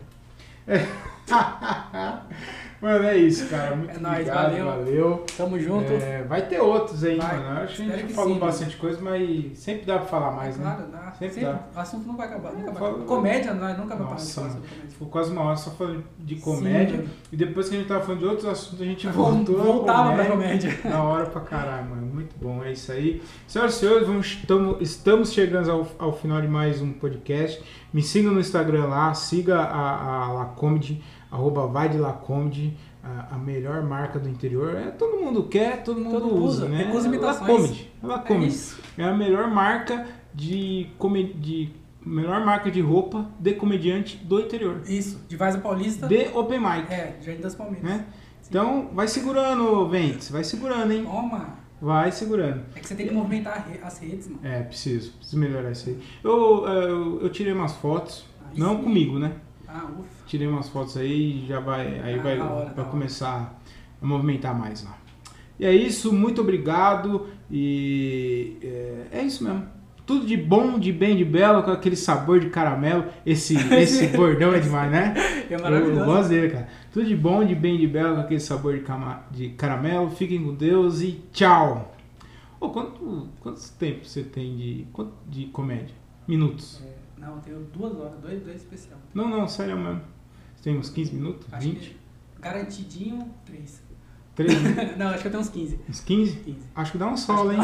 Speaker 1: Mano, é isso, cara. Muito
Speaker 2: É nóis,
Speaker 1: obrigado,
Speaker 2: valeu.
Speaker 1: valeu.
Speaker 2: Tamo junto.
Speaker 1: É, vai ter outros aí,
Speaker 2: Vai.
Speaker 1: mano. Eu Acho que a
Speaker 2: Espero
Speaker 1: gente
Speaker 2: que
Speaker 1: falou
Speaker 2: sim,
Speaker 1: bastante coisa, mas sempre dá pra falar mais, né?
Speaker 2: Claro, dá.
Speaker 1: Sempre
Speaker 2: Sempre,
Speaker 1: dá.
Speaker 2: O assunto não vai acabar.
Speaker 1: É,
Speaker 2: Nunca vai
Speaker 1: fala-
Speaker 2: acabar. Comédia, nós nunca vai parar de
Speaker 1: Nossa,
Speaker 2: falar
Speaker 1: mano.
Speaker 2: sobre comédia.
Speaker 1: Ficou quase uma hora só falando de
Speaker 2: Sim,
Speaker 1: comédia.
Speaker 2: mano.
Speaker 1: e depois que a gente tava falando de outros assuntos, a gente
Speaker 2: Mas
Speaker 1: voltou. à
Speaker 2: Voltava pra comédia.
Speaker 1: Da hora pra caralho, mano. Muito bom, é isso aí. Senhoras e senhores, vamos, tamo- estamos chegando ao, ao final de mais um podcast. Me siga no Instagram lá, siga a, a Lacomedy, arroba vai de Lacomedy, a, a melhor marca do interior. É, todo mundo quer, todo mundo
Speaker 2: Todo mundo
Speaker 1: usa,
Speaker 2: usa,
Speaker 1: né?
Speaker 2: tem umas imitações.
Speaker 1: Lacomedy, é
Speaker 2: É
Speaker 1: Lacomedy.
Speaker 2: isso.
Speaker 1: É, a melhor marca de, come- de melhor marca de roupa de comediante do interior.
Speaker 2: Isso. De Vaza Paulista.
Speaker 1: De Open Mic,
Speaker 2: É, de Jardim das Palmeiras.
Speaker 1: né? Então, vai segurando, Ventes, vai segurando, hein?
Speaker 2: Toma.
Speaker 1: Vai segurando.
Speaker 2: É que você tem que movimentar a re- as redes, mano.
Speaker 1: É, preciso, preciso melhorar isso aí. Eu, eh, eu, eu tirei umas fotos,
Speaker 2: Aí
Speaker 1: não
Speaker 2: sim.
Speaker 1: comigo, né?
Speaker 2: Ah, ufa.
Speaker 1: Tirei umas fotos aí e já vai, aí
Speaker 2: Ah,
Speaker 1: vai,
Speaker 2: da hora, da
Speaker 1: vai
Speaker 2: hora.
Speaker 1: começar a movimentar mais lá. E é isso, muito obrigado e eh, é, isso mesmo. Tudo de bom, de bem, de belo, com aquele sabor de caramelo. Esse, esse bordão é demais, né?
Speaker 2: É
Speaker 1: Eu, eu
Speaker 2: maravilhoso.
Speaker 1: gosto dele, cara. Tudo de bom, de bem, de belo, com aquele sabor de, cama- de caramelo. Fiquem com Deus e tchau. Ô, quanto, quanto tempo você tem de, quanto- de comédia? Minutos?
Speaker 2: É, não, eu tenho duas horas, dois, dois especial.
Speaker 1: Não, não, sério mesmo. Você tem uns 15 minutos?
Speaker 2: Acho
Speaker 1: 20?
Speaker 2: que garantidinho, três.
Speaker 1: 3 minutos?
Speaker 2: não, acho que eu tenho uns 15.
Speaker 1: Uns 15?
Speaker 2: 15.
Speaker 1: Acho que dá um solo, hein?